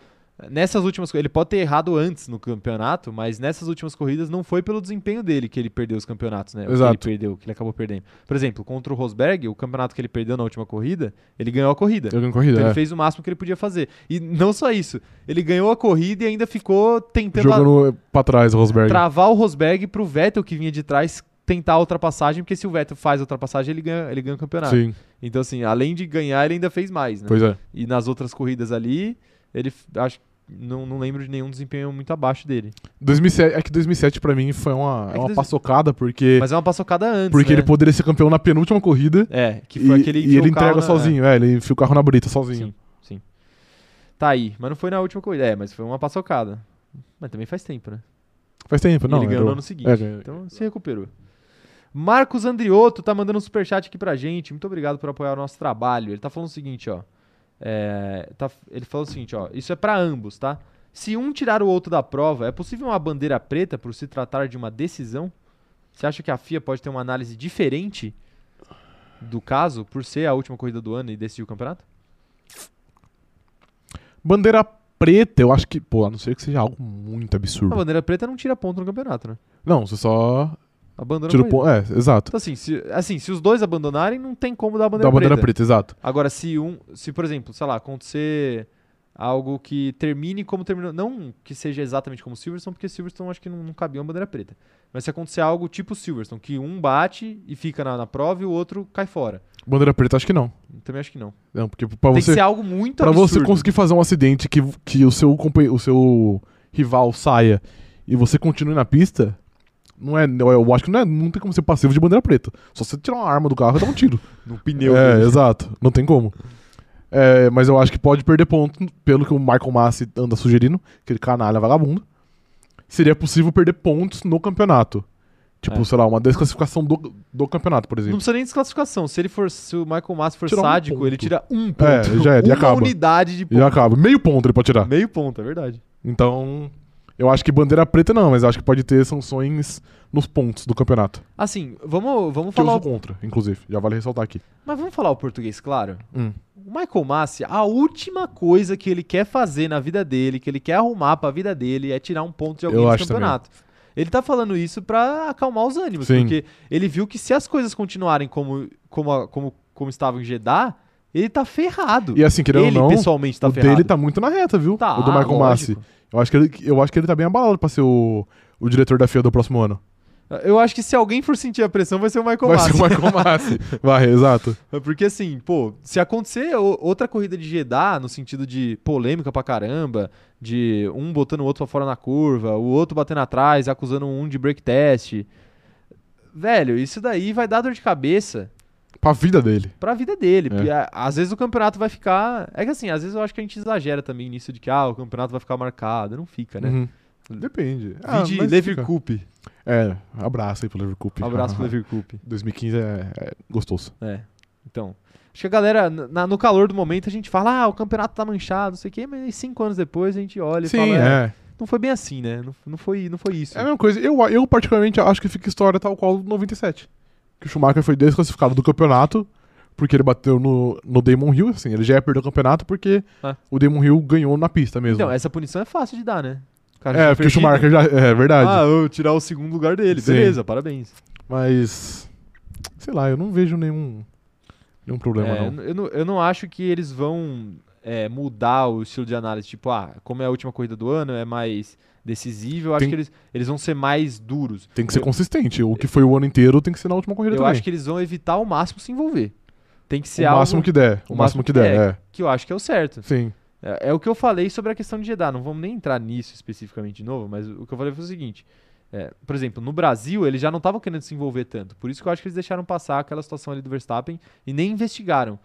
nessas últimas co- ele pode ter errado antes no campeonato, mas nessas últimas corridas não foi pelo desempenho dele que ele perdeu os campeonatos, né? O Que ele
Exato.
perdeu, que ele acabou perdendo. Por exemplo, contra o Rosberg, o campeonato que ele perdeu na última corrida, ele ganhou a corrida.
Eu ganhei corrida.
Então
é.
ele fez o máximo que ele podia fazer. E não só isso, ele ganhou a corrida e ainda ficou tentando a-
Jogando pra trás o Rosberg.
travar o Rosberg pro Vettel que vinha de trás tentar a ultrapassagem, porque se o Vettel faz a ultrapassagem, ele ganha, ele ganha o campeonato.
Sim,
Então assim, além de ganhar, ele ainda fez mais, né?
pois é.
E nas outras corridas ali, ele f- acho não, não lembro de nenhum desempenho muito abaixo dele.
2007, é que 2007 pra mim foi uma,
É que
uma
dois-
paçocada, porque,
Mas é uma passocada antes,
porque
né?
ele poderia ser campeão na penúltima corrida
É, que foi
e,
aquele
e
enfiou
ele
o carro
entrega
na-
sozinho. É, ele enfia o carro na brita
é,
sozinho.
Sim, sim. Tá aí, mas não foi na última corrida. É, mas foi uma passocada. Mas também faz tempo, né?
Faz tempo,
E
não.
ele ganhou
era
no
o-
ano seguinte.
é, ganhou.
Então se recuperou. Marcos Andriotto tá mandando um superchat aqui pra gente. Muito obrigado por apoiar o nosso trabalho. Ele tá falando o seguinte, ó. É, tá- ele falou o seguinte, ó. Isso é pra ambos, tá? Se um tirar o outro da prova, é possível uma bandeira preta por se tratar de uma decisão? Você acha que a FIA pode ter uma análise diferente do caso por ser a última corrida do ano e decidir o campeonato?
Bandeira preta, eu acho que, pô, a não ser que seja algo muito
A
absurdo.
bandeira preta não tira ponto no campeonato, né?
Não, você só
Abandona
tira
a
o
corrida.
ponto. É, exato.
Então, assim se, assim, se os dois abandonarem, não tem como dar a bandeira
Da bandeira
preta.
preta, exato.
Agora, se um. Se, por exemplo, sei lá, acontecer algo que termine como terminou. Não que seja exatamente como Silverstone, porque Silverstone acho que não, não cabia uma bandeira preta. Mas se acontecer algo tipo Silverstone, que um bate e fica na, na prova e o outro cai fora.
Bandeira preta, acho que não.
Também acho que não.
Não, porque pra
Tem que
você.
ser algo muito
Pra
Tá absurdo.
você conseguir fazer um acidente que, que o, seu, compan- o seu rival saia e você continue na pista, não é, não é- eu acho que não, é, não tem como ser passivo de bandeira preta. Só você tirar uma arma do carro e dar um tiro.
No pneu.
é,
mesmo.
exato. Não tem como. É, mas eu acho que pode perder ponto, pelo que o Michael Massi anda sugerindo, aquele canalha vagabundo. Seria possível perder pontos no campeonato. Tipo,
É.
sei lá, uma desclassificação do, do campeonato, por
Não
exemplo.
precisa nem desclassificação. Se ele for, se o Michael Massa for
Tirar um
sádico,
ponto. É,
ele tira um ponto.
já era, e
Uma
acaba.
unidade de
E
ponto.
acaba. Meio ponto ele pode tirar.
Meio ponto, é verdade.
Então, eu acho que bandeira preta não, mas eu acho que pode ter sanções nos pontos do campeonato.
Assim, vamos, vamos
Que eu
falar. um
sou
o-
contra, inclusive. Já vale ressaltar aqui.
Mas vamos falar o português, claro.
Hum.
O Michael Massi, a última coisa que ele quer fazer na vida dele, que ele quer arrumar pra vida dele, é tirar um ponto de alguém
Eu
do
acho também.
campeonato. Ele tá falando isso pra acalmar os ânimos,
Sim.
porque ele viu que se as coisas continuarem como, como, a- como, como estavam em Jeddah, ele tá ferrado.
E assim, querendo ou
ele
não,
pessoalmente tá
o
ferrado.
dele tá muito na reta, viu?
Tá,
o do Michael Massi.
lógico.
Eu acho, que ele, eu acho que ele tá bem abalado pra ser o, o diretor da FIA do próximo ano.
Eu acho que se alguém for sentir a pressão, vai ser o Michael
Vai
Massi.
ser o Michael Massi. Vai, exato.
Porque assim, pô, se acontecer o- outra corrida de Jeddah, no sentido de polêmica pra caramba, de um botando o outro pra fora na curva, o outro batendo atrás, acusando um de break test. Velho, isso daí vai dar dor de cabeça
Pra vida dele.
pra vida dele.
É.
porque, a- Às vezes o campeonato vai ficar. É que assim, às vezes eu acho que a gente exagera também nisso de que ah, o campeonato vai ficar marcado. Não fica, né?
Uhum. Depende. Ah,
Vide
mas
Lever
fica.
Cup.
É, abraço aí pro Leverkusen.
Abraço pro Lever Cup.
2015 é, é gostoso.
É. Então. Acho que a galera, na- no calor do momento, a gente fala, ah, o campeonato tá manchado, não sei o quê, mas aí cinco anos depois a gente olha e
Sim,
fala. "É,
é.
Não foi bem assim, né? Não, não foi, não foi isso.
É a mesma coisa. Eu, eu particularmente acho que fica história tal qual do 97. Que o Schumacher foi desclassificado do campeonato porque ele bateu no, no Damon Hill. Assim, ele já ia perder o campeonato porque
Ah.
o Damon Hill ganhou na pista mesmo.
então, essa punição é fácil de dar, né? O cara já
é,
tinha
porque o
perdido.
Schumacher já. É verdade.
Ah, eu tirar o segundo lugar dele.
Sim.
Beleza, parabéns.
Mas. Sei lá, eu não vejo nenhum. Nenhum problema,
É, eu,
não.
n- eu não, eu não acho que eles vão é, mudar o estilo de análise. Tipo, ah, como é a última corrida do ano, é mais decisiva, eu acho
Tem-
que eles, eles vão ser mais duros.
Tem que ser
eu-
consistente. O que foi o ano inteiro tem que ser na última corrida
Eu
também.
acho que eles vão evitar ao máximo se envolver. Tem que ser
o
algo
máximo que der. O, máximo que der, é.
que eu acho que é o certo.
Sim.
É, é o que eu falei sobre a questão de Jeddah. Não vamos nem entrar nisso especificamente de novo, mas o que eu falei foi o seguinte. é, por exemplo, no Brasil, eles já não estavam querendo se envolver tanto. Por isso que eu acho que eles deixaram passar aquela situação ali do Verstappen e nem investigaram.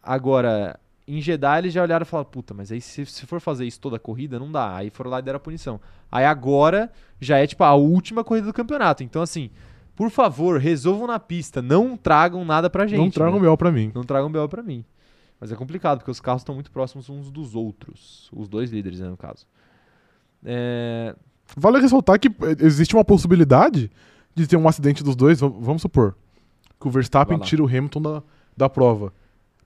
Agora, em Jeddah, eles já olharam e falaram: puta, mas aí se, se for fazer isso toda a corrida, não dá. Aí foram lá e deram a punição. Aí agora já é tipo a última corrida do campeonato. Então, assim, por favor, resolvam na pista. Não tragam nada pra gente.
não tragam
né?
o Biel pra mim.
Não tragam BO pra mim. Mas é complicado, porque os carros estão muito próximos uns dos outros. Os dois líderes, né, no caso. É,
Vale ressaltar que eh, existe uma possibilidade de ter um acidente dos dois, va- vamos supor, que o Verstappen
Vai lá.
tira o Hamilton da, da prova.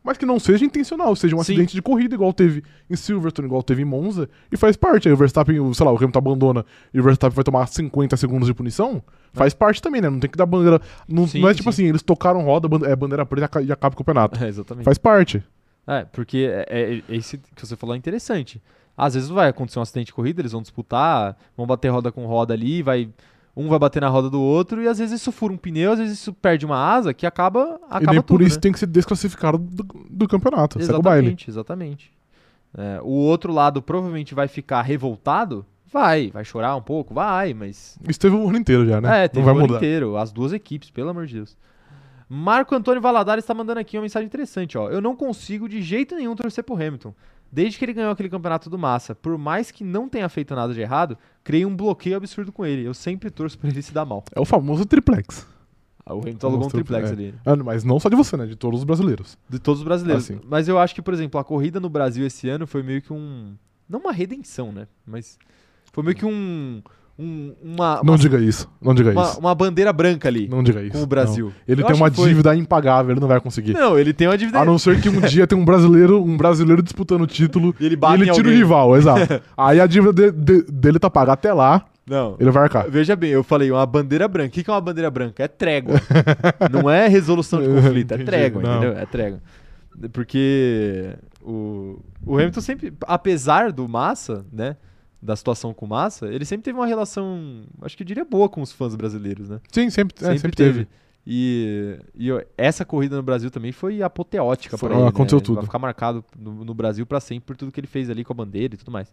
Mas que não seja intencional, seja um
Sim.
acidente de corrida, igual teve em Silverstone, igual teve em Monza, e faz parte. Aí o Verstappen, o- sei lá, o Hamilton abandona e o Verstappen vai tomar 50 segundos de punição, faz parte também, né? Não tem que dar bandeira. Não,
É. Sim,
não é tipo
sim.
assim, eles tocaram roda, ban- é bandeira preta e aca- e acaba o campeonato.
é, exatamente.
Faz parte.
É, porque é, é- é esse que você falou é interessante. Às vezes vai acontecer um acidente de corrida, eles vão disputar, vão bater roda com roda ali, vai um vai bater na roda do outro, e às vezes isso fura um pneu, às vezes isso perde uma asa, que acaba,
e nem
acaba
por
tudo,
isso
né?
tem que ser desclassificado do, do campeonato. Segue o baile.
Exatamente, exatamente. É, o outro lado provavelmente vai ficar revoltado? Vai, vai chorar um pouco? Vai, mas
Isso teve o ano inteiro já, né?
É, tem
não
o
vai
ano
mudar.
inteiro, as duas equipes, pelo amor de Deus. Marco Antônio Valadares está mandando aqui uma mensagem interessante, ó. Eu não consigo de jeito nenhum torcer pro Hamilton. Desde que ele ganhou aquele campeonato do Massa, por mais que não tenha feito nada de errado, criei um bloqueio absurdo com ele. Eu sempre torço pra ele se dar mal.
É o famoso triplex.
Ah, O Hamilton alugou um
Mostrou-
triplex
é.
ali.
Ah, não, mas não só de você, né? De todos os brasileiros.
De todos os brasileiros.
Ah, sim.
Mas eu acho que, por exemplo, a corrida no Brasil esse ano foi meio que um. Não uma redenção, né? Mas. Foi meio que um. um- uma,
não
uma,
diga isso. Não diga
uma-
isso.
uma bandeira branca ali
Não diga isso.
com o
não.
Brasil.
Ele
Eu
tem
acho
uma
que foi.
dívida impagável, ele não vai conseguir.
Não, ele tem uma dívida.
A não ser que um dia tenha um brasileiro, um brasileiro disputando o título
E ele
e
bate
ele
em
tira o
alguém.
rival, exato. Aí a dívida de- de- dele tá paga até lá,
Não.
ele vai arcar.
Veja bem, eu falei uma bandeira branca. O que que é uma bandeira branca? É trégua. não é resolução de conflito, é
Entendi,
trégua,
não.
entendeu? É trégua. Porque o, o Hamilton sempre, apesar do Massa, né? Da situação com o Massa, ele sempre teve uma relação, acho que eu diria boa com os fãs brasileiros, né?
Sim, sempre, é, sempre, teve.
E, e eu- essa corrida no Brasil também foi apoteótica
Foi,
pra ele.
aconteceu
né? Ele Vai
tudo.
ficar marcado no, no Brasil pra sempre por tudo que ele fez ali com a bandeira e tudo mais.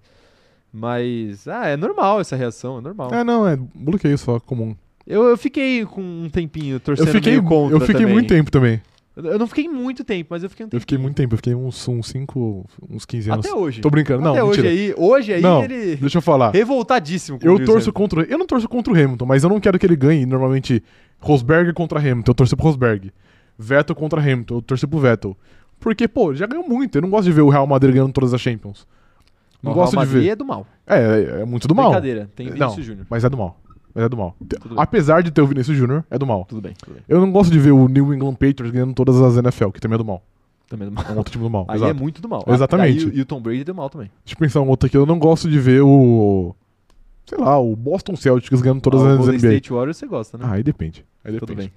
Mas, ah, é normal essa reação, é normal.
É, não, é bloqueio só, comum.
Eu, eu fiquei com um tempinho torcendo
eu fiquei,
meio contra
eu fiquei
também.
muito tempo também.
Eu eu não fiquei muito tempo, mas eu fiquei um
Eu
tempo.
fiquei muito tempo, eu fiquei uns 5, uns 15 anos.
Até hoje.
Tô brincando, não,
Até hoje é
mentira.
aí, hoje aí
Não.
ele
Deixa eu falar.
revoltadíssimo com o
Eu
Lewis
torço
Hamilton.
contra. Eu não torço contra o Hamilton, mas eu não quero que ele ganhe. Normalmente, Rosberg contra Hamilton, eu torço pro Rosberg. Vettel contra Hamilton, eu torço pro Vettel. Porque, pô, já ganhou muito. Eu não gosto de ver o Real Madrid ganhando todas as Champions. Não
O Real
gosto de
Madrid
ver.
é do mal.
É, é, é muito do mal.
Brincadeira, tem
Não.
Vinícius Júnior.
Mas é do mal. Mas é do mal.
Tudo bem.
Apesar de ter o Vinícius Júnior, é do mal.
Tudo bem, tudo bem.
Eu não gosto de ver o New England Patriots ganhando todas as NFL, que também é do mal.
Também é do
É
mal.
um outro time do mal.
Aí
Exato.
é muito do mal.
Exatamente.
Daí o- e o Tom Brady é do mal também.
Deixa eu pensar um outro aqui. Eu não gosto de ver o. Sei lá, o Boston Celtics ganhando todas
Ah, o
as
Golden
NBA.
State Warriors você gosta, né?
Ah, aí depende. Aí depende.
tudo bem.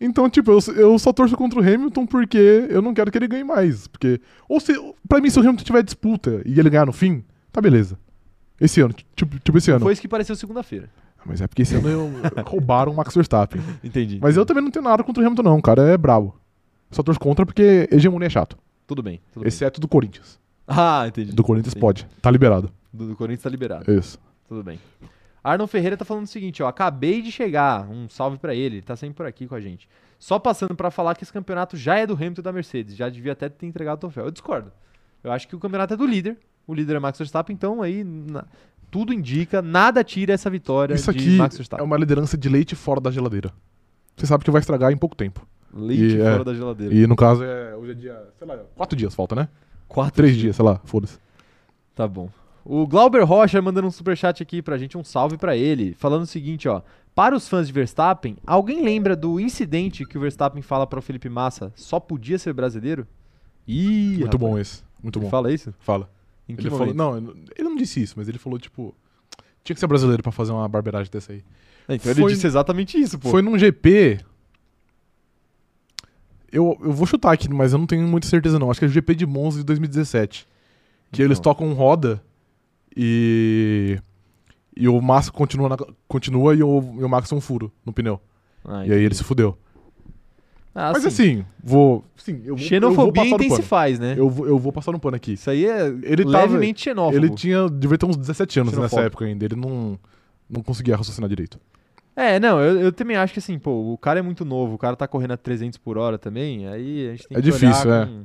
Então, tipo, eu, eu só torço contra o Hamilton porque eu não quero que ele ganhe mais. Porque. Ou se. Pra mim, se o Hamilton tiver disputa e ele ganhar no fim, tá beleza. Esse ano, tipo, tipo esse ano.
Foi isso que pareceu segunda-feira.
Ah, Mas é porque esse ano eu- roubaram o Max Verstappen.
Entendi.
Mas eu também não tenho nada contra o Hamilton, não. O cara é brabo. Só torço contra porque hegemonia é chato.
Tudo bem. Tudo bem.
Exceto do Corinthians.
Ah, entendi.
Do Corinthians
Sim.
pode. É. Tá liberado.
Do, do Corinthians tá liberado.
Isso.
Tudo bem. Arnon Ferreira tá falando o seguinte, ó, acabei de chegar, um salve pra ele, ele tá sempre por aqui com a gente. Só passando pra falar que esse campeonato já é do Hamilton e da Mercedes, já devia até ter entregado o troféu. Eu discordo. Eu acho que o campeonato é do líder, o líder é Max Verstappen, então aí na- tudo indica, nada tira essa vitória
Isso
de
aqui
Max
é
Verstappen.
uma liderança de leite fora da geladeira. Você sabe que vai estragar em pouco tempo.
Leite
e,
fora
é,
da geladeira.
E no caso é. Hoje é dia. Sei lá, quatro dias falta, né?
Quatro
Três dias, sei lá, foda-se.
Tá bom. O Glauber Rocha mandando um superchat aqui pra gente, um salve pra ele, falando o seguinte, ó. Para os fãs de Verstappen, alguém lembra do incidente que o Verstappen fala para o Felipe Massa, só podia ser brasileiro? Ih,
Muito bom esse. Muito
Ele
bom.
fala isso?
Fala.
Em que
Ele
momento?
falou. Não, ele não disse isso, mas ele falou, tipo. Tinha que ser brasileiro pra fazer uma barbeiragem dessa aí.
É, então ele
foi-
disse exatamente isso, pô.
Foi num GP. Eu, eu vou chutar aqui, mas eu não tenho muita certeza, não. Acho que é o GP de Monza de 2017. Que eles
Então.
tocam roda e. E o Massa continua, na- continua e, o, e o Max tem um furo no pneu.
Ah,
E aí
entendi.
ele se fudeu.
Ah,
Mas
sim.
assim, vou. Sim, eu vou, eu vou
xenofobia
passar no
intensificada
pano.
faz, né?
Eu vou, eu vou passar no pano aqui.
Isso aí é
Ele tava-
levemente xenófobo.
Ele tinha. Devia ter uns 17 anos nessa
Xenofóbico.
época ainda. Ele não. Não conseguia raciocinar direito.
É, não, eu, eu também acho que assim, pô, o cara é muito novo, o cara tá correndo a 300 por hora também, aí a gente tem
É
que olhar
difícil, é.
com-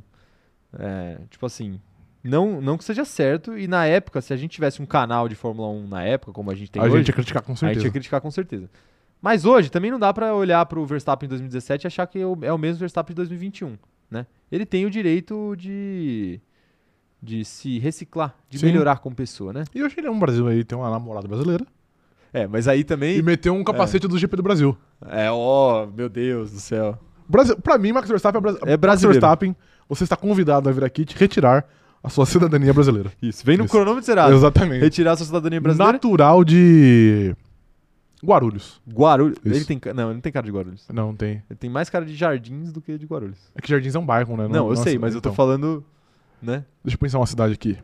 é, tipo assim, não, não que seja certo, e na época, se a gente tivesse um canal de Fórmula 1 na época, como a gente tem
a
hoje,
gente ia criticar com
a gente
certeza.
ia criticar com certeza. Mas hoje também não dá pra olhar pro Verstappen em 2017 e achar que é o é o mesmo Verstappen de 2021, né? Ele tem o direito de, de se reciclar, de
Sim.
melhorar como pessoa, né?
E eu achei ele é um brasileiro aí, tem uma namorada brasileira.
É, mas aí também...
E meteu um capacete do GP do Brasil.
É, ó, meu Deus do céu.
Brasil pra mim, Max Verstappen é, bra
É
Max
brasileiro.
Verstappen, você está convidado a vir aqui te retirar a sua cidadania brasileira.
Isso, vem no
Isso.
cronômetro zerado.
Exatamente.
Retirar sua cidadania brasileira.
Natural de Guarulhos.
Guarulhos.
Isso.
Ele tem. ca- Não, ele não tem cara de Guarulhos.
Não, não tem.
Ele tem mais cara de jardins do que de Guarulhos.
É que Jardins é um bairro, né?
Não, eu sei, mas eu tô
então.
falando. Né?
Deixa eu pensar uma cidade aqui.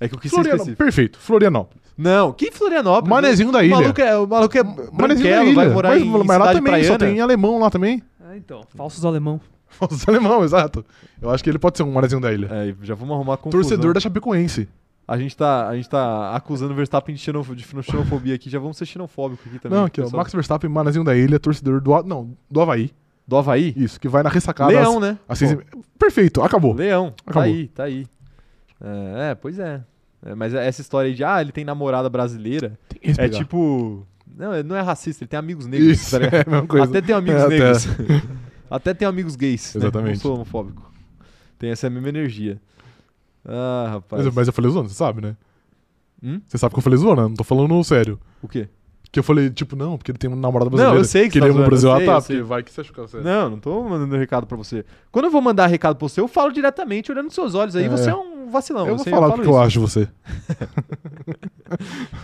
É que eu quis ser
Florianópolis.
específico.
Perfeito, Florianópolis.
Não, que Florianópolis.
Manezinho da
o
ilha.
maluco é, o maluco é
Manezinho da
branquelo,
ilha.
vai morar
mas,
em
mas lá
cidade
também só
praiana.
tem alemão lá também.
É, então, falsos alemão.
Os alemão, exato. Eu acho que ele pode ser um Manezinho da ilha.
É, já vamos arrumar confusão.
Torcedor da Chapecoense.
A gente tá, a gente tá acusando o Verstappen de, xenof... de xenofobia aqui. Já vamos ser xenofóbicos aqui também.
Não, aqui, ó.
pessoal.
Max Verstappen, Manezinho da ilha, torcedor do. Ha- Não, do Havaí.
Do Havaí?
Isso, que vai na ressacada. às-
Leão, né?
às seis e
Pô,
meia. Perfeito, acabou.
Leão. Tá
Acabou.
aí, tá aí. É, é, pois é. É, Mas essa história aí de, ah, ele tem namorada brasileira.
Tem que respirar.
É tipo. Não, ele não é racista, ele tem amigos negros.
Isso,
tá ligado?
é a mesma coisa.
Até tem amigos
É, até.
negros. até tem amigos gays. né?
Exatamente.
Não sou homofóbico. Tem essa mesma energia. Ah, rapaz.
Mas, eu- mas eu falei zoando, você sabe, né?
Hum?
Você sabe que eu falei zoando, eu não tô falando sério.
O quê?
Que eu falei, tipo, não, porque ele tem uma namorada
Não,
brasileira.
eu sei que você
ele
tá
ama o
zoando, eu
Brasil. Ah,
sei, eu
tá,
sei.
porque vai que você achou que era sério.
Não, não tô mandando recado pra você. Quando eu vou mandar recado pra você, eu falo diretamente, olhando nos seus olhos aí,
É.
você é um vacilão.
eu vou
você-
falar
falo
porque eu acho você.
isso.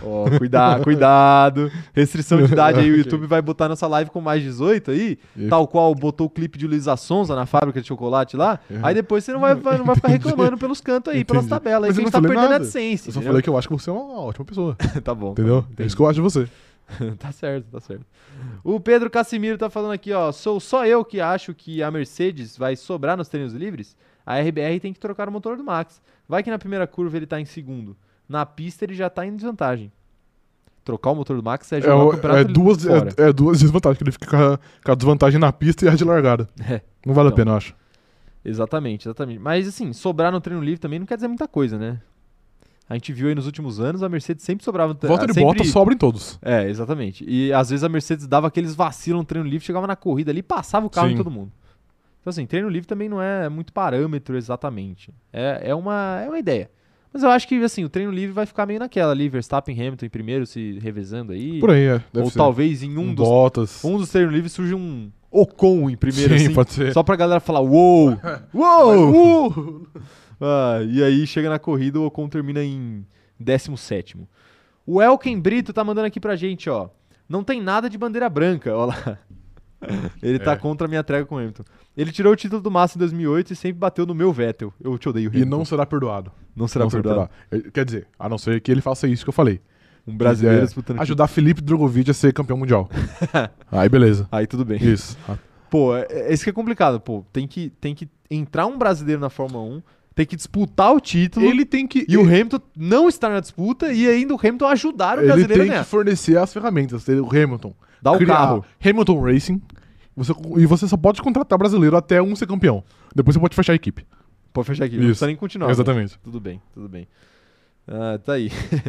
Ó, cuidado, cuidado. Restrição de idade aí, o
Ok.
YouTube vai botar nossa live com mais 18 aí,
E-
tal qual botou o clipe de Luísa Sonza na fábrica de chocolate lá.
É.
Aí depois você não vai, vai- não vai ficar reclamando pelos cantos aí, pelas
Entendi.
tabelas. Aí
Mas
que a
eu
gente tá
não falei
perdendo a
nada.
AdSense.
Eu só
entendeu?
falei que eu acho que você é uma ótima pessoa,
tá bom. tá
entendeu?
bom,
É
entendi.
isso que eu acho de você.
tá certo, tá certo. O Pedro Casimiro tá falando aqui, ó. Sou só eu que acho que a Mercedes vai sobrar nos treinos livres? A RBR tem que trocar o motor do Max. Vai que na primeira curva ele tá em segundo. Na pista ele já tá em desvantagem. Trocar o motor do Max é
É,
jogar o
o-
campeonato
é duas,
fora.
é, é duas desvantagens, que ele fica com a, com a desvantagem na pista e a de largada.
É.
Não vale
Então.
a pena, eu acho.
Exatamente, exatamente. Mas assim, sobrar no treino livre também não quer dizer muita coisa, né? A gente viu aí nos últimos anos, a Mercedes sempre sobrava no tre-
É, Volta de
sempre...
bota, sobra em todos.
É, exatamente. E às vezes a Mercedes dava aqueles vacilos no treino livre, chegava na corrida ali e passava o carro em
Sim.
todo mundo. Então, assim, treino livre também não é muito parâmetro exatamente. É, é, uma, é uma ideia. Mas eu acho que, assim, o treino livre vai ficar meio naquela ali, Verstappen e Hamilton em primeiro se revezando aí.
Por aí, é. Deve
Ou
ser.
talvez em um,
Um
dos,
Bottas.
um dos treinos livres surge um Ocon em primeiro,
Sim,
assim,
pode ser.
só pra galera falar, uou, uou! Ah, e aí chega na corrida, o Ocon termina em 17. O Elken Brito tá mandando aqui pra gente, ó. Não tem nada de bandeira branca, ó lá. Ele tá
É.
contra a minha trégua com o Hamilton. Ele tirou o título do Massa em 2008 e sempre bateu no meu Vettel. Eu te odeio,
E
Hamilton.
não será perdoado.
não será
não
perdoado.
perdoado. Eh, Quer dizer, a não ser que ele faça isso que eu falei.
Um brasileiro
Quiser
disputando título.
Ajudar Felipe Drogovic a ser campeão mundial. aí beleza.
Aí tudo bem.
Isso. Ah,
Pô, é, é isso que é complicado, pô. Tem que, tem que entrar um brasileiro na Fórmula 1, tem que disputar o título
Ele tem que.
e o Hamilton não estar na disputa e ainda o Hamilton ajudar o
ele
um brasileiro a
tem
ganhar.
que fornecer as ferramentas. O Hamilton.
Dá o
criar
carro.
Hamilton Racing. Você- e você só pode contratar brasileiro até um ser campeão. Depois você pode fechar a equipe.
Pode fechar aqui, não
Isso.
precisa nem continuar. né?
Exatamente.
Tudo bem, tudo bem. Ah, tá aí.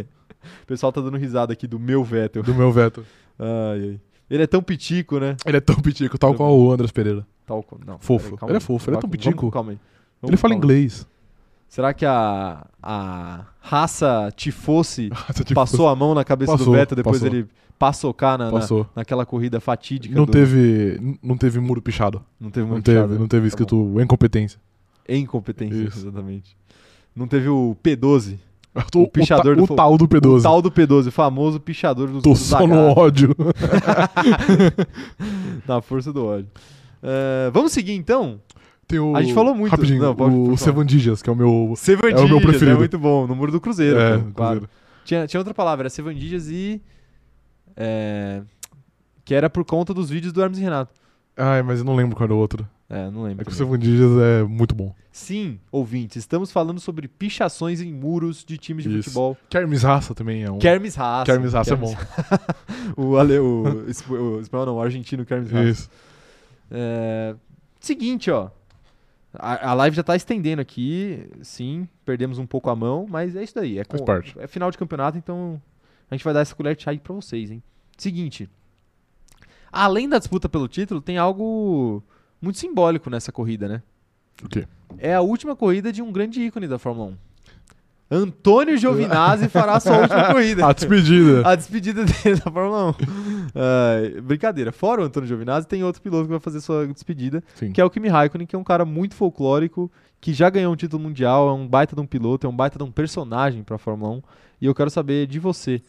o pessoal tá dando risada aqui do meu Vettel.
Do meu veto.
Ai, ai. Ele é tão pitico, né?
Ele é tão pitico, tal qual o Andras Pereira.
Tal, co- não,
Fofo.
peraí,
Ele é fofo, ele é tão
Vamos-
pitico.
vamos- calma aí. Vamos
ele fala
calma.
inglês.
Será que a, a raça tifosse
Nossa, tipo,
passou a mão na cabeça do
Passou,
Vettel depois
passou.
ele passocar na, na-
Passou.
naquela corrida fatídica?
Não
do-
teve, n- não teve muro pichado.
Não teve
Não
muito
teve,
piada, né?
não teve
Tá
escrito incompetência.
bom. Incompetência,
Isso.
exatamente. Não teve o P12.
O,
pichador
ta-
do
o
fo-
tal do
O
P12.
tal do P12, o famoso pichador dos
Tô
dos
só no
agarros.
ódio.
Na força do ódio. É, vamos seguir então?
Tem o-
A gente falou muito.
Rapidinho,
Não, pode- pode
o
falar.
Seven Digits, que é o meu...
Sevandijas,
meu preferido.
né? muito bom. No Muro do Cruzeiro.
é,
pô, claro.
inclusive.
Tinha, tinha outra palavra, era Sevandijas e. é, que era por conta dos vídeos do Hermes e Renato.
Ai, mas eu não lembro qual era o outro.
É, não
É
lembro.
que o
também.
Seven Digits é muito bom.
Sim, ouvintes, estamos falando sobre pichações em muros de times de
Isso.
futebol.
Kermes Raça também é um...
Kermes Haas.
Kermes Raça é bom.
O, ale, o, esp- o espanhol não, o argentino Kermes Haas.
Isso.
É, Seguinte, ó. A, a live já tá estendendo aqui. Sim, perdemos um pouco a mão, mas é isso daí. É,
Faz
com-
parte.
é final de campeonato, então a gente vai dar essa colher de chá aí pra vocês, hein? Seguinte. Além da disputa pelo título, tem algo muito simbólico nessa corrida, né?
O quê?
É a última corrida de um grande ícone da Fórmula 1. Antônio Giovinazzi fará sua última corrida.
A despedida.
A despedida dele da Fórmula 1. Ai, brincadeira. Fora o Antônio Giovinazzi, tem outro piloto que vai fazer sua despedida,
Sim.
que é o Kimi Raikkonen, que é um cara muito folclórico, que já ganhou um título mundial, é um baita de um piloto, é um baita de um personagem para a Fórmula 1. E eu quero saber de você.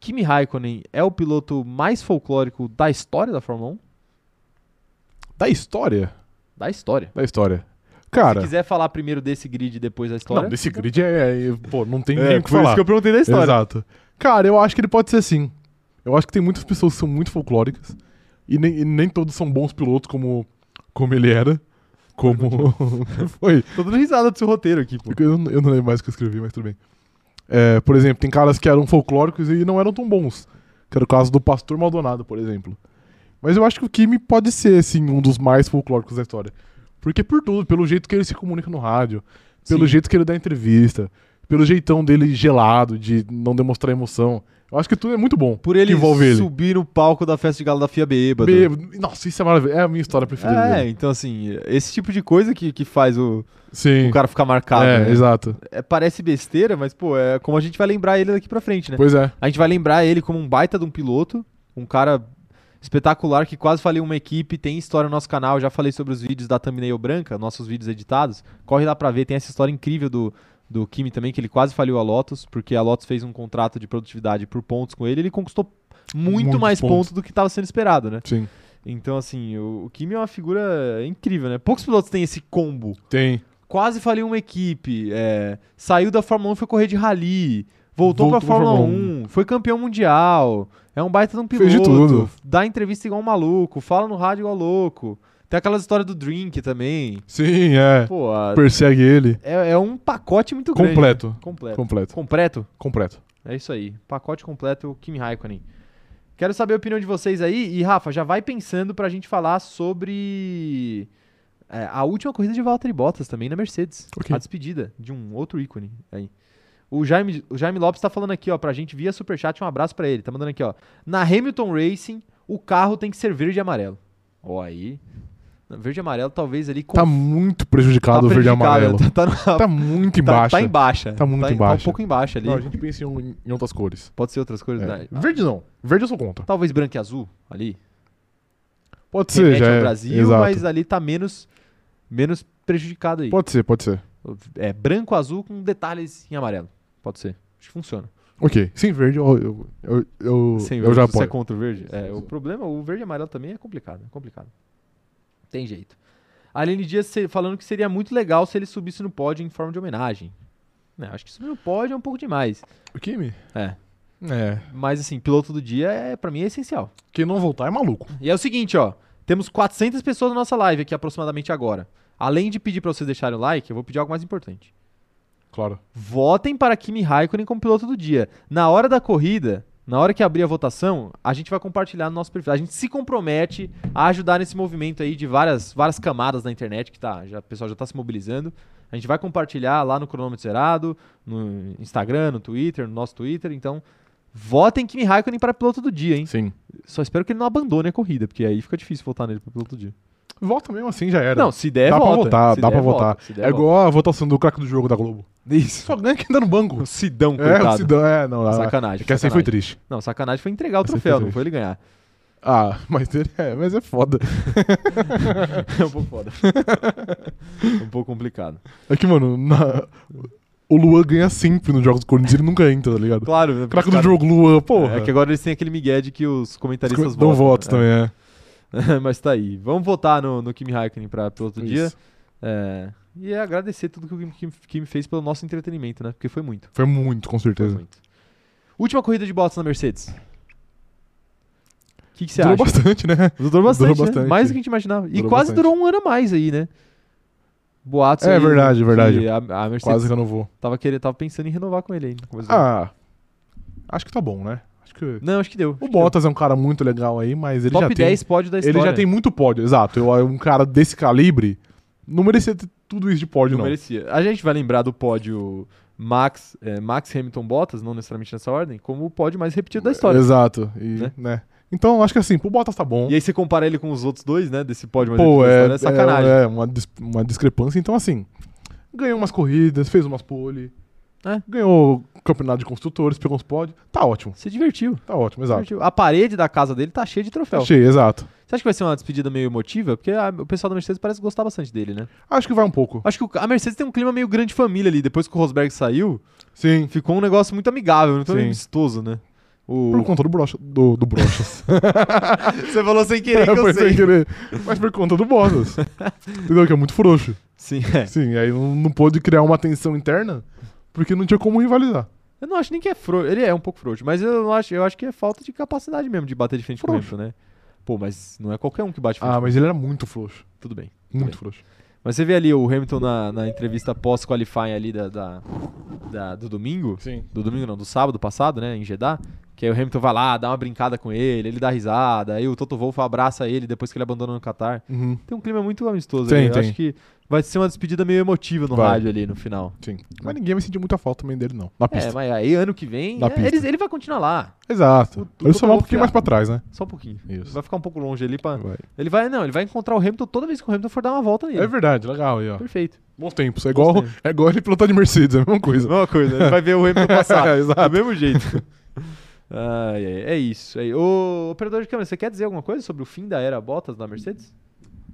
Kimi Raikkonen é o piloto mais folclórico da história da Fórmula 1?
Da história?
Da história.
Da história. Cara...
Se quiser falar primeiro desse grid e depois da história.
Não, desse grid é, é- Pô, não tem
é,
nem o
por
que falar.
isso que eu perguntei da história.
Exato. Cara, eu acho que ele pode ser assim. Eu acho que tem muitas pessoas que são muito folclóricas e nem, e nem todos são bons pilotos como, como ele era. Como foi.
Tô dando risada do seu roteiro aqui, pô.
Eu, não- eu não lembro mais o que eu escrevi, mas tudo bem. É, por exemplo, tem caras que eram folclóricos e não eram tão bons. Que era o caso do Pastor Maldonado, por exemplo. Mas eu acho que o Kimi pode ser, assim, um dos mais folclóricos da história. Porque por tudo, pelo jeito que ele se comunica no rádio, pelo
Sim.
jeito que ele dá entrevista, pelo jeitão dele gelado, de não demonstrar emoção. Eu acho que tudo é muito bom.
Por ele
que envolve ele.
subir no palco da festa de galo da FIA bêbado.
Bêbado. Nossa, isso é maravilhoso. É a minha história preferida
É,
dele.
então assim, esse tipo de coisa que, que faz o,
Sim.
o cara ficar marcado.
é,
né?
exato.
É, parece besteira, mas pô, é como a gente vai lembrar ele daqui pra frente, né?
Pois é.
A gente vai lembrar ele como um baita de um piloto, um cara espetacular que quase falei uma equipe, tem história no nosso canal, já falei sobre os vídeos da thumbnail branca, nossos vídeos editados. Corre lá pra ver, tem essa história incrível do do Kimi também, que ele quase faliu a Lotus, porque a Lotus fez um contrato de produtividade por pontos com ele, ele conquistou muito
Muitos
mais
pontos.
pontos do que estava sendo esperado, né?
Sim.
Então, assim, o, o Kimi é uma figura incrível, né? Poucos pilotos têm esse combo.
Tem.
Quase faliu uma equipe, é, saiu da Fórmula 1 e foi correr de rally, voltou,
Voltou
pra
pra
Fórmula
Fórmula
1, foi campeão mundial, é um baita de um piloto,
Fez de tudo.
dá entrevista igual um maluco, fala no rádio igual louco. Tem aquelas histórias do drink também.
Sim, é.
Pô, a-
Persegue ele.
é, é um pacote muito grande.
Completo.
né? Completo.
Completo.
Completo?
Completo.
É isso aí. Pacote completo Kimi Raikkonen. Quero saber a opinião de vocês aí. E, Rafa, já vai pensando pra gente falar sobre É, a última corrida de Valtteri Bottas também na Mercedes.
Ok.
A despedida de um outro ícone aí. O Jaime, o Jaime Lopes tá falando aqui, ó, pra gente via Superchat, um abraço pra ele. Tá mandando aqui, ó. Na Hamilton Racing, o carro tem que ser verde e amarelo. Ó, aí. Verde e amarelo, talvez ali com
Tá muito prejudicado o verde e
prejudicado,
amarelo.
Tá, tá no-
Tá muito
tá-
embaixo.
tá em baixa.
Tá muito em
Tá um
baixa.
pouco embaixo ali.
Não, a gente pensa em, em outras cores.
Pode ser outras um, cores.
É.
né?
Verde não. Verde eu sou contra.
Talvez branco e azul ali.
Pode ser,
Remete
já
ao
é.
Brasil,
Exato.
mas ali tá menos, menos prejudicado aí.
Pode ser, pode ser.
É branco, azul com detalhes em amarelo. Pode ser. Acho que funciona.
Ok. Sem verde eu, eu, eu, eu,
Sem
eu
verde,
já
você é
apoio.
contra o verde?
Sim,
É, o
sim.
problema, o verde e amarelo também é complicado, é complicado. Tem jeito. A Aline Dias se- falando que seria muito legal se ele subisse no pódio em forma de homenagem. Não, acho que subir no pódio é um pouco demais.
O Kimi?
É.
É.
Mas assim, piloto do dia é para mim é essencial.
Quem não voltar é maluco.
E é o seguinte, ó, temos 400 pessoas na nossa live aqui aproximadamente agora. Além de pedir para vocês deixarem o like, eu vou pedir algo mais importante.
Claro.
Votem para Kimi Raikkonen como piloto do dia. Na hora da corrida, na hora que abrir a votação, a gente vai compartilhar no nosso perfil. A gente se compromete a ajudar nesse movimento aí de várias, várias camadas na internet que tá, já, o pessoal já está se mobilizando. A gente vai compartilhar lá no cronômetro zerado, no Instagram, no Twitter, no nosso Twitter. Então, votem Kimi Raikkonen para piloto do dia, hein?
Sim.
Só espero que ele não abandone a corrida, porque aí fica difícil votar nele para piloto do dia.
Volta mesmo assim já era.
Não, se der,
dá pra
vota.
votar,
Se
dá
der,
pra
vota.
votar.
Se der,
É igual a votação do craque do jogo da Globo.
vota. Isso.
Só ganha quem tá no banco.
O Sidão,
É,
coitado.
o Sidão. É, não. é-
Sacanagem.
É que assim
sacanagem.
foi triste.
Não, sacanagem foi entregar o
Essa
troféu,
foi
não foi ele ganhar.
Ah, mas ele é, mas é foda.
É um pouco foda. um pouco complicado.
É que, mano, na- o Luan ganha sempre nos jogos do Corinthians, ele nunca entra, tá ligado?
Claro, né,
Craca
os
do
caras-
jogo, Luan, porra.
É que agora eles têm aquele migué de que os comentaristas
Os dão votos
né?
também, é.
Mas tá aí. Vamos votar no, no Kimi Raikkonen pra, pelo outro dia.
Isso.
É, E é agradecer tudo que o Kimi- Kimi, Kimi fez pelo nosso entretenimento, né? Porque foi muito.
Foi muito, com
Foi
certeza.
muito. Última corrida de Bottas na Mercedes. O que que você
Durou
acha?
bastante, né?
Durou bastante,
Durou
né?
bastante.
Mais do que a gente imaginava. E
Durou
quase
bastante.
durou um ano a mais aí, né? Boatos
É
aí
verdade,
que
verdade.
A, a Mercedes
Quase renovou.
Tava, querendo, tava pensando em renovar com ele aí. no começo do ano.
Ah, acho que tá bom, né? Acho que...
Não, acho que deu.
O
acho que
Bottas é um cara muito legal aí, mas
deu.
ele
Top
já
10
tem...
pódio da
Ele
história.
já tem muito pódio, exato. Eu, um cara desse calibre não merecia ter tudo isso de pódio,
Não
não.
merecia. A gente vai lembrar do pódio Max, eh, Max Hamilton Bottas, não necessariamente nessa ordem, como o pódio mais repetido da história.
Exato. E,
Né?
né? Então, acho que assim, pro Bottas tá bom.
E aí você compara ele com os outros dois, né? Desse pódio mais
Pô,
repetido
é,
da história, é sacanagem.
É, é uma, dis- uma discrepância. Então, assim, ganhou umas corridas, fez umas pole,
É.
ganhou o campeonato de construtores, pegou uns pódios. Tá ótimo,
Se divertiu.
tá ótimo,
se
exato.
divertiu. A parede da casa dele tá cheia de troféu.
Achei, exato.
Você acha que vai ser uma despedida meio emotiva? Porque a- o pessoal da Mercedes parece gostar bastante dele, né?
Acho que vai um pouco.
Acho que o- a Mercedes tem um clima meio grande família ali. Depois que o Rosberg saiu,
Sim.
ficou um negócio muito amigável, muito
Sim.
amistoso, né?
Por
O...
conta do brocha, do, do brochas.
Você falou sem querer que
Foi
eu
sem
sei.
querer. Mas por conta do Bottas. Entendeu? Que é muito frouxo.
Sim, é.
Sim, aí não, não pôde criar uma tensão interna porque não tinha como rivalizar.
Eu não acho nem que é frouxo. Ele é um pouco frouxo, mas eu não acho, eu acho que é falta de capacidade mesmo de bater de frente
Frouxo.
com o Hamilton, né? Pô, mas não é qualquer um que bate de frente.
Ah, mas ele era muito frouxo.
Tudo bem.
Muito frouxo.
Mas você vê ali o Hamilton na, na entrevista pós-qualifying ali da, da- da- do domingo.
Sim.
Do domingo não, do sábado passado, né? Em Jeddah. Que aí o Hamilton vai lá, dá uma brincada com ele, ele dá risada, aí o Toto Wolff abraça ele depois que ele abandona no Qatar.
Uhum.
Tem um clima muito amistoso
Tem,
ali. Eu
tem.
acho que vai ser uma despedida meio emotiva no
Vai.
rádio ali no final.
Sim. Mas ninguém vai sentir muita falta também dele, não. Na pista.
É, mas aí ano que vem,
Na
é, eles-
pista.
ele vai continuar lá.
Exato.
O- o
Ele só
Toto
vai um
Wolff
pouquinho
já-
mais pra trás, né?
Só um pouquinho.
Isso.
Vai ficar um pouco longe ali pra.
Vai.
Ele vai, não, ele vai encontrar o Hamilton toda vez que o Hamilton for dar uma volta nele.
É verdade, legal aí, ó.
Perfeito.
Bons tempos. É igual, é igual ele pilotar de Mercedes, é a mesma coisa.
Mesma coisa, ele vai ver o Hamilton passar.
É, exato.
Do mesmo jeito. Ai, ai, é isso. É. Ô, operador de câmera, você quer dizer alguma coisa sobre o fim da era Bottas da Mercedes?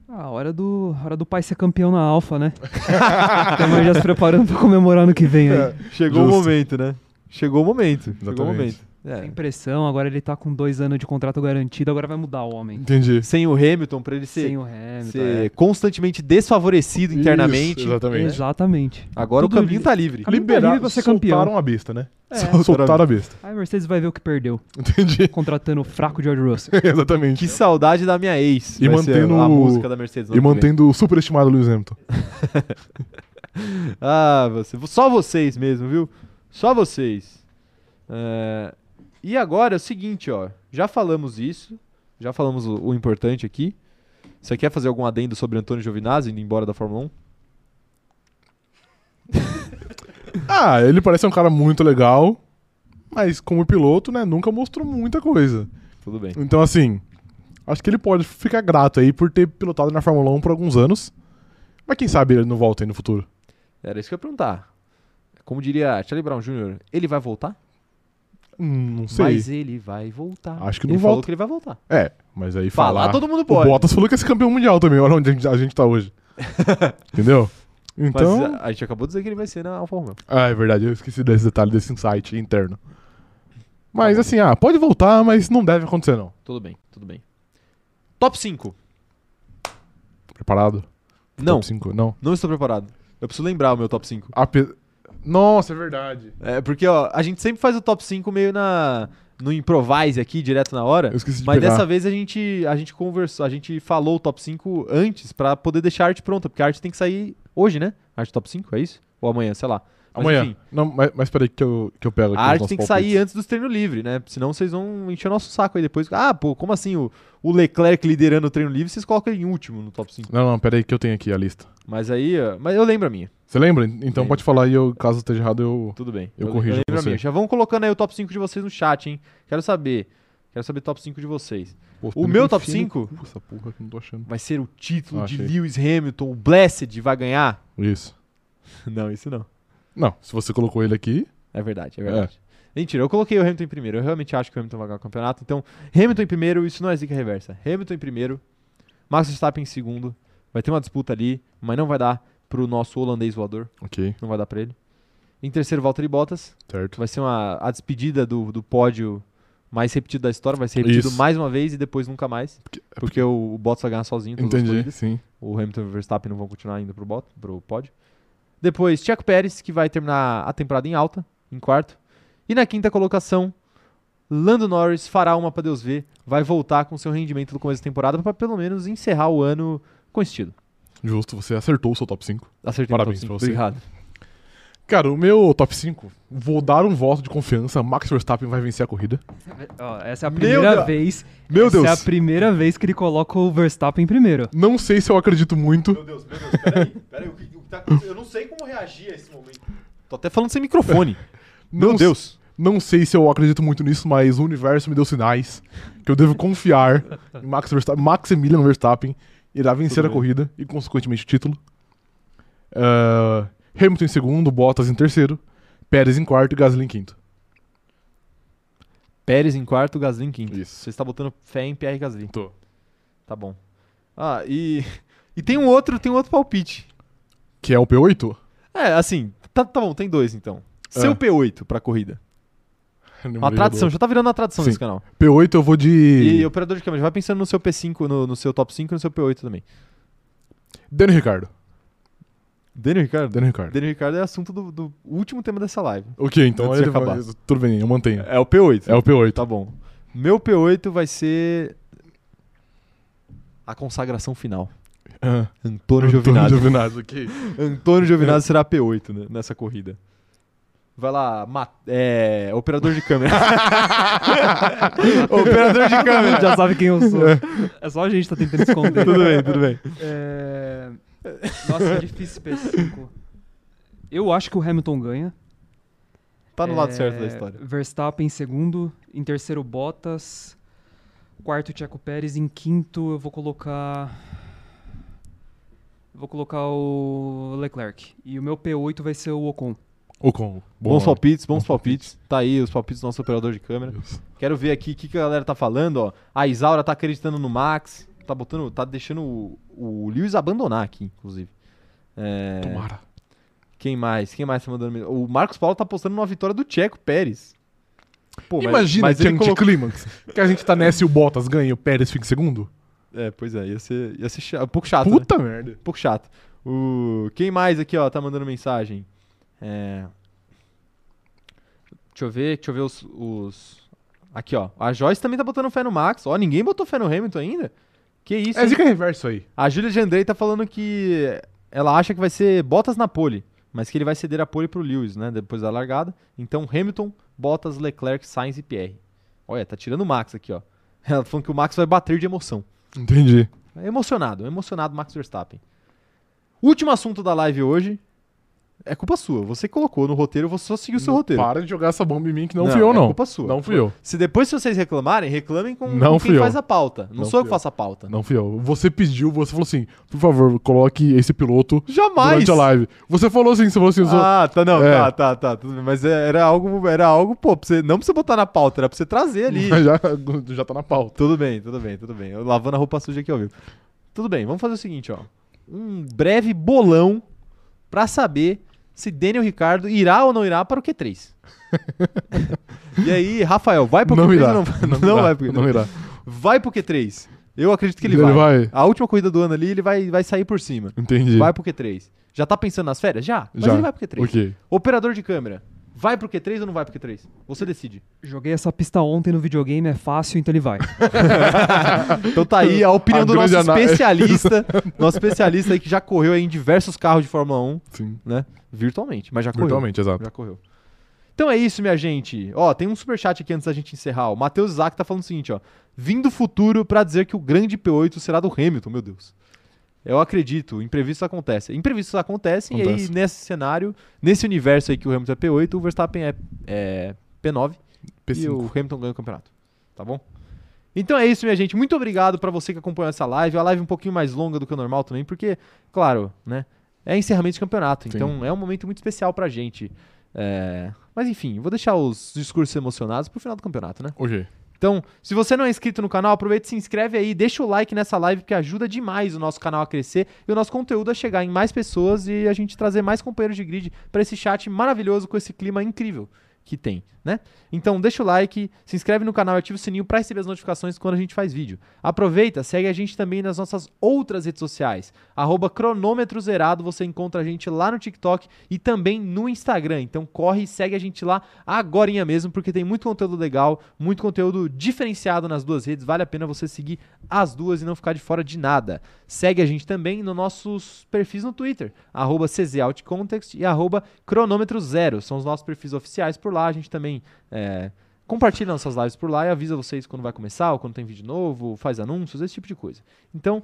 Ah, hora do, hora do pai ser campeão na Alfa, né? Minha mãe já se preparando pra comemorar ano que vem aí.
É, Chegou o
Justo.
momento, né? Chegou o momento. Chegou o
Exatamente.
momento.
Tem
É.
pressão, agora ele tá com dois anos de contrato garantido, agora vai mudar o homem.
Entendi.
Sem o Hamilton, pra ele ser,
Sem o Hamilton.
ser constantemente desfavorecido internamente.
Isso,
é.
exatamente.
Exatamente.
Agora
Tudo
o caminho
li-
tá livre.
Caminho tá livre pra ser campeão.
soltaram a besta, né?
É.
Sol- Soltaram a besta.
Aí a Mercedes vai ver o que perdeu,
Entendi.
contratando o fraco George Russell.
exatamente.
Que saudade da minha ex.
E
Vai ser
mantendo
a
o-
música da Mercedes. no
E
ano que vem.
mantendo o superestimado Lewis Hamilton.
Ah, você, só vocês mesmo, viu? Só vocês. É, e agora é o seguinte, ó. Já falamos isso, já falamos o, o importante aqui. Você quer fazer algum adendo sobre Antônio Giovinazzi indo embora da Fórmula 1?
Ah, ele parece um cara muito legal, mas como piloto, né, nunca mostrou muita coisa.
Tudo bem.
Então, assim, acho que ele pode ficar grato aí por ter pilotado na Fórmula 1 por alguns anos. Mas quem sabe ele não volta aí no futuro.
Era isso que eu ia perguntar. Como diria Charlie Brown Jr., ele vai voltar?
Hum, não sei.
Mas ele vai voltar.
Acho que
ele
não
falou
volta.
que ele vai voltar.
É, mas aí
Falar,
falar...
todo mundo
O
pode.
Bottas falou que ia ser campeão mundial também, olha onde a gente- a gente tá hoje. Entendeu?
Mas
Então...
a- a gente acabou de dizer que ele vai ser na Alfa Romeo.
Ah, é verdade, eu esqueci desse detalhe, desse insight interno. Mas assim, ah, pode voltar, mas não deve acontecer não.
Tudo bem, tudo bem. Top 5.
Preparado?
Não,
Top 5? Não.
não estou preparado. Eu preciso lembrar o meu top 5.
Ape- Nossa, é verdade.
É, porque, ó, a gente sempre faz o top 5 meio na no improvise aqui, direto na hora.
Eu esqueci de
Mas
pegar.
dessa vez a gente, a gente conversou, a gente falou o top 5 antes pra poder deixar a arte pronta, porque a arte tem que sair hoje, né? A arte top 5, é isso? Ou amanhã, sei lá. Mas,
Amanhã.
enfim,
Não, mas, mas peraí que eu, que eu pego aqui
a
os
arte
nossos
tem que
palpites.
sair antes dos treinos livres, né? Senão vocês vão encher o nosso saco aí depois. Ah, pô, como assim o, o Leclerc liderando o treino livre, vocês colocam ele em último no top 5.
Não, não, peraí que eu tenho aqui a lista.
Mas aí, ó, mas eu lembro a minha.
Você lembra? Então
Lembro.
pode falar e eu, caso esteja errado, eu...
Tudo bem.
Eu corrijo
lembro
você.
a minha. Já vão colocando aí o top 5 de vocês no chat, hein? Quero saber. Quero saber top 5 de vocês.
Pô,
O
pena
meu
que
top
enfia no
5?
cu Essa porra que eu não tô achando.
Vai ser o título
Ah,
de
achei.
Lewis Hamilton, o Blessed vai ganhar?
Isso.
Não, isso não.
Não, se você colocou ele aqui...
É verdade, é verdade. Mentira, eu coloquei o Hamilton em primeiro. Eu realmente acho que o Hamilton vai ganhar o campeonato. Então, Hamilton em primeiro, isso não é zica reversa. Hamilton em primeiro, Max Verstappen em segundo. Vai ter uma disputa ali, mas não vai dar pro nosso holandês voador.
Ok,
Não vai dar pra ele. Em terceiro, Valtteri Bottas.
certo.
Vai ser uma, a despedida do, do pódio mais repetido da história. Vai ser repetido
Isso.
mais
mais
uma vez e depois nunca mais.
Porque- é
Porque o, o Bottas vai ganhar sozinho. todas as
Entendi,
corridas.
sim.
O Hamilton e o Verstappen não vão continuar indo pro, bot, pro pódio. Depois, Checo Pérez, que vai terminar a temporada em alta, em quarto. E na quinta colocação, Lando Norris fará uma pra Deus ver. Vai voltar com seu rendimento do começo da temporada pra pelo menos encerrar o ano com estilo.
Justo, você acertou o seu top 5.
Acertei no
Parabéns
top
pra
cinco.
você.
Obrigado.
Cara, o meu top 5, vou dar um voto de confiança. Max Verstappen vai vencer a corrida.
Ó, essa é a
Meu
primeira
Deus.
vez.
Meu
essa é a
Deus!
primeira vez que ele coloca o Verstappen em primeiro.
Não sei se eu acredito muito.
Meu Deus, meu Deus, peraí, peraí, o que, o que tá acontecendo? Eu não sei como reagir a esse momento. Tô até falando sem microfone.
Não
meu
s-
Deus.
Não sei se eu acredito muito nisso, mas o universo me deu sinais que eu devo confiar em Max Verstappen. Maximilian Verstappen irá vencer
Tudo
a
bem.
corrida e, consequentemente, o título. Ah, Hamilton em segundo, Bottas em terceiro, Pérez em quarto e Gasly em quinto.
Pérez em quarto, Gasly em quinto.
Isso.
Você está botando fé em Pierre Gasly.
Tô.
Tá bom. Ah, e. E tem um outro, tem um outro palpite.
Que é o P8?
É, assim, tá, tá bom, tem dois então. Seu
Ah.
P8 pra corrida. Uma tradição, já tá virando uma tradição
Sim.
nesse canal.
P8 eu vou
E,
de.
operador de câmera, já vai pensando no seu P5, no, no seu top 5 e no seu P8 também.
Daniel Ricardo.
Daniel Ricardo?
Daniel Ricardo.
Daniel Ricardo é assunto do, do último tema dessa live.
Ok, então
Antes de
ele vai-
acabar.
Tudo bem, eu mantenho.
É o P8.
É o P8.
Tá bom. Meu P8 vai ser. A consagração final.
Ah,
Antônio
Antônio
Giovinazzi.
Giovinazzi, ok.
Antônio Giovinazzi será P8 né, nessa corrida. Vai lá, ma- é, operador de câmera. operador de
Todo mundo
câmera.
já sabe quem eu sou. É só a gente tá tentando esconder.
tudo bem, tudo bem.
É... Nossa, que difícil P5. Eu acho que o Hamilton ganha.
Tá no lado
É,
certo da história.
Verstappen em segundo, em terceiro Bottas, quarto Tcheco Pérez, em quinto eu vou colocar eu vou colocar o Leclerc. E o meu P8 vai ser o Ocon.
Ocon.
Bons
Boa.
palpites, bons
Bons
palpites. Tá aí os palpites do nosso operador de câmera.
Deus.
Quero ver aqui o que, que a galera tá falando, ó. A Isaura tá acreditando no Max. Tá botando. Tá deixando o, o Lewis abandonar aqui, inclusive. É,
Tomara.
quem mais? Quem mais tá mandando? mensagem? O Marcos Paulo tá postando uma vitória do Tcheco Pérez. Pô, mas-
Imagina
mas
que é um
ele colocou-
anticlímax. Que a gente tá nessa e o Bottas ganha e o Pérez fica em segundo.
É, pois é, ia ser, ia ser cha- um pouco chato. né?
Puta merda.
Um pouco chato. O... Quem mais aqui, ó, tá mandando mensagem? É... Deixa eu ver, deixa eu ver os, os- Aqui, ó. A Joyce também tá botando fé no Max. Ó, ninguém botou fé no Hamilton ainda? Que isso?
É
hein?
zica reverso aí.
A Júlia de Andrei tá falando que ela acha que vai ser Bottas na pole, mas que ele vai ceder a pole pro Lewis, né? Depois da largada. Então, Hamilton, Bottas, Leclerc, Sainz e tá Pierre. Olha, tá tirando o Max aqui, ó. Ela falando que o Max vai bater de emoção.
Entendi.
Emocionado, emocionado Max Verstappen. Último assunto da live hoje. É culpa sua. Você colocou no roteiro, eu vou só seguir o seu
Não
é roteiro.
Para de jogar essa bomba em mim que não, fui eu,
É
não.
culpa sua.
Não fui eu.
Se depois se vocês reclamarem, reclamem com,
Não
com quem
fui eu.
faz a pauta. Não,
Não
sou eu
fui
que
eu.
faço a pauta.
Não fui eu. Você pediu, você falou assim, por favor, coloque esse piloto
Jamais.
durante a live. Você falou assim, você falou assim, zo-
Ah, tá, não,
É.
tá, tá, tá, tudo bem. Mas é- era algo, era algo, pô, pra você, não pra você botar na pauta, era pra você trazer ali.
já, já tá na pauta.
tudo bem, tudo bem, tudo bem. Eu lavando a roupa suja aqui ao vivo. Tudo bem, vamos fazer o seguinte, ó. Um breve bolão pra saber se Daniel Ricardo irá ou não irá para o Q3. e aí, Rafael, vai pro
Não
Q3
irá.
ou não, não, vai pro Q3?
Não irá.
Vai pro Q3. Eu acredito que ele,
Ele
vai.
vai.
A última corrida do ano ali, ele vai, vai sair por cima.
Entendi.
Vai pro Q3. Já tá pensando nas férias? Já. Mas
Já.
ele vai pro Q3.
Ok.
Operador de câmera, vai pro Q3 ou não vai pro Q3? Você decide.
Joguei essa pista ontem no videogame, é fácil, então ele vai.
Então tá aí a opinião
A
do nosso
grande ana-
especialista. nosso especialista aí que já correu aí em diversos carros de Fórmula 1,
Sim.
né? Virtualmente, mas já correu.
Virtualmente, exato.
Já correu. Então é isso, minha gente. Ó, tem um superchat aqui antes da gente encerrar. O Matheus Isaac tá falando o seguinte, ó. Vim do futuro pra dizer que o grande P8 será do Hamilton, meu Deus. Eu acredito, imprevistos acontecem. Imprevistos acontecem e aí
Acontece.
nesse cenário, nesse universo aí que o Hamilton é P8, o Verstappen é, é P9 e
P5.
o Hamilton ganha o campeonato. Tá bom? Então é isso, minha gente. Muito obrigado pra você que acompanhou essa live. A live um pouquinho mais longa do que o normal também, porque, claro, né? É encerramento de campeonato.
Sim.
Então é um momento muito especial pra gente. É, Mas enfim, vou deixar os discursos emocionados pro final do campeonato, né?
Ok.
Então, se você não é inscrito no canal, aproveita e se inscreve aí, deixa o like nessa live, porque ajuda demais o nosso canal a crescer e o nosso conteúdo a chegar em mais pessoas e a gente trazer mais companheiros de grid pra esse chat maravilhoso com esse clima incrível que tem, né? Então, deixa o like, se inscreve no canal e ativa o sininho pra receber as notificações quando a gente faz vídeo. Aproveita, segue a gente também nas nossas outras redes sociais. Arroba cronômetro zerado, você encontra a gente lá no TikTok e também no Instagram. Então corre e segue a gente lá agorinha mesmo, porque tem muito conteúdo legal, muito conteúdo diferenciado nas duas redes. Vale a pena você seguir as duas e não ficar de fora de nada. Segue a gente também nos nossos perfis no Twitter, arroba CZOutContext e arroba cronômetro zero. São os nossos perfis oficiais por lá. A gente também é, compartilha nossas lives por lá e avisa vocês quando vai começar, ou quando tem vídeo novo, faz anúncios, esse tipo de coisa. Então,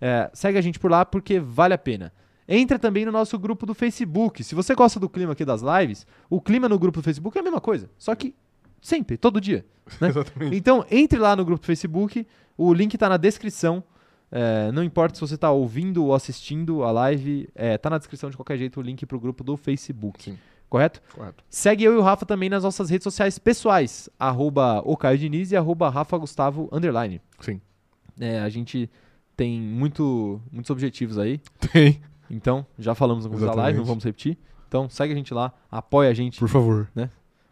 é, segue a gente por lá porque vale a pena. Entra também no nosso grupo do Facebook. Se você gosta do clima aqui das lives, o clima no grupo do Facebook é a mesma coisa, só que sempre, todo dia. né?
Exatamente.
Então, entre lá no grupo do Facebook, o link tá na descrição. É, não importa se você tá ouvindo ou assistindo a live, é, tá na descrição de qualquer jeito o link pro grupo do Facebook.
Sim.
Correto?
Correto.
Segue eu e o Rafa também nas nossas redes sociais pessoais, arroba o Caio Diniz e arroba Rafa Gustavo Underline.
Sim.
É, a gente tem muito, muitos objetivos aí,
Tem.
então já falamos no começo da live,
Exatamente.
não vamos repetir. Então segue a gente lá, apoia a gente,
Por favor.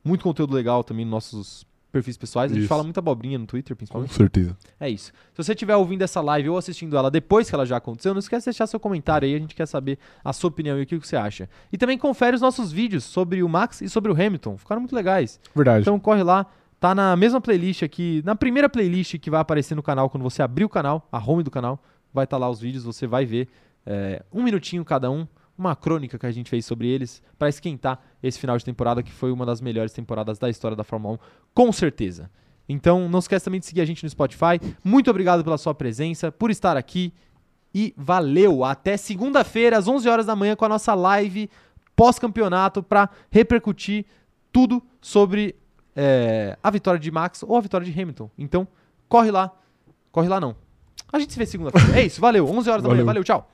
muito conteúdo legal também nos nossos perfis pessoais. A gente
Isso. Uhum.
fala muita abobrinha no Twitter, principalmente.
Com certeza.
É isso. Se você estiver ouvindo essa live ou assistindo ela depois que ela já aconteceu, não esquece de deixar seu comentário aí, a gente quer saber a sua opinião e o que você acha. E também confere os nossos vídeos sobre o Max e sobre o Hamilton, ficaram muito legais.
Verdade.
Então corre lá, tá na mesma playlist aqui, na primeira playlist que vai aparecer no canal quando você abrir o canal, a home do canal, vai estar lá os vídeos, você vai ver é, um minutinho cada um, uma crônica que a gente fez sobre eles pra esquentar esse final de temporada que foi uma das melhores temporadas da história da Fórmula 1, com certeza. Então não esquece também de seguir a gente no Spotify. Muito obrigado pela sua presença, por estar aqui e valeu. Até segunda-feira às 11 horas da manhã com a nossa live pós-campeonato pra repercutir tudo sobre é, a vitória de Max ou a vitória de Hamilton. Então, corre lá. Corre lá, não. A gente se vê segunda-feira. É isso, valeu. 11 horas da manhã.
Valeu.
Valeu, tchau.